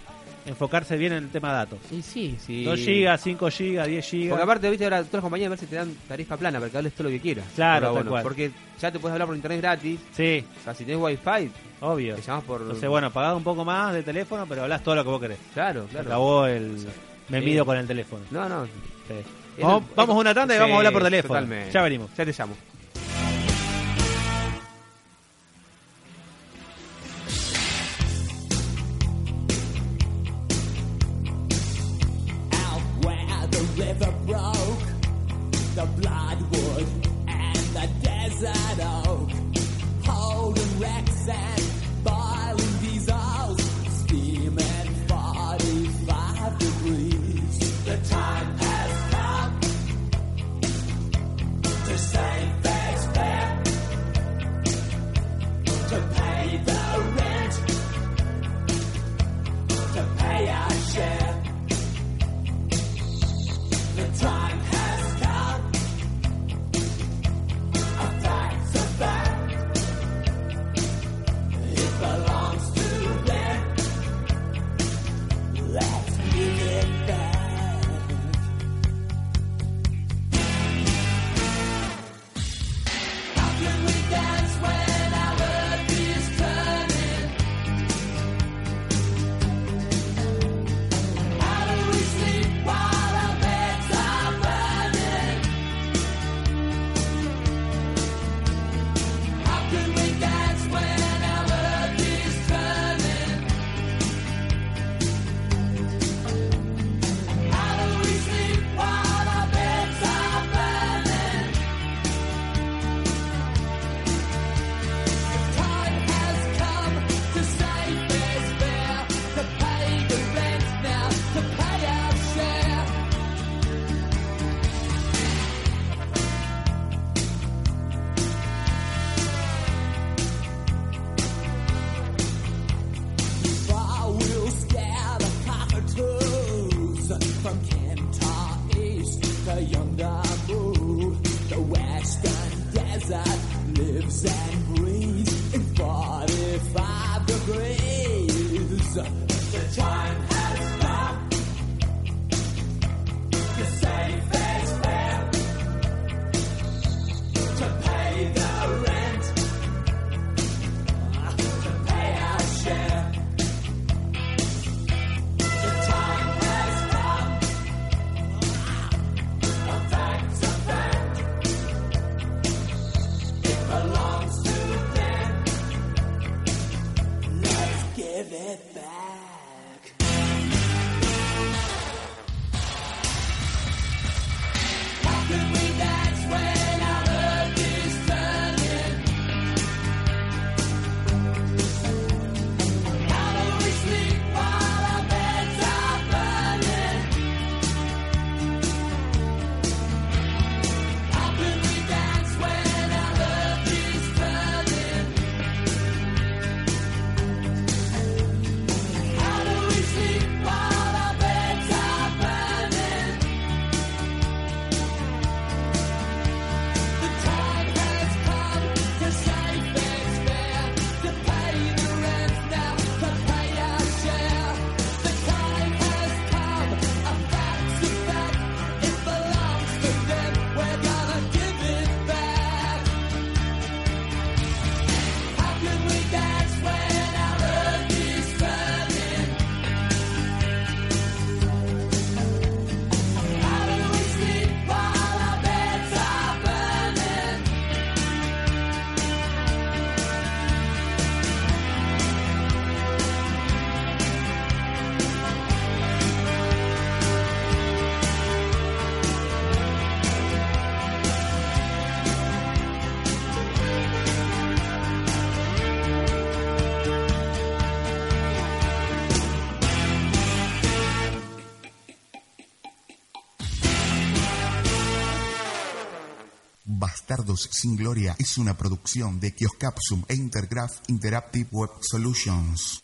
S3: Enfocarse bien en el tema datos.
S4: Y sí, sí.
S3: 2 gigas, 5 gigas, 10
S4: Porque
S3: gigas.
S4: aparte, viste, ahora todas las compañías parece que te dan tarifa plana para que hables todo lo que quieras.
S3: Claro,
S4: Por
S3: tal
S4: abono.
S3: cual.
S4: Porque ya te puedes hablar por internet gratis.
S3: Sí,
S4: O sea, si tenés wifi,
S3: obvio.
S4: te llamás por.
S3: Entonces, bueno, pagás un poco más de teléfono, pero hablas todo lo que vos querés.
S4: Claro,
S3: Se
S4: claro.
S3: acabó el... Me
S4: Sí.
S3: mido con el teléfono.
S4: No, no.
S3: Sí.
S4: Es
S3: Vamos,
S4: lo-
S3: vamos a una tanda y vamos a hablar por
S4: Sí,
S3: teléfono.
S4: totalmente.
S3: Ya venimos.
S4: Ya te llamo.
S11: Out where the river broke, the bloodwood and the desert oak, holding wrecks and boiling diesels, steaming 45 degrees. The time has come to save face back, to pay the rent, to pay our share. The time has come. A fact's a fact. It belongs to them. Let's give it back. How can we dance when our earth is turning? How do we sleep while our beds are burning? How can we dance when our earth is turning? How do we sleep while our beds are burning? time has come to save this bear, to pay the rent now, to pay our share. Far will scare the cockatoos from Kentar East, the yonder blue, the western desert lives and breathes in 45 degrees. The time has come. You save face fair to pay the rent, to pay our share. The time has come. A fact's a fact. It belongs to them. Let's give
S1: Bastardos sin Gloria es una producción de Kioscapsum e Intergraph Interactive Web Solutions.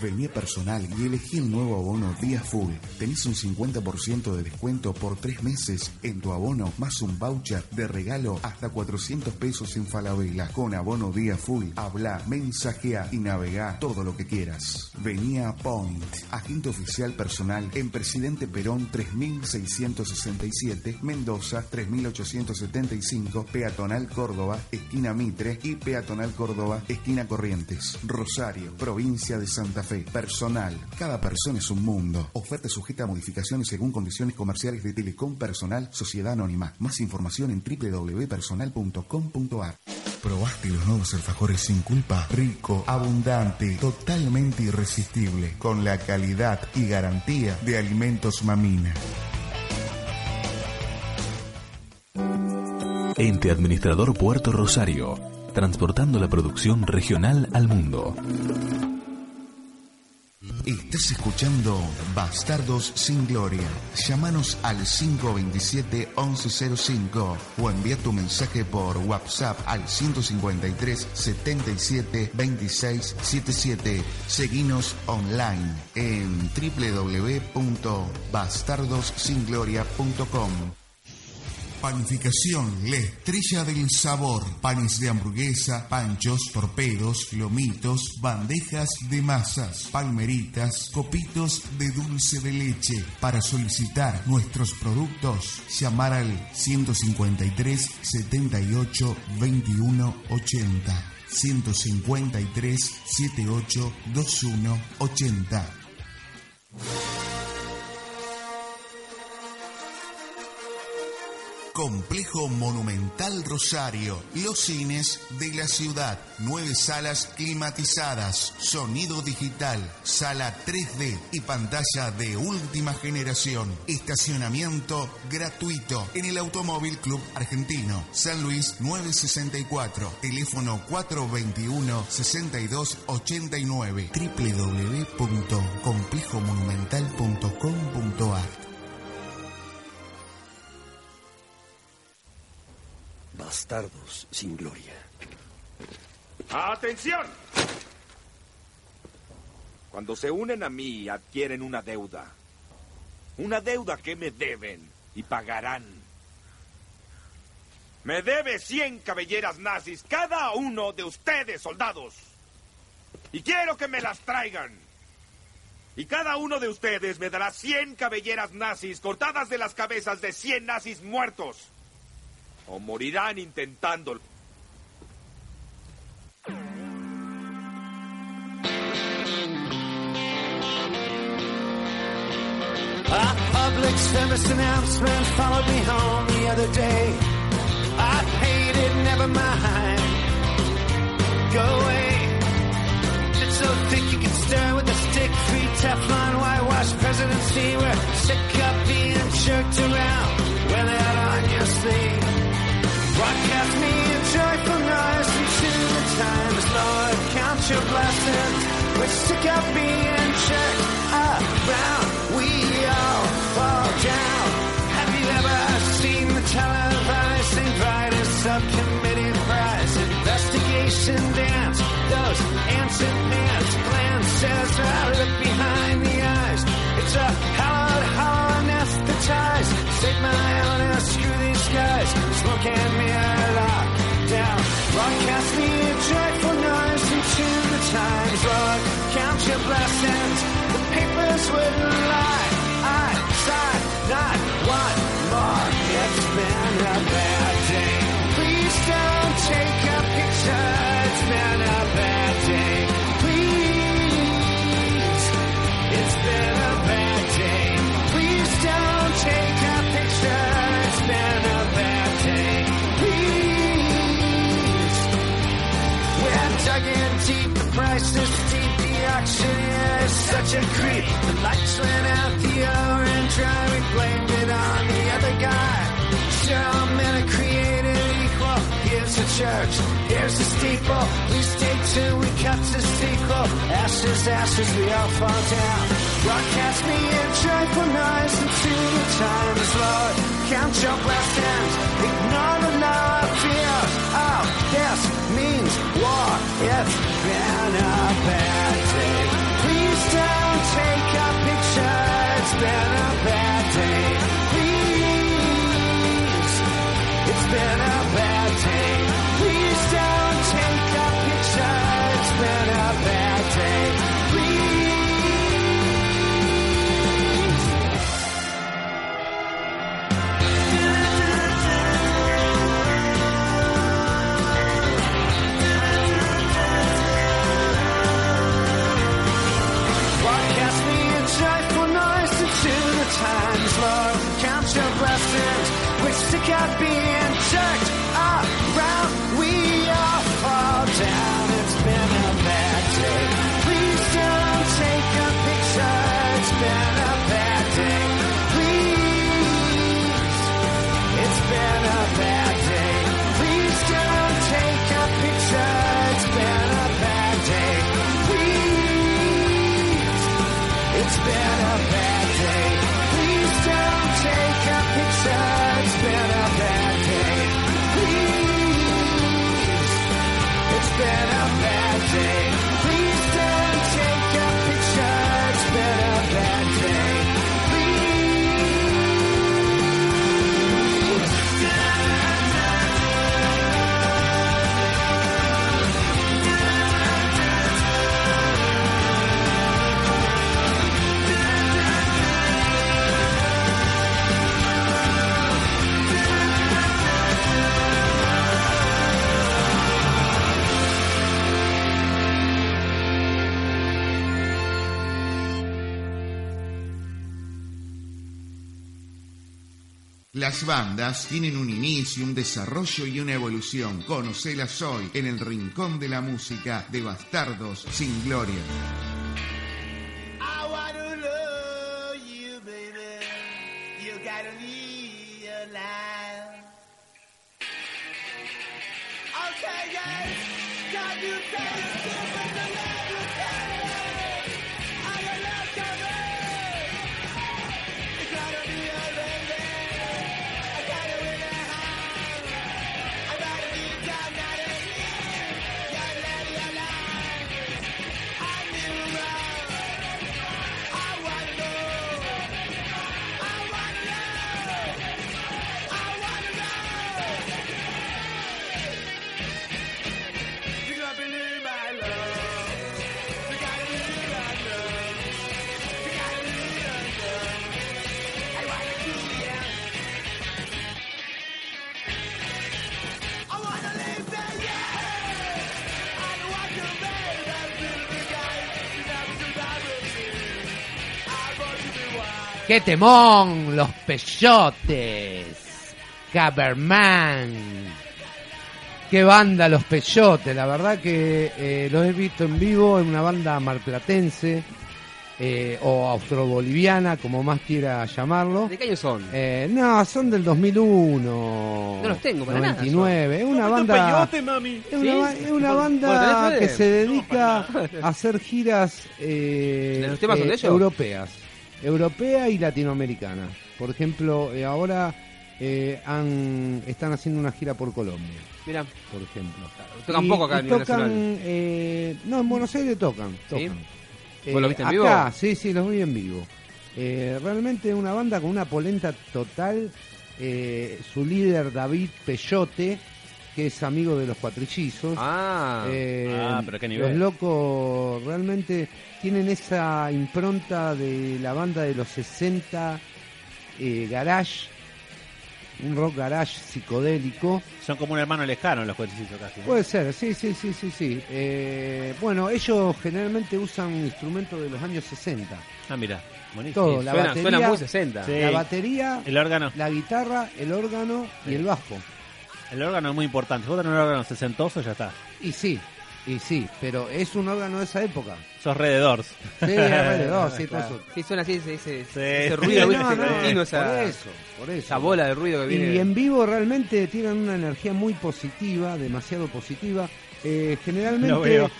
S1: Vení personal y elegí el nuevo abono Día Full. Tenés un 50% de descuento por tres meses en tu abono, más un voucher de regalo hasta 400 pesos en Falabella. Con abono Día Full, habla, mensajea y navega todo lo que quieras. Vení a Point, agente oficial personal en Presidente Perón 3667, Mendoza 3875, Peatonal Córdoba, esquina Mitre y Peatonal Córdoba, esquina Corrientes. Rosario, provincia de Santa Fe. Personal. Cada persona es un mundo. Oferta sujeta a modificaciones según condiciones comerciales de Telecom Personal Sociedad Anónima. Más información en www.personal.com.ar. ¿Probaste los nuevos alfajores sin culpa? Rico, abundante, totalmente irresistible, con la calidad y garantía de Alimentos Mamina.
S9: Ente Administrador Puerto Rosario, transportando la producción regional al mundo.
S1: Estás escuchando Bastardos sin Gloria. Llámanos al 527-1105 o envía tu mensaje por WhatsApp al 153 77 26 77. Seguinos online en www.bastardosingloria.com. Panificación, la estrella del sabor. Panes de hamburguesa, panchos, torpedos, lomitos, bandejas de masas, palmeritas, copitos de dulce de leche. Para solicitar nuestros productos, llamar al 153 78 21 80. 153 78 21 80. Complejo Monumental Rosario, los cines de la ciudad, nueve salas climatizadas, sonido digital, sala 3D y pantalla de última generación, estacionamiento gratuito en el Automóvil Club Argentino, San Luis 964, teléfono 421-6289, www.complejomonumental.com.ar
S12: Bastardos sin gloria.
S13: ¡Atención! Cuando se unen a mí, adquieren una deuda. Una deuda que me deben y pagarán. Me debe 100 cabelleras nazis cada uno de ustedes, soldados. Y quiero que me las traigan. Y cada uno de ustedes me dará 100 cabelleras nazis cortadas de las cabezas de 100 nazis muertos. O morirán intentándolo.
S11: A public service announcement followed me home the other day. I hate it, never mind. Go away. It's so thick you can stir with a stick. Free Teflon, whitewash presidency. We're sick of being jerked around. Wear that on your sleeve. Broadcast me a joyful noise into the times, Lord. Count your blessings. We're sick of being jerked around. We all fall down. Have you ever seen the televised inviter subcommittee prize investigation dance? Those ants and ants glances out of behind the eyes. It's a hallowed hall anesthetized. Save my honor, screw these guys. Smoke and mirror lock down. Broadcast me a joyful noise into the times. Lord, count your blessings. The papers wouldn't lie. I sign not one more. It's been a bad day. Please don't take a picture. It's been a bad day. Please. It's been a bad day. Please don't take a picture. It's been a bad day. Please. We're dug in deep, the price is steep, the auctioneer is such a creep. The lights went out, the hour and dry, we blamed it on the other guy. Sure, all men are created equal. Here's the church, here's the steeple. We stay tuned, we cut the sequel. Ashes, ashes, we all fall down. Broadcast me a joyful noise into the times, Lord. Count your blessings, ignore the love Oh, tears of this means war. It's been a bad day. Please don't take a picture. It's been a bad day. Please. It's been a bad day. Please don't take a picture. It's been a bad day. Please. Broadcast me a joyful noise into the times, Lord. Count your blessings, which stick out being jerked around. We all fall down. It's been a bad day. Please don't take a picture. It's been a bad day. Please. It's been a bad day. Please don't take a picture. It's been a bad day. Please. It's been a bad day. Please don't take a picture. It's been a bad day. Please. It's been a bad day. Please don't take a picture. It's been a bad day. Please.
S1: Las bandas tienen un inicio, un desarrollo y una evolución. Conocelas hoy en el Rincón de la Música de Bastardos sin Gloria.
S11: I wanna love you, baby. You gotta realize. Okay, guys, got you face to You gotta believe my love. You gotta believe my love. You gotta believe my love. I wanna kill ya. I wanna live there, yeah. I want you, baby, baby, guys. You never do that with me. I want you to why.
S6: ¡Qué temón! Los Peyotes. Caberman. ¡Qué banda Los Peyotes! La verdad que eh, los he visto en vivo en una banda marplatense eh, o austroboliviana, como más quiera llamarlo.
S4: ¿De qué año son?
S6: Eh, no, son del 2001.
S4: No los tengo para nada,
S6: 99. Es una banda,
S4: Peyote, mami.
S6: es una, ba-
S4: Sí.
S6: es una
S4: Bueno, ¿tenés
S6: banda
S4: Fede?
S6: que se dedica
S4: No, para
S6: a hacer giras eh,
S4: ¿De los temas son de ellos?
S6: europeas. Europea y latinoamericana. Por ejemplo, eh, ahora eh, han, están haciendo una gira por Colombia,
S4: Mira,
S6: por ejemplo.
S4: tocan
S6: Y-
S4: poco acá a
S6: y
S4: nivel nacional.
S6: tocan, eh, No, en Buenos Aires tocan.
S4: ¿Sí?
S6: tocan. Eh,
S4: ¿Vos lo viste en vivo?
S6: acá, Sí, sí, los vi en vivo. Eh, realmente una banda con una polenta total. eh, su líder David Peyote, que es amigo de los cuatrillizos.
S4: Ah.
S6: Eh,
S14: Ah, pero qué nivel.
S6: Los locos realmente tienen esa impronta de la banda de los 60, eh, garage, un rock garage psicodélico.
S3: Son como un hermano lejano los cuatricitos casi. ¿eh? ¿no?
S6: Puede ser, sí, sí, sí, sí, sí. Eh, bueno, ellos generalmente usan instrumentos de los años 60.
S3: Ah, mira, buenísimo.
S6: Todo, la
S4: suena-
S6: batería,
S4: suena muy 60.
S6: La
S3: Sí.
S6: batería,
S3: El órgano.
S6: la guitarra, el órgano y
S3: Sí.
S6: el bajo.
S3: El órgano es muy importante. Si vos tenés un órgano sesentoso, ya está.
S6: Y sí, y sí, pero es un órgano de esa época.
S3: Sos Red de Doors.
S6: Sí, alrededor, sí,
S4: Claro.
S6: todo eso.
S4: Sí, suena así ese, ese,
S3: Sí.
S4: ese ruido,
S6: Sí,
S4: ¿viste?
S6: no, no,
S4: Argentino, esa,
S6: por eso, por eso.
S4: esa bola de ruido que viene.
S6: Y en vivo realmente tienen una energía muy positiva, demasiado positiva. Eh, generalmente
S4: Lo veo.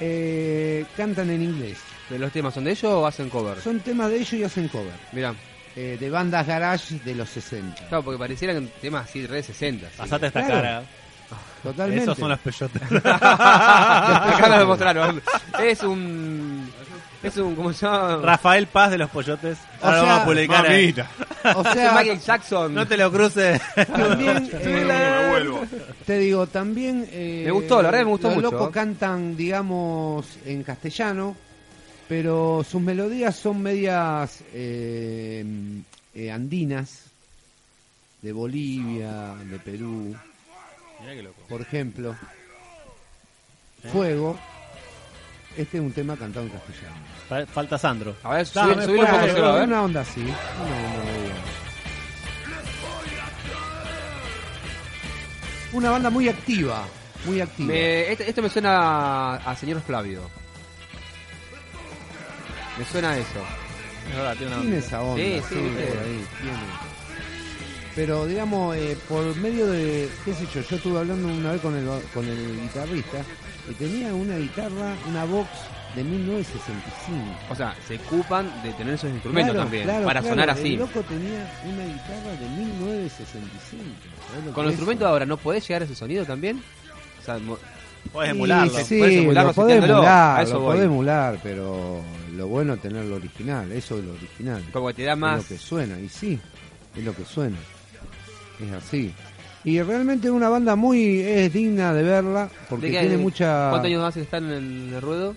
S6: eh, cantan en inglés.
S4: ¿De ¿Los temas son de ellos o hacen cover?
S6: Son temas de ellos y hacen cover.
S4: Mirá,
S6: eh, de bandas garage de los 60.
S4: claro, porque parecieran temas así, re 60. así.
S3: Pasate esta
S6: Claro.
S3: cara.
S6: Totalmente.
S3: Esos son los peyotes.
S4: Acá nos demostraron. Es un. Es un. ¿Cómo se llama?
S3: Rafael Paz de los Pollotes.
S4: O
S3: Ahora
S4: sea,
S3: vamos a publicar ahí.
S4: mamita. O sea, Michael Jackson.
S3: No te lo cruces.
S6: También, eh,
S4: Me vuelvo.
S6: Te digo, también. eh,
S4: Me gustó, la verdad que me gustó
S6: los
S4: mucho.
S6: locos cantan, digamos, en castellano, pero sus melodías son medias eh, eh, andinas, de Bolivia, de Perú.
S8: Mirá qué loco.
S6: Por ejemplo, Fuego. Este es un tema cantado en castellano.
S3: Fa- Falta Sandro.
S4: A ver,
S6: Dame, claro,
S3: se va
S6: Una onda así. una onda medio. Una banda muy activa. Muy activa.
S4: Me- este- esto me suena a, a señor Flavio. Me suena a eso.
S3: Es verdad, tiene
S6: Tiene esa onda.
S4: Sí, sí,
S6: sí,
S4: viste.
S6: por ahí, tiene. Pero digamos, eh, por medio de, qué sé yo, yo estuve hablando una vez con el, ba- con el guitarrista y tenía una guitarra, una box de 1965.
S4: O sea, se ocupan de tener esos instrumentos
S6: Claro,
S4: también,
S6: claro,
S4: para
S6: claro,
S4: sonar así.
S6: El loco tenía una guitarra de 1965. ¿sabés lo
S4: Con
S6: que
S4: los
S6: es?
S4: instrumentos ahora, ¿no podés llegar a ese sonido también? O sea, mo-
S3: Podés
S6: Sí,
S3: emularlo.
S6: Sí,
S4: Podés emularlo
S6: lo podés
S4: sintiéndolo, a
S6: emular,
S4: eso
S6: lo
S4: voy.
S6: podés emular, pero lo bueno es tener lo original, eso es lo original.
S4: Como que te da
S6: Es
S4: más-
S6: lo que suena, y sí, es lo que suena. Es así. Y realmente una banda muy es digna de verla, porque
S4: ¿De qué-
S6: tiene mucha...
S4: ¿Cuántos años hace que están en el ruedo?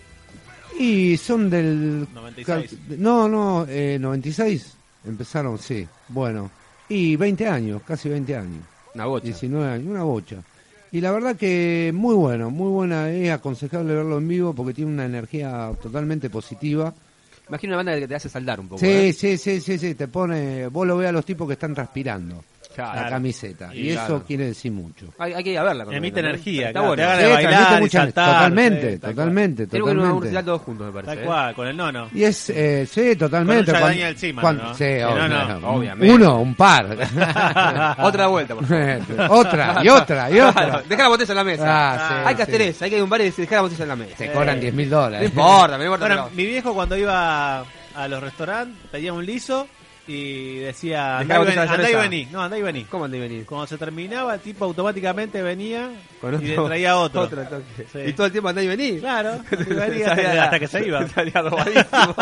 S6: Y son del...
S4: 96.
S6: No, no, eh, 96 empezaron, sí. Bueno, y 20 años, casi 20 años.
S4: Una bocha.
S6: 19 años, una bocha. Y la verdad que muy bueno, muy buena, es aconsejable verlo en vivo porque tiene una energía totalmente positiva.
S4: Imagino una banda que te hace saldar un poco.
S6: Sí,
S4: ¿eh?
S6: sí, sí, sí, sí, te pone, vos lo ves a los tipos que están transpirando
S4: Claro.
S6: la camiseta y,
S4: Y
S6: eso
S4: claro.
S6: quiere decir mucho.
S4: Hay, hay que ir a verla. con
S3: Emite
S4: Rubén, ¿no?
S3: energía,
S4: Está
S3: claro,
S4: bueno.
S3: te hagan de bailar y saltar,
S6: totalmente,
S3: sí, tal
S6: totalmente,
S4: Tenemos que ir a un
S6: totalmente.
S4: recital todos juntos, me parece.
S3: Tal
S4: ¿eh?
S3: cual, con el nono.
S6: Y es, eh, sí, totalmente.
S3: Con un
S6: cuan-
S3: Jack Daniel Seaman,
S6: cuan-
S3: ¿no?
S6: sí,
S3: Sí, no,
S6: obvio,
S3: no,
S6: un-
S3: obviamente.
S6: Uno, un par.
S4: otra vuelta, por favor.
S6: otra, y otra, y
S4: Claro,
S6: otra.
S4: Deja la botella en la mesa.
S6: Ah, sí,
S4: hay que hacer
S6: sí.
S4: eso, hay que ir a un bar y decir, deja la botella en la mesa. Eh,
S6: Te cobran 10 mil dólares.
S4: No importa, me importa.
S3: Bueno, mi viejo cuando iba a los restaurantes pedía un liso y decía,
S4: Dejá la
S3: andá y, ven-
S4: botella de
S3: andá y
S4: cerveza.
S3: vení. No, andá y vení.
S4: ¿Cómo andé y venir?
S3: Cuando se terminaba, el tipo automáticamente venía
S4: Con
S3: y le
S4: otro-
S3: traía otro.
S4: otro toque.
S3: Sí.
S4: Y todo el tiempo andá y vení.
S3: Claro, y venía hasta, que-
S4: Salía-
S3: hasta que se iba.
S4: salía robadísimo.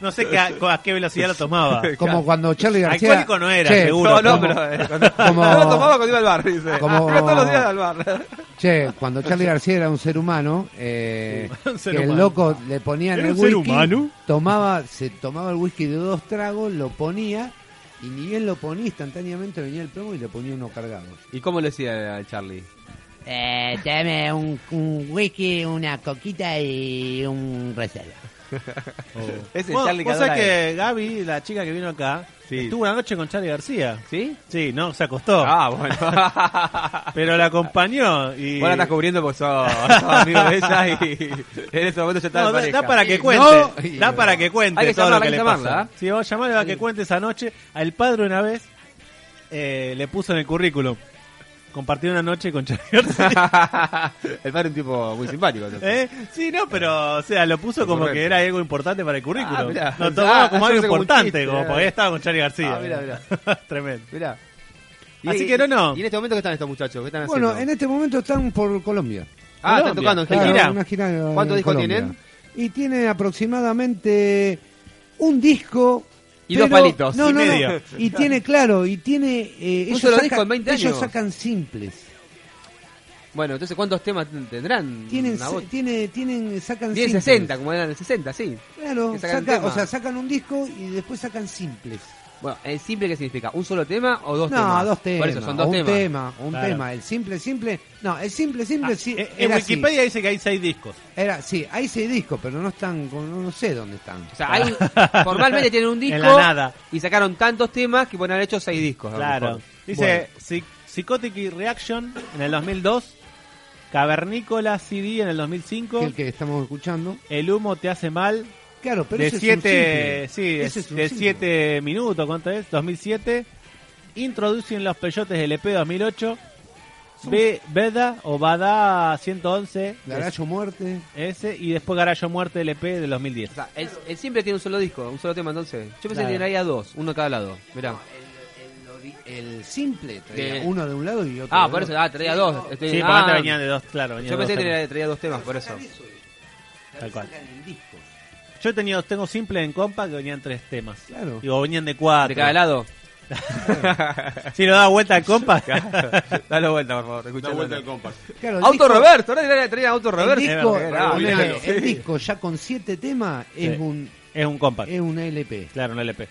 S3: No sé qué- a, qué velocidad lo tomaba.
S6: Como cuando Charlie García.
S3: Alcohólico no era,
S6: Che,
S3: seguro.
S4: No, no,
S6: como-
S4: pero eh, cuando-
S6: como- Ah,
S4: no lo tomaba cuando iba al bar, dice.
S6: como-
S4: Iba todos los días al bar.
S6: Che, cuando Charlie García era un ser humano, eh,
S3: Un ser
S6: que el
S3: humano.
S6: loco le ponían
S3: ¿Era
S6: el
S3: un ser
S6: whisky,
S3: humano?
S6: tomaba, se tomaba el whisky de dos tragos, lo ponía y ni bien lo ponía instantáneamente venía el plomo y le ponía uno cargado.
S4: ¿Y cómo le decía a Charlie?
S14: Eh, dame un, un whisky, una coquita y un reserva.
S4: Ese
S3: Vos-
S4: Charlie
S3: Oh. vos
S4: Cadora
S3: sabés
S4: es.
S3: que Gaby, la chica que vino acá, estuvo una noche con Charlie García.
S4: ¿Sí?
S3: Sí, no, se acostó.
S4: Ah, bueno.
S3: Pero la acompañó y...
S4: Vos la estás cubriendo porque sos, sos amigo de ella y en ese momento ya está
S3: No, da,
S4: en pareja.
S3: da para que
S4: No,
S3: cuente,
S4: y-
S3: da para que cuente
S4: Hay que
S3: todo
S4: llamarla,
S3: lo que
S4: hay que
S3: le
S4: llamarla,
S3: pasó. Si vos llamarle a que cuente esa noche, al padre una vez eh, le puso en el currículum compartir una noche con Charlie García.
S4: el padre es un tipo muy simpático. entonces.
S3: ¿Eh? Sí, no, pero o sea, lo puso como
S4: Ocurrente.
S3: que era algo importante para el currículum.
S4: Ah, mirá.
S3: Lo tomaba
S4: Ah,
S3: como
S4: yo
S3: algo
S4: sé como un
S3: importante,
S4: chiste,
S3: como
S4: mirá.
S3: porque había estado con Charlie García.
S4: Ah, mirá, mirá.
S3: Tremendo.
S4: Mirá.
S3: Así que no, no.
S4: ¿Y en este momento qué están estos muchachos? ¿Qué están haciendo?
S6: Bueno, en este momento están por Colombia.
S4: Ah, están tocando en
S6: Claro,
S4: gira.
S6: una gira en
S4: ¿Cuántos discos
S6: Colombia.
S4: tienen?
S6: Y tienen aproximadamente un disco.
S4: Y dos
S6: pero-
S4: palitos.
S6: No,
S4: Y
S6: no, no.
S4: medio.
S6: Y tiene, claro, y tiene. eh,
S4: Un
S6: ellos
S4: solo
S6: sacan-
S4: disco en 20 años.
S6: Ellos sacan simples.
S4: Bueno, entonces ¿cuántos temas t- tendrán?
S6: Tienen,
S4: Una
S6: se-
S4: bot-
S6: tiene, tienen, sacan
S4: Tienen
S6: simples.
S4: 60, como eran el 60, sí.
S6: Claro,
S4: Que sacan
S6: saca- o
S4: temas.
S6: sea, sacan un disco y después sacan simples.
S4: Bueno, ¿el simple qué significa? ¿Un solo tema o dos
S6: no,
S4: temas?
S6: dos temas.
S4: Por eso, son dos
S6: o un
S4: temas.
S6: tema, o un
S4: Claro. eh,
S6: tema. El simple, simple. No, el simple,
S4: Ah,
S6: simple. sí,
S3: En- En
S6: era así.
S3: Wikipedia dice que hay seis discos.
S6: Era, sí, hay seis discos, pero no están, con- no, sé dónde están.
S4: O sea, hay- formalmente tienen un disco
S3: En la nada.
S4: y sacaron tantos temas que pueden haber hecho seis discos. a lo
S3: Claro.
S4: mejor.
S3: Dice Psy- Psychotic Reaction en el 2002, Cavernícola CD en el 2005,
S6: el que estamos escuchando.
S3: El humo te hace mal
S6: Claro, pero
S3: de
S6: ese es un
S3: siete,
S6: simple.
S3: sí, de-
S6: Ese es un
S3: de
S6: simple.
S3: 7 minutos, ¿cuánto es? 2007, Introducing los peyotes del E EP 2008, Be- Beda o Bada 111,
S6: Garayo Muerte.
S3: ese y después Garayo Muerte del EP del 2010.
S4: O sea, el, el simple tiene un solo disco, un solo tema, entonces. Yo pensé
S3: Claro.
S4: que tenía dos, uno a cada lado. Mirá.
S14: El, el
S6: ri- el simple traía
S4: De-
S6: uno de un lado y otro
S4: Ah,
S6: del
S4: por eso,
S6: otro.
S4: ah, traía dos. Estoy-
S3: Sí, porque
S4: ah,
S3: antes venían de dos, claro, venían
S4: Yo
S3: de
S4: pensé
S3: dos
S4: que traía,
S3: temas.
S4: traía dos temas, por eso.
S3: Tal cual. Yo he tenido, tengo simple en compa que venían tres temas.
S4: Claro.
S3: Y, o venían de cuatro.
S4: ¿De cada lado?
S3: si lo da vuelta al compa.
S4: Dale vuelta, por favor. escuchá
S5: Da
S4: la
S5: vuelta
S4: nota.
S5: al compa.
S6: Claro, el
S4: auto
S6: disco-
S4: Roberto, ahora traía- traía auto
S6: El
S4: Roberto.
S6: disco,
S4: Es verdad,
S6: ponele,
S4: claro, sí.
S6: el disco ya con siete temas es
S3: Sí.
S6: un
S3: Es un compact.
S6: es un LP.
S3: Claro, E un LP.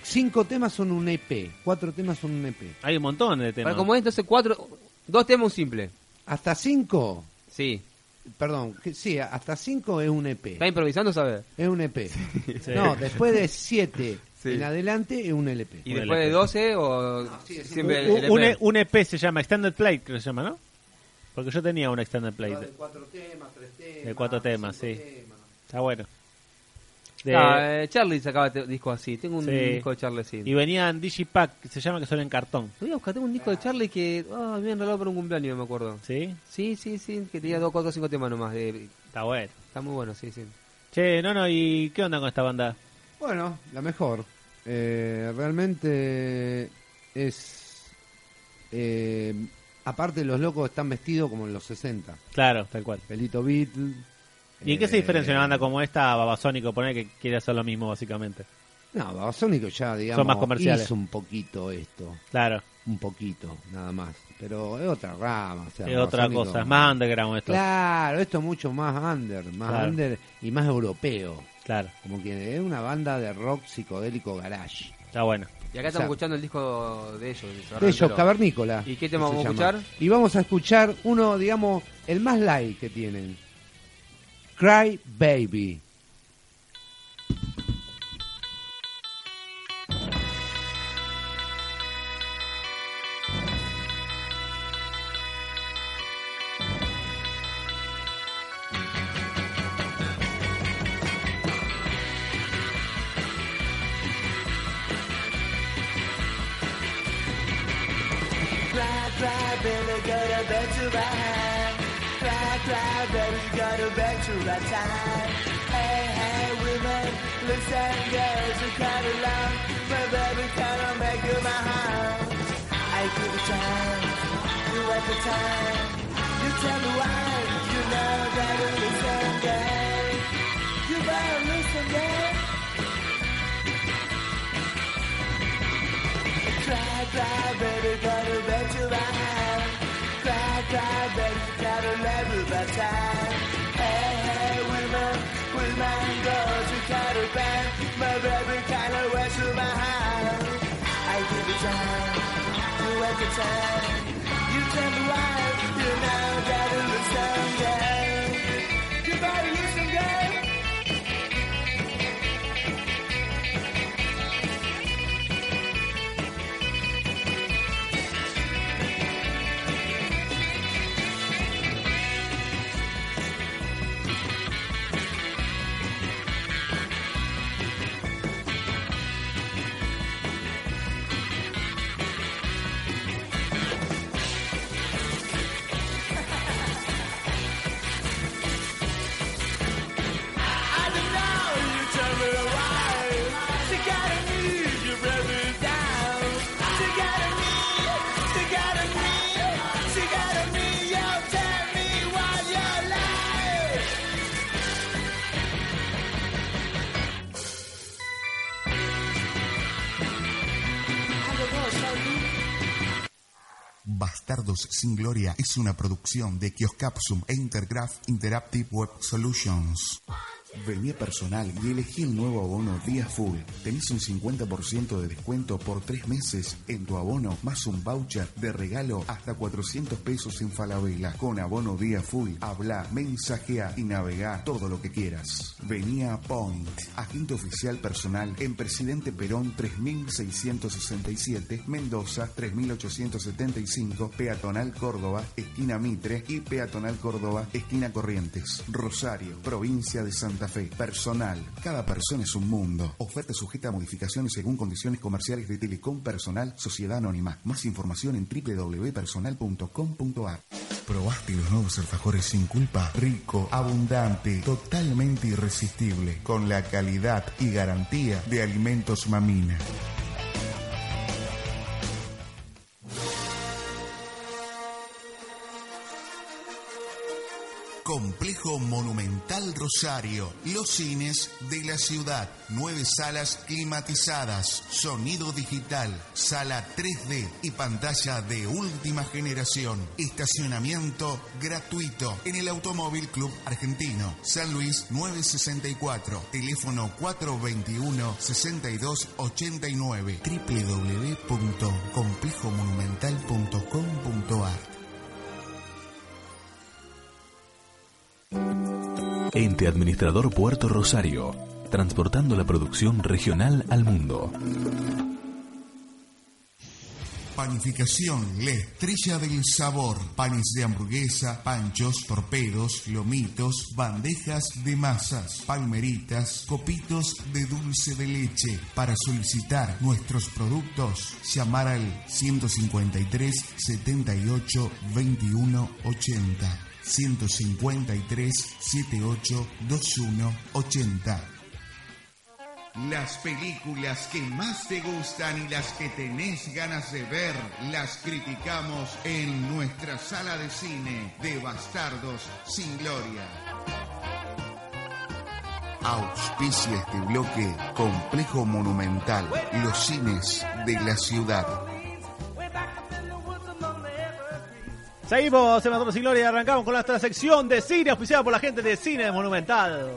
S6: Cinco temas son un EP, cuatro temas son un E EP.
S3: Hay un montón de temas.
S4: Para como es, entonces cuatro, dos temas un simple.
S6: Hasta cinco,
S4: Sí.
S6: perdón, que- sí, hasta cinco es un EP.
S4: ¿Está improvisando, sabes?
S6: Es un EP.
S4: Sí.
S6: No, después de siete
S4: Sí.
S6: en adelante es un LP.
S4: ¿Y después de 12 o
S6: Ah,
S4: siempre
S3: Un-
S4: el
S3: un, E,
S4: LP?
S3: un EP se llama Extended Play, creo que se llama, ¿no? Porque yo tenía un Extended Play. De
S6: cuatro temas, tres temas.
S3: de cuatro temas, sí. Está bueno. De-
S4: Ah, eh, Charlie sacaba te- discos así. Tengo un
S3: sí.
S4: disco de Charlie así.
S3: Y venían Digipack, que se llama, que son en cartón.
S4: Lo voy a buscar, tengo un disco de Charlie que ah, me han regalado por un cumpleaños, me acuerdo.
S3: ¿Sí?
S4: Sí, sí, sí, que tenía 2, 4, 5 temas nomás. de-
S3: Está bueno.
S4: está muy bueno, sí, sí.
S3: Che, no, no, ¿y qué onda con esta banda?
S6: Bueno, la mejor. Eh, realmente es. eh, aparte, los locos están vestidos como en los 60.
S3: Claro, tal cual.
S6: Pelito Beatle.
S3: ¿Y en qué se
S6: eh,
S3: diferencia una banda como esta a Babasónico? Poner que quiere hacer lo mismo, básicamente.
S6: No, Babasónico ya, digamos,
S3: más comerciales.
S6: hizo un poquito esto.
S3: Claro.
S6: Un poquito, nada más. Pero es otra rama. o sea,
S3: es otra
S6: Babasónico-
S3: cosa, es más underground esto.
S6: Claro, esto es mucho más under, más
S3: Claro.
S6: under y más europeo.
S3: Claro.
S6: Como que es una banda de rock psicodélico garage.
S3: Está bueno.
S4: Y acá
S6: O sea,
S4: estamos escuchando el disco de ellos. de
S6: de ellos,
S4: Barranquero.
S6: Cavernícola.
S4: ¿Y qué
S6: que
S4: tema
S6: se
S4: vamos a
S6: llama.
S4: escuchar?
S6: Y vamos a escuchar uno, digamos, el más light que tienen. Cry Baby.
S11: Cry, cry, baby, go to bed to ride. Cry, cry, baby, go to bed to ride time. Hey, hey, women, let's and girls who cut along. My baby, can I make you my home? I give a try, you at the time. You tell me why, you know that it is and girl. You better listen, girl. Cry, cry, baby, gotta bet you right. Cry, cry, baby, gotta love you by time. Hey, hey, women, women, girls, you gotta bend. My baby, kinda wears you my heart. I give you time, you at the time. You tell me why, you know that it was someday. You better listen, girl. I don't know, you tell me why. She got a need, you break me down. She got a need, she got a need, she got a need. You tell me why you lie. I don't know, so you.
S9: Bastardos sin Gloria es una producción de Kioscapsum e Intergraph Interactive Web Solutions. Venía personal y elegí el nuevo abono Día Full. Tenés un 50% de descuento por tres meses en tu abono, más un voucher de regalo hasta 400 pesos en Falabella. Con abono Día Full, habla, mensajea y navega todo lo que quieras. Venía Point, agente oficial personal en Presidente Perón 3667, Mendoza 3875, Peatonal Córdoba, esquina Mitre y Peatonal Córdoba, esquina Corrientes, Rosario, provincia de Santa Fe. Personal, cada persona es un mundo. Oferta sujeta a modificaciones según condiciones comerciales de Telecom Personal, Sociedad Anónima. Más información en www.personal.com.ar. ¿Probaste los nuevos alfajores sin culpa? Rico, abundante, totalmente irresistible, con la calidad y garantía de Alimentos Mamina.
S1: Complejo Monumental Rosario, los cines de la ciudad, nueve salas climatizadas, sonido digital, sala 3D y pantalla de última generación, estacionamiento gratuito en el Automóvil Club Argentino, San Luis 964, teléfono 421-6289, www.complejomonumental.com.ar
S9: Ente Administrador Puerto Rosario, transportando la producción regional al mundo.
S1: Panificación, la estrella del sabor. Panes de hamburguesa, panchos, torpedos, lomitos, bandejas de masas, palmeritas, copitos de dulce de leche. Para solicitar nuestros productos, llamar al 153 78 21 80. 153 78 21 80. Las películas que más te gustan y las que tenés ganas de ver, las criticamos en nuestra sala de cine de Bastardos sin Gloria. Auspicia este bloque Complejo Monumental, los cines de la ciudad.
S3: Seguimos en Matros y Gloria y arrancamos con nuestra sección de cine auspiciada por la gente de Cine Monumental.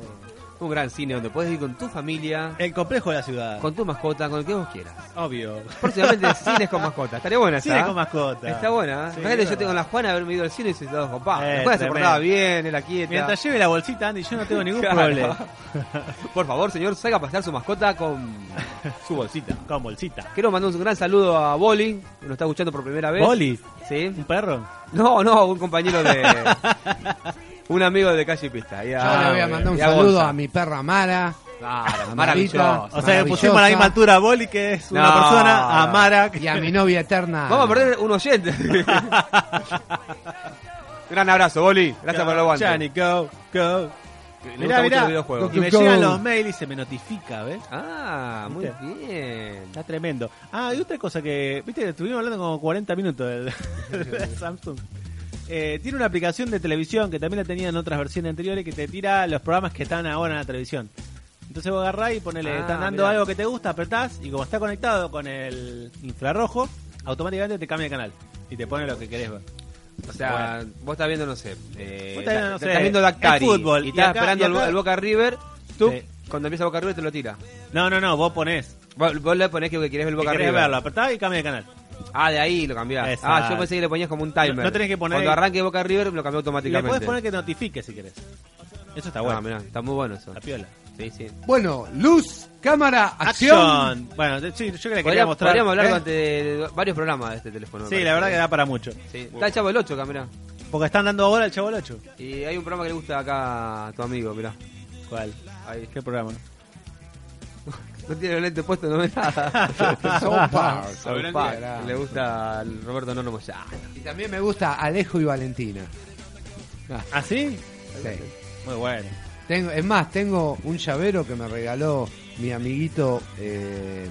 S4: Un gran cine donde puedes ir con tu familia.
S3: El complejo de la ciudad.
S4: Con tu mascota, con el que vos quieras.
S3: Obvio.
S4: Próximamente cines con mascota. Estaría buena esa.
S3: Cines
S4: ¿eh?
S3: con mascota.
S4: Está buena. ¿eh?
S3: Sí,
S4: Imagínate
S3: es
S4: yo tengo
S3: verdad.
S4: la Juana haberme ido al cine y se estaba con pa.
S3: Eh,
S4: La Juana se
S3: tremendo.
S4: portaba bien, era quieta.
S3: Mientras lleve la bolsita, Andy, yo no tengo ningún
S4: Claro.
S3: problema.
S4: Por favor, señor, salga a pasear su mascota con su bolsita.
S3: Con bolsita.
S4: Quiero mandar un gran saludo a Boli, que nos está escuchando por primera vez.
S3: ¿Boli?
S4: Sí.
S3: ¿Un perro?
S4: No, no, un compañero de. un amigo de Calle y Pista. Y a-
S6: Yo le voy a mandar un
S4: y a
S6: saludo
S4: Gonza.
S6: a mi perra Mara.
S4: Claro,
S6: Marita.
S4: maravilloso.
S3: O sea, que pusimos a la misma altura a Boli, que es una
S4: No.
S3: persona, a Mara.
S6: Y a mi novia eterna.
S4: Vamos a perder un oyente. Gran abrazo, Boli. Gracias por el aguante.
S3: Johnny, go, go.
S4: gusta
S3: Mirá,
S4: mucho
S3: mirá.
S4: los videojuegos.
S3: Y me
S4: Go, go.
S3: llegan los mails y se me notifica, ¿ves?
S4: Ah, muy
S3: ¿Viste?
S4: bien.
S3: Está tremendo. Ah, y otra cosa que, viste, estuvimos hablando como 40 minutos del, del Samsung. Eh, tiene una aplicación de televisión que también la tenía en otras versiones anteriores que te tira los programas que están ahora en la televisión. Entonces vos agarrás y ponele,
S4: Ah,
S3: están dando
S4: mirá.
S3: algo que te gusta, apretás y como está conectado con el infrarrojo, automáticamente te cambia el canal y te pone lo que querés ver.
S4: O sea, vos estás viendo, no sé. eh,
S3: Vos estás viendo, no
S4: estás
S3: sé,
S4: viendo Dactari.
S3: el fútbol,
S4: Y
S3: y
S4: estás
S3: acá-
S4: esperando
S3: y
S4: el Bo-
S3: acá-
S4: el Boca River. Tú,
S3: Sí.
S4: cuando empieza Boca River, te lo tira.
S3: No, no, no, vos ponés.
S4: Vos, vos le ponés que querés ver el
S3: Que
S4: Boca
S3: querés
S4: River.
S3: verlo, apretás y cambia de canal.
S4: Ah, de ahí lo cambiás. Ah,
S3: Exacto.
S4: yo pensé que le ponías como un timer.
S3: No- no tenés que poner-
S4: Cuando arranque Boca River, lo cambió
S3: Y le
S4: automáticamente.
S3: podés poner que notifique si querés. Eso está bueno.
S4: Ah, mirá, está muy bueno eso.
S3: La piola.
S4: Sí, sí.
S6: Bueno, luz, cámara, acción.
S3: Acción. Bueno, de- sí, yo que le quería
S4: Podría-
S3: mostrar.
S4: Podríamos hablar
S3: ¿eh?
S4: durante de- varios programas de este teléfono. me
S3: Sí,
S4: parece.
S3: la verdad que da para mucho.
S4: Sí. Está el chavo el 8 acá, mirá.
S3: Porque están dando ahora el Chavo del 8.
S4: Y hay un programa que le gusta acá a tu amigo, mirá.
S3: ¿Cuál?
S4: Ahí.
S3: ¿Qué programa?
S4: No tiene el lente puesto, no ve nada.
S6: South Park.
S4: South Park. Le gusta al Roberto Nono Moyano.
S6: Y también me gusta Alejo y Valentina.
S3: ¿Ah, sí?
S6: Sí.
S3: Muy bueno.
S6: Tengo, es más, tengo un llavero que me regaló mi amiguito eh,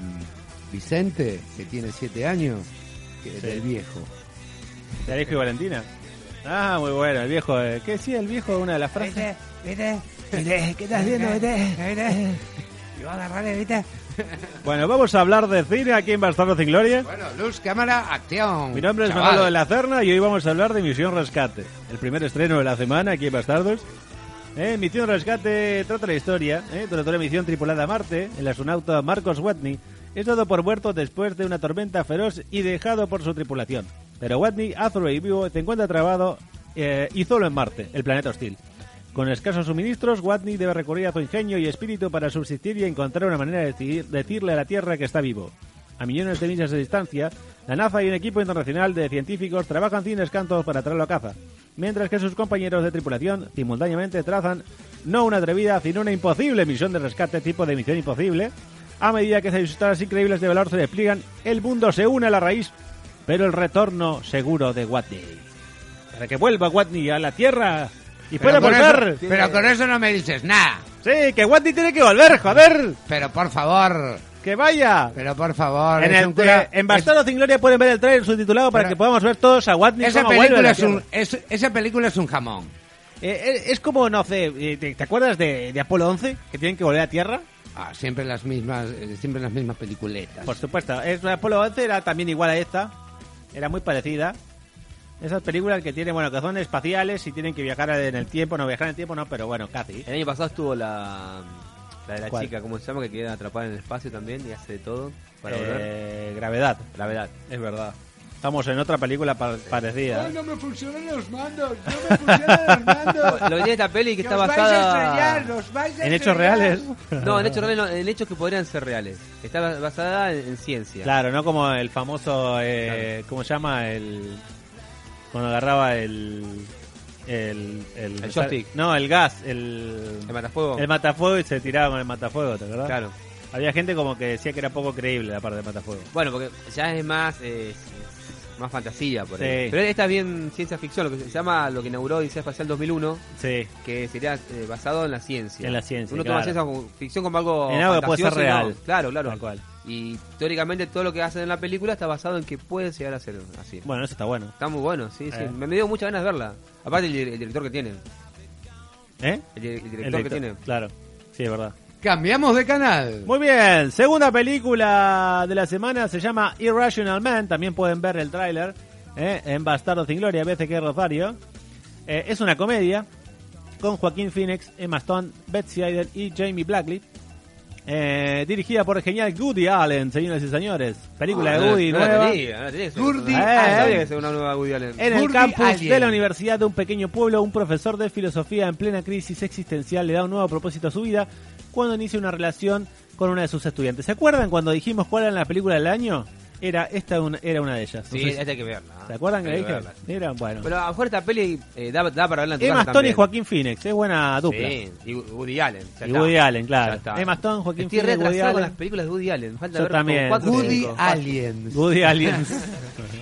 S6: Vicente, que tiene 7 años, que es
S3: Sí.
S6: del viejo.
S3: ¿De Alejo y Valentina? Ah, muy bueno. El viejo. eh, ¿Qué decía el viejo? Una de las frases.
S7: Vete, vete, ¿qué estás viendo? Vete, vete. Y va a agarrarle, vete.
S3: Bueno, vamos a hablar de cine aquí en Bastardos sin Gloria.
S6: Bueno, luz, cámara, acción.
S3: Mi nombre es
S6: chaval.
S3: Manolo de la Cerna y hoy vamos a hablar de Misión Rescate, el primer estreno de la semana aquí en Bastardos. Eh, Misión Rescate trata la historia eh, durante una misión tripulada a Marte, el astronauta Marcos Watney es dado por muerto después de una tormenta feroz y dejado por su tripulación. Pero Watney, Azure y vivo, se encuentra trabado eh, y solo en Marte, el planeta hostil. Con escasos suministros, Watney debe recurrir a su ingenio y espíritu para subsistir y encontrar una manera de decir- decirle a la Tierra que está vivo. A millones de millas de distancia, la NASA y un equipo internacional de científicos trabajan sin descansos para traerlo a caza, mientras que sus compañeros de tripulación simultáneamente trazan no una atrevida, sino una imposible misión de rescate tipo de misión imposible. A medida que esas historias increíbles de valor se despliegan, el mundo se une a la raíz, pero el retorno seguro de Watney. Para que vuelva Watney a la Tierra y pueda
S6: Pero con,
S3: volver.
S6: eso, pero con eso no me dices nada.
S3: Sí, que Watney tiene que volver, joder.
S6: Pero por favor,
S3: Que vaya.
S6: pero por favor.
S3: En,
S6: es
S3: el,
S6: un cura-
S3: eh, en Bastardos sin Gloria pueden ver el trailer subtitulado para
S6: Pero-
S3: que podamos ver todos a Watney
S6: Esa
S3: cómo vuelve a
S6: película,
S3: la
S6: es un,
S3: Tierra.
S6: es- esa película es un jamón.
S3: eh, es como, no sé, eh, ¿te, te acuerdas de, de Apolo 11? Que tienen que volver a Tierra.
S6: Ah, siempre las mismas, eh, siempre las mismas peliculetas.
S3: Por supuesto, es, Apolo 11 era también igual a esta, era muy parecida. Esas películas que tienen, bueno, que son espaciales y tienen que viajar en el tiempo, no viajar en el tiempo, no, pero bueno, casi.
S4: El año pasado estuvo la, la de la
S3: ¿Cuál?
S4: chica, ¿cómo se llama? Que queda atrapada en el espacio también y hace de todo para
S3: Eh,
S4: volver.
S3: Gravedad.
S4: Gravedad.
S3: Es verdad. Estamos en otra película pa- parecida.
S15: no me funcionan los mandos, no me funcionan los mandos.
S4: Lo que tiene esta peli que
S15: Que
S4: está
S15: os vais a
S4: basada
S15: estrellar, os vais a
S3: En hechos estrellar. reales.
S4: No, en hechos reales, no, en hechos que podrían ser reales. Está bas- basada en, en ciencia.
S3: Claro, no como el famoso, eh, ¿cómo se llama? El cuando agarraba el el
S4: El joystick.
S3: No, el gas, el
S4: El matafuego.
S3: El matafuego y se tiraba con el matafuego, ¿te acordás?
S4: Claro.
S3: Había gente como que decía que era poco creíble la parte del matafuego.
S4: Bueno, porque ya es más eh, más fantasía por
S3: Sí.
S4: ahí. Pero esta es bien ciencia ficción, lo que se llama lo que inauguró Odisea Espacial 2001,
S3: Sí.
S4: que sería eh, basado en la ciencia.
S3: En la ciencia,
S4: Uno
S3: claro.
S4: toma ciencia fu- ficción como algo
S3: En algo que puede ser
S4: fantasioso y no.
S3: real.
S4: Claro, claro.
S3: Tal cual.
S4: Y teóricamente todo lo que hacen en la película está basado en que puede llegar a ser así.
S3: Bueno, eso está bueno.
S4: Está muy bueno, sí, sí.
S3: Eh.
S4: Me, me dio muchas ganas de verla. Aparte el, dir- el director que tiene.
S3: ¿Eh?
S4: El, di- el director
S3: El
S4: que
S3: director,
S4: tiene.
S3: Claro. Sí, es verdad.
S6: Cambiamos de canal.
S3: Muy bien, segunda película de la semana se llama Irrational Man, también pueden ver el tráiler ¿eh? en Bastardo sin Gloria, BCK Rosario. Eh, es una comedia con Joaquín Phoenix, Emma Stone, Betsy Idol y Jamie Blackley. Eh, dirigida por el genial Goody Allen, señoras y señores. Película
S4: Ah,
S3: de
S4: no,
S3: Goody
S4: no la
S3: nueva.
S4: tenía, no la tenía.
S3: Goody
S4: Ah,
S3: Allen.
S4: sabía que era una nueva Woody Allen.
S3: En el
S4: Goody
S3: campus
S4: Allen.
S3: de la universidad de un pequeño pueblo, un profesor de filosofía en plena crisis existencial le da un nuevo propósito a su vida cuando inicia una relación con una de sus estudiantes. ¿Se acuerdan cuando dijimos cuál era la película del año? Era esta un- era una de ellas. No
S4: Sí,
S3: sé si-
S4: esta hay que verla.
S3: ¿Se acuerdan que
S4: Hay
S3: le
S4: que
S3: dije?
S4: verla.
S3: Era, bueno.
S4: Pero a lo mejor esta peli eh, da, da para verla en tu
S3: Emma Stone
S4: casa
S3: y
S4: también.
S3: Joaquín Phoenix, es buena dupla.
S4: Sí, y Woody Allen. ya
S3: Y
S4: está.
S3: Woody Allen,
S4: Ya
S3: claro.
S4: está.
S3: Emma Stone, Joaquín
S4: Estoy
S3: Phoenix, Woody
S4: retrasado con
S3: Allen.
S4: las películas de Woody Allen. Falta
S3: Yo
S4: ver
S3: también.
S4: Como cuatro,
S3: Woody
S4: cinco.
S6: Aliens.
S3: Woody Aliens.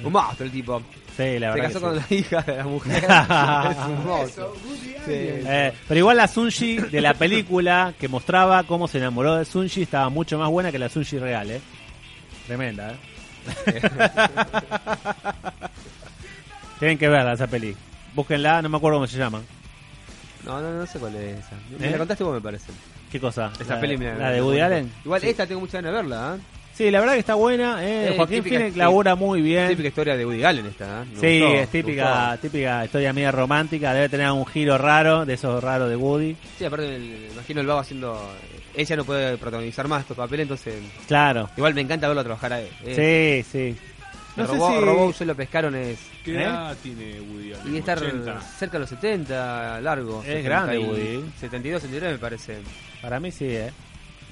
S4: un monstruo el tipo.
S3: Sí, la
S4: Se
S3: verdad
S4: casó
S3: que
S4: con
S3: sí.
S4: la hija de la mujer. es un monstruo. Sí.
S3: Eh, pero igual la Sunji de la película que mostraba cómo se enamoró de Sunji estaba mucho más buena que la Sunji real, ¿eh? Tremenda, ¿eh? Tienen que verla esa peli. Búsquenla, no me acuerdo cómo se llama.
S4: No, no, no sé cuál es esa. Me
S3: ¿Eh?
S4: la contaste vos, me parece.
S3: ¿Qué cosa?
S4: Esa
S3: La-
S4: peli me
S3: la de Woody Allen.
S4: Igual esta tengo muchas ganas de verla. ¿eh?
S3: Sí, la verdad que está buena. eh,
S4: Eh,
S3: Joaquín
S4: típica-
S3: Phoenix labura muy bien.
S4: Típica historia de Woody Allen esta. ¿eh? Me
S3: Eh. sí,
S4: gustó,
S3: es
S4: me
S3: típica,
S4: gustó.
S3: típica historia mía romántica. Debe tener un giro raro, de esos raros de Woody.
S4: Sí, aparte, el- imagino el vago haciendo. Ella no puede protagonizar más estos papeles, entonces.
S3: Claro.
S4: Igual me encanta verlo trabajar a él.
S3: Sí, sí.
S4: No
S3: No sé
S4: Eh, robó,
S3: si-
S4: robó, se lo pescaron es.
S8: ¿Qué
S4: ¿eh?
S8: edad tiene Woody Allen?
S4: Y estar
S8: 80.
S4: cerca de los 70, largo.
S3: Es grande,
S4: y-
S3: Woody.
S4: 72, 73 me parece.
S3: Para mí sí, ¿eh?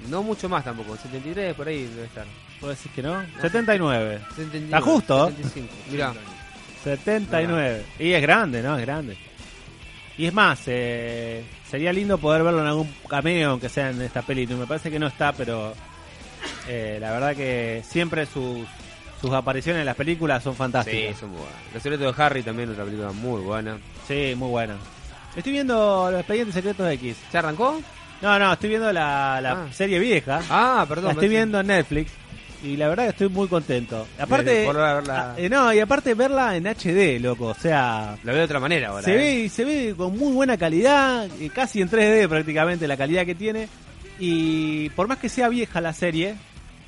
S4: No mucho más tampoco, 73 por ahí debe estar.
S3: ¿Puedo decir que no? 79.
S4: 79,
S3: Está justo.
S4: 75, mirá.
S3: 79. Y es grande, ¿no? Es grande. Y es más, eh, sería lindo poder verlo en algún cameo, aunque sea en esta peli. Me parece que no está, pero eh, la verdad que siempre sus, sus apariciones en las películas son
S4: Ah, Sí,
S3: fantásticas.
S4: son muy buenas. Los secretos de Harry también, otra película muy buena.
S3: Sí, muy buena. Estoy viendo Los Expedientes Secretos de X.
S4: ¿Ya arrancó?
S3: No, no, estoy viendo la, la
S4: Ah.
S3: serie vieja.
S4: Ah, perdón,
S3: La estoy
S4: pensé-
S3: viendo en Netflix. Y la verdad que estoy muy contento.
S4: De-
S3: Aparte,
S4: de volver a verla.
S3: ah, eh, no, y aparte verla en HD, loco. O sea,
S4: La veo de otra manera ahora.
S3: se
S4: ¿eh?
S3: ve, se ve con muy buena calidad, eh, casi en 3D prácticamente la calidad que tiene. Y por más que sea vieja la serie,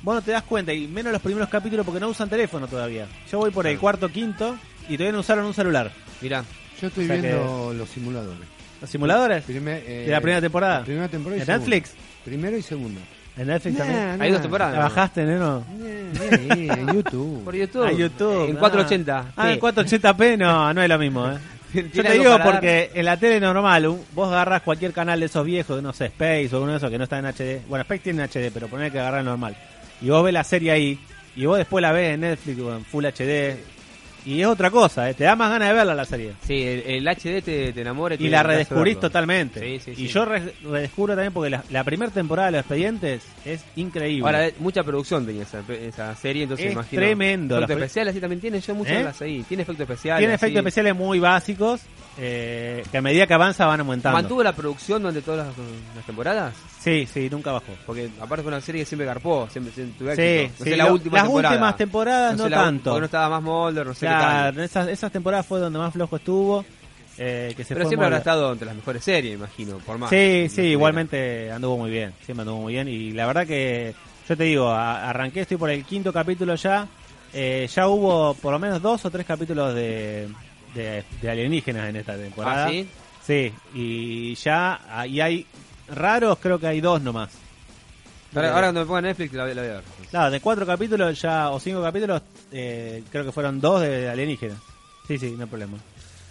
S3: vos no te das cuenta, y menos los primeros capítulos porque no usan teléfono todavía. Yo voy por el cuarto, quinto, y todavía no usaron un celular.
S4: Mirá.
S6: Yo estoy
S3: O sea que-
S6: viendo los simuladores.
S3: ¿Los simuladores?
S6: Primer- eh,
S3: ¿De la primera temporada?
S6: la primera temporada y
S3: ¿En
S6: segunda.
S3: Netflix?
S6: Primero y segundo.
S3: En Netflix
S6: Nah,
S3: también.
S6: nah. Hay dos temporadas,
S3: ¿La
S6: ¿no?
S3: bajaste, neno?
S6: Sí, en YouTube.
S4: Por YouTube.
S3: A YouTube.
S4: En
S3: ah.
S4: 480.
S3: Ah, en 480p no, no es lo mismo, ¿eh? Yo
S4: Tiene
S3: te
S4: algo
S3: digo
S4: para
S3: porque en la tele normal un- vos agarras cualquier canal de esos viejos, no sé, Space o uno de esos que no está en HD. Bueno, Space tiene HD, pero poner que agarrar normal. Y vos ves la serie ahí, y vos después la ves en Netflix o en Full HD. Y es otra cosa, ¿eh? te da más ganas de verla la serie.
S4: Sí, el, el HD te, te enamora.
S3: Y la redescubrís totalmente.
S4: Sí, sí,
S3: Y
S4: sí.
S3: yo re- redescubro también porque la, la primera temporada de Los Expedientes es increíble.
S4: Ahora, eh, mucha producción tenía esa, esa serie, entonces
S3: Es
S4: imagino.
S3: tremendo.
S4: Efectos
S3: Las pe-
S4: especiales, sí, también tiene. Yo muchas
S3: ¿Eh?
S4: de las ahí. Tiene efectos especiales.
S3: Tiene
S4: sí.
S3: efectos especiales muy básicos eh, que a medida que avanza van aumentando.
S4: ¿Mantuvo la producción durante todas las, las temporadas?
S3: Sí, sí, nunca bajó.
S4: Porque aparte fue una serie que siempre garpó, siempre, siempre tuvo
S3: Sí,
S4: éxito.
S3: sí, lo- las últimas temporadas no
S4: sé la u-
S3: tanto.
S4: Porque no estaba más Molder, no sé
S3: Claro,
S4: qué tal.
S3: esas, esas temporadas fue donde más flojo estuvo. eh, que se
S4: Pero
S3: fue
S4: siempre
S3: muy-
S4: habrá estado entre las mejores series, imagino, por más.
S3: Sí, sí, igualmente anduvo muy bien, siempre anduvo muy bien. Y la verdad que, yo te digo, a- arranqué, estoy por el quinto capítulo ya. Eh, ya hubo por lo menos dos o tres capítulos de, de, de alienígenas en esta temporada.
S4: ¿Ah, sí?
S3: Sí, y ya, ah, y hay raros, creo que hay dos nomás.
S4: Ahora,
S3: Eh,
S4: ahora cuando me ponga Netflix la, voy- la voy a ver.
S3: Claro, de cuatro capítulos ya, o cinco capítulos, eh, creo que fueron dos de, de alienígenas. Sí, sí, no hay problema.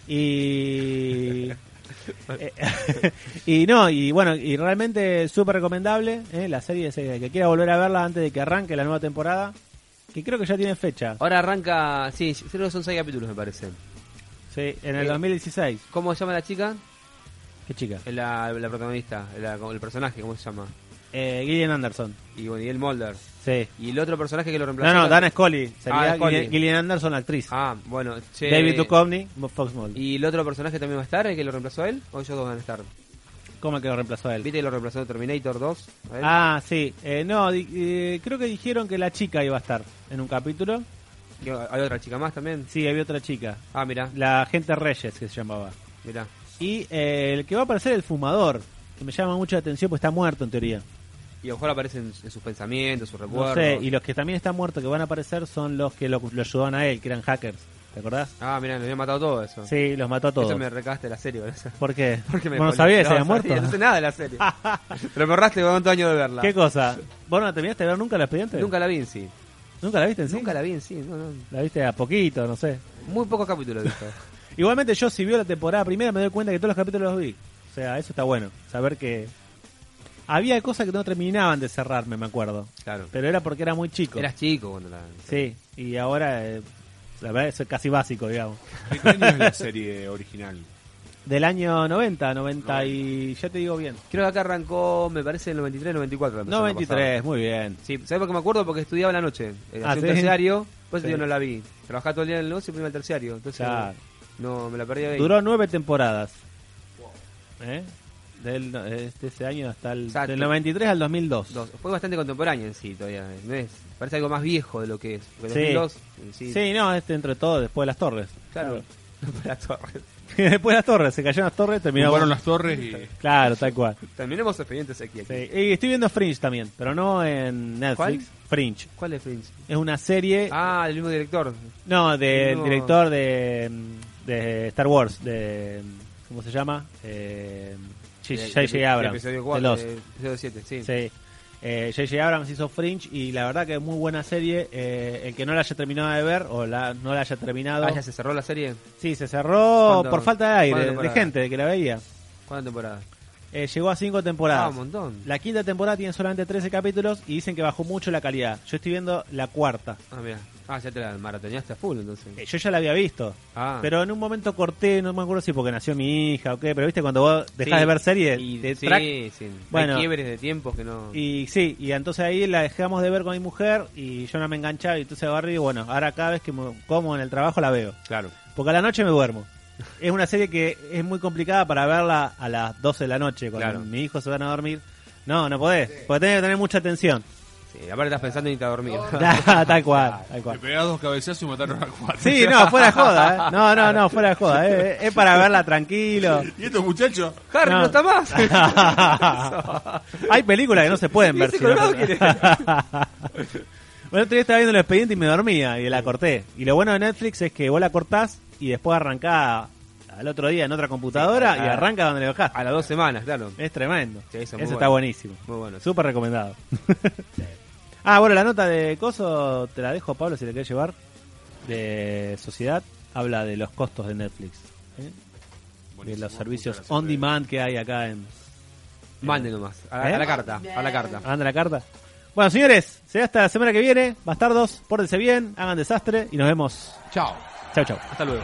S3: Y. eh, y no, y bueno, y realmente súper recomendable eh, la serie ese, que quiera volver a verla antes de que arranque la nueva temporada, que creo que ya tiene fecha.
S4: Ahora arranca, sí, creo que son seis capítulos me parece.
S3: Sí, en el
S4: Eh,
S3: 2016.
S4: ¿Cómo se llama la chica?
S3: ¿Qué chica?
S4: eh, La, la protagonista, la- el personaje, ¿cómo se llama?
S3: Eh, Gillian Anderson.
S4: Y bueno, y el Mulder.
S3: Sí.
S4: Y el otro personaje que lo reemplazó.
S3: No, no,
S4: la-
S3: Dana Scully. Sería
S4: Ah, Scully.
S3: Gillian- Gillian Anderson, actriz.
S4: Ah, bueno. che.
S3: David Duchovny, Fox Mulder.
S4: ¿Y el otro personaje también va a estar, el que lo reemplazó a él? ¿O ellos dos van a estar?
S3: ¿Cómo el que lo reemplazó a él?
S4: ¿Viste que lo reemplazó Terminator 2? a él?
S3: Ah, sí. Eh, no, di- eh, creo que dijeron que la chica iba a estar en un capítulo.
S4: ¿Que ¿Hay otra chica más también?
S3: Sí, había otra chica.
S4: Ah, mira,
S3: La gente Reyes, que se llamaba.
S4: mira.
S3: Y eh, el que va a aparecer el fumador, que me llama mucho la atención porque está muerto en teoría.
S4: Y a lo mejor aparecen en sus pensamientos, sus
S3: No
S4: recuerdos.
S3: sé, y los que también están muertos que van a aparecer son los que lo, lo ayudaban a él, que eran hackers. ¿Te acordás?
S4: Ah, mira, los había matado todo eso.
S3: Sí, los mató a todos.
S4: Eso Este me recaste la serie, boludo.
S3: ¿Por qué?
S4: Porque me
S3: Vos no sabías que se
S4: no,
S3: había muerto.
S4: sabía, No sé nada de la serie. Pero me ahorraste cuánto años de verla.
S3: ¿Qué cosa? ¿Vos no terminaste de ver nunca el expediente?
S4: Nunca la vi en sí.
S3: ¿Nunca la viste en sí?
S4: Nunca la vi en sí. no, no.
S3: La viste a poquito, no sé.
S4: Muy pocos capítulos he visto.
S3: Igualmente yo si vio la temporada primera me doy cuenta que todos los capítulos los vi. O sea, eso está bueno. Saber que había cosas que no terminaban de cerrarme, me acuerdo.
S4: Claro.
S3: Pero era porque era muy chico.
S4: Eras chico cuando la.
S3: Sí, y ahora eh, la verdad es casi básico, digamos.
S8: ¿De qué año es la serie original?
S3: Del año 90, 90 y ya te digo bien.
S4: Creo que acá arrancó, me parece, en el 93, 94. la empezaron a
S3: 93,
S4: pasar.
S3: muy bien.
S4: Sí, ¿sabes por qué me acuerdo? Porque estudiaba en la noche. Eh,
S3: Ah,
S4: hacía un
S3: ¿sí?
S4: terciario, por eso
S3: Sí.
S4: yo no la vi. Trabajaba todo el día en el 11 y primero el terciario. Entonces,
S3: Claro.
S4: no, me la perdí ahí.
S3: Duró nueve temporadas. ¿Eh? Del, no- eh, de ese año hasta el
S4: Exacto.
S3: del 93 al 2002.
S4: Dos. Fue bastante contemporáneo en sí todavía. eh, No es, parece algo más viejo de lo que es. Porque
S3: Sí.
S4: 2002, en
S3: sí. no, este entre todo después de las torres.
S4: eh, Claro. La torre.
S3: Después de las torres, se cayeron las torres, terminamos.
S4: Tumbaron las torres y-
S3: Claro, tal cual.
S4: Terminemos expedientes aquí. aquí.
S3: Sí, y estoy viendo Fringe también, pero no en Netflix.
S4: ¿Cuál?
S3: Fringe.
S4: ¿Cuál es Fringe?
S3: Es una serie.
S4: Ah, del mismo director.
S3: No, del
S4: No.
S3: director de, mm, de Star Wars, de. mm, ¿Cómo se llama? Eh, J-
S4: Del-
S3: J.J.
S4: del
S3: Abrams.
S4: Episodio
S3: de
S4: 4,
S3: Lost.
S4: episodio 7, sí.
S3: Sí. Eh, J.J. Abrams hizo Fringe y la verdad que es muy buena serie. Eh, el que no la haya terminado de ver o la, no la haya terminado.
S4: Ah, ya se cerró la serie.
S3: Sí, se cerró
S4: ¿Cuándo-
S3: por falta de
S4: cuándo
S3: aire, de
S4: temporada?
S3: gente que la veía.
S4: ¿Cuántas temporadas?
S3: Eh, llegó a cinco temporadas.
S4: Ah, un montón.
S3: La quinta temporada tiene solamente 13 capítulos y dicen que bajó mucho la calidad. Yo estoy viendo la cuarta.
S4: Ah, mira. Ah, ya te la maratoneaste a full entonces.
S3: Eh, Yo ya la había visto.
S4: Ah.
S3: Pero en un momento corté, no me acuerdo si porque nació mi hija o qué, pero viste cuando vos dejás
S4: Sí,
S3: de ver series
S4: y-
S3: de
S4: sí,
S3: track.
S4: sí. Hay
S3: Bueno,
S4: quiebres de tiempos que no.
S3: y sí, y entonces ahí la dejamos de ver con mi mujer y yo no me enganchaba y entonces agarré y digo, bueno, ahora cada vez que me- como en el trabajo la veo.
S4: Claro.
S3: Porque a la noche me duermo. Es una serie que es muy complicada para verla a las 12 de la noche, cuando
S4: Claro.
S3: mis hijos se van a dormir. No, no podés, porque tenés que tener mucha atención.
S4: Sí, aparte estás pensando en irte a dormir.
S3: tal cual, tal
S8: Le
S3: cual.
S8: pegás dos cabezazos y mataron a cuatro.
S3: Sí, no, fuera de joda, ¿eh? No, no, no, fuera de joda, ¿eh? Es para verla tranquilo.
S8: ¿Y estos muchachos?
S4: Harry, no,
S3: No.
S4: está más.
S3: Hay películas que no se pueden
S4: ¿Y
S3: ver.
S4: ese
S3: si no-
S4: colorado quién es?
S3: bueno, el otro día estaba viendo el expediente y me dormía y la corté. Y lo bueno de Netflix es que vos la cortás y después arrancás al otro día en otra computadora
S4: Sí,
S3: y
S4: a-
S3: arranca donde le bajás.
S4: a las dos semanas, claro.
S3: Es tremendo.
S4: Sí,
S3: eso
S4: eso es muy
S3: está
S4: bueno.
S3: buenísimo.
S4: Muy bueno.
S3: Súper recomendado. ah, bueno, la nota de Coso te la dejo, Pablo, si le querés llevar. De Sociedad habla de los costos de Netflix. ¿eh? De los servicios on demand que hay acá en,
S4: Mande nomás. A, a
S3: ¿Eh?
S4: la carta. A la carta.
S3: Anda la carta. Bueno, señores, será hasta la semana que viene. Bastardos, pórtense bien, hagan desastre y nos vemos.
S6: Chao.
S3: Chao, chao.
S4: Hasta luego.